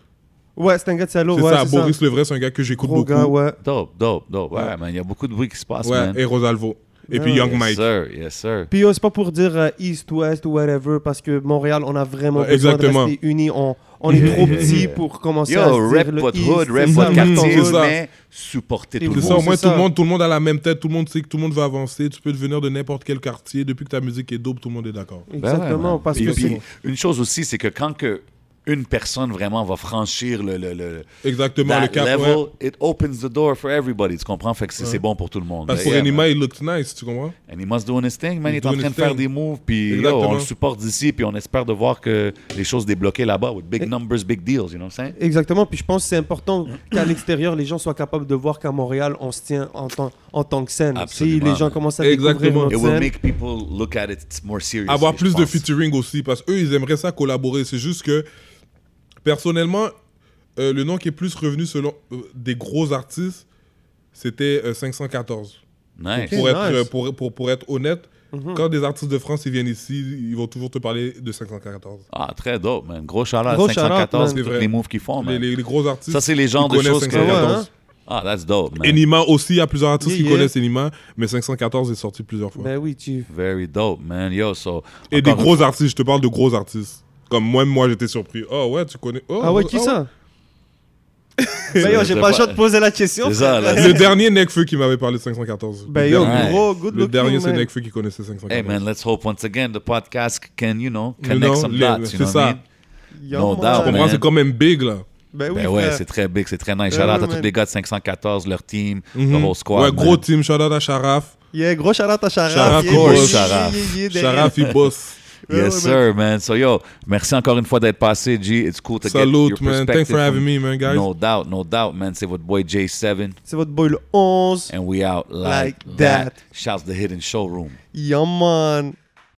A: Ouais, c'est un gars de salaud.
C: C'est
A: ouais,
C: ça, Boris Levray, c'est un gars que j'écoute
A: Gros
C: beaucoup.
A: gars, ouais.
B: Dope, dope, dope. Ouais, man, il y a beaucoup de bruit qui se passe,
C: Ouais,
B: man.
C: et Rosalvo. Et puis
A: Ouais,
C: Young
B: yes,
C: Mike.
B: sir, yes, sir.
A: Puis euh, c'est pas pour dire euh, East, West, whatever, parce que Montréal, on a vraiment
C: Ouais,
A: besoin
C: exactement.
A: de rester unis. On, on
B: Yeah, [LAUGHS]
A: est trop
B: yeah,
A: petit
B: yeah.
A: pour commencer à se
B: Yo,
A: dire
B: rep
A: le
B: votre
A: East,
B: hood, rep
A: c'est
B: votre
A: ça,
C: le
B: quartier,
C: monde.
B: mais supportez
A: Et
B: tout
A: vous
B: le
C: C'est ça, au
B: monde.
A: c'est
C: moins tout
A: ça.
C: le monde, tout le monde a la même tête, tout le monde sait que tout le monde veut avancer, tu peux devenir de n'importe quel quartier, depuis que ta musique est dope, tout le monde est d'accord.
B: Ben ouais,
A: Exactement,
B: man.
A: parce
B: Puis-
A: que
C: Exactement.
A: c'est
B: puis, une chose aussi, c'est que quand que une personne vraiment va franchir le, le, le
C: Exactement,
B: that
C: le cap,
B: level,
C: ouais.
B: it opens the door for everybody. Tu comprends? Fait que c'est c'est bon pour tout le monde.
C: Parce que
B: Mais
C: pour
B: yeah,
C: Enima,
B: man.
C: il looked nice, tu comprends
B: And he must do his thing, man. Il
C: He's
B: est en
C: doing
B: train
C: his
B: de faire
C: thing.
B: des moves, puis yo,
C: Exactement.
B: on le supporte d'ici, puis on espère de voir que les choses débloquées là-bas, with big numbers, big deals, you know what I'm saying?
A: Exactement, puis je pense que c'est important qu'à l'extérieur, les gens soient capables de voir qu'à Montréal, on se tient en tant, en tant que scène.
B: Absolument,
A: si les gens
B: man.
A: commencent à
C: Exactement.
B: It
A: découvrir
B: will
A: notre scène,
B: make people look at it more seriously.
C: Avoir plus
B: je
C: de
B: pense.
C: featuring aussi, parce qu'eux, ils aimeraient ça collaborer. C'est juste que, personnellement, euh, le nom qui est plus revenu selon euh, des gros artistes, c'était euh, 514.
B: Nice.
A: Ok.
C: Pour être,
A: nice. Mhm.
C: euh, pour, pour, pour être honnête, quand des artistes de France ils viennent ici, ils vont toujours te parler de 514.
B: Ah, très dope, man. Gros chaleur,
A: Gros shout-out,
B: 514,
A: man.
B: tous
C: C'est vrai.
B: les moves qu'ils font,
C: Les,
B: man.
C: les- les gros artistes.
B: Ça, c'est les genres
C: ils
B: de choses
C: connaissent
B: que...
C: 514.
B: Ah, that's dope, man.
C: Enima aussi, il y a plusieurs artistes
A: Yeah,
C: qui
A: yeah.
C: connaissent Enima, mais 514 est sorti plusieurs fois.
A: ben oui, tu...
B: Very dope, man. Yo, so...
C: Et des
B: encore une
C: gros artistes, je te parle de gros artistes. Comme moi, moi j'étais surpris. Oh ouais, tu connais. oh,
A: Ah ouais, qui ça Ben yo,
B: Je
A: j'ai
B: sais
A: pas le
B: pas.
A: choix de poser la question.
B: C'est ça,
C: [LAUGHS]
B: là.
C: Le dernier Nekfeu qui m'avait parlé de 514.
A: Ben
C: le
A: yo,
C: dernier,
B: Ouais.
A: gros, good
C: le
A: looking,
C: dernier c'est
A: man.
C: Nekfeu qui connaissait 514.
B: Hey man, let's hope once again the podcast can, you know,
C: You
B: connect
C: know,
B: some
C: les-
B: dots, you
C: c'est
B: know what
C: ça.
B: I mean?
A: Yo, man.
B: No doubt,
C: Pour moi, c'est quand même big là.
A: Ben oui,
B: Ben ouais,
A: frère.
B: c'est très big, c'est très
C: Ben
B: nice.
A: Ouais,
B: Shout out à
A: man.
B: tous les gars de 514, leur team,
C: Mhm.
B: the whole squad.
C: ouais,
B: man.
C: gros team, shout out à Sharaf.
A: Yeah, gros shout à Sharaf.
C: Sharaf,
A: Yeah,
C: gros
A: yeah, yeah,
B: Sharaf.
A: yeah, yeah, derrière.
C: Sharaf, il bosse.
A: Ouais, ouais,
B: Yes, sir, man. So, yo, merci encore une fois d'être passé, G. It's cool to get your
C: Salute, man.
B: perspective
C: Thanks for
B: from-
C: having me, man, guys.
B: No doubt, no doubt, man. C'est votre boy J7,
A: C'est votre boy le 11.
B: and we out like,
A: Like that.
B: Shouts the Hidden Showroom.
A: Yeah, man.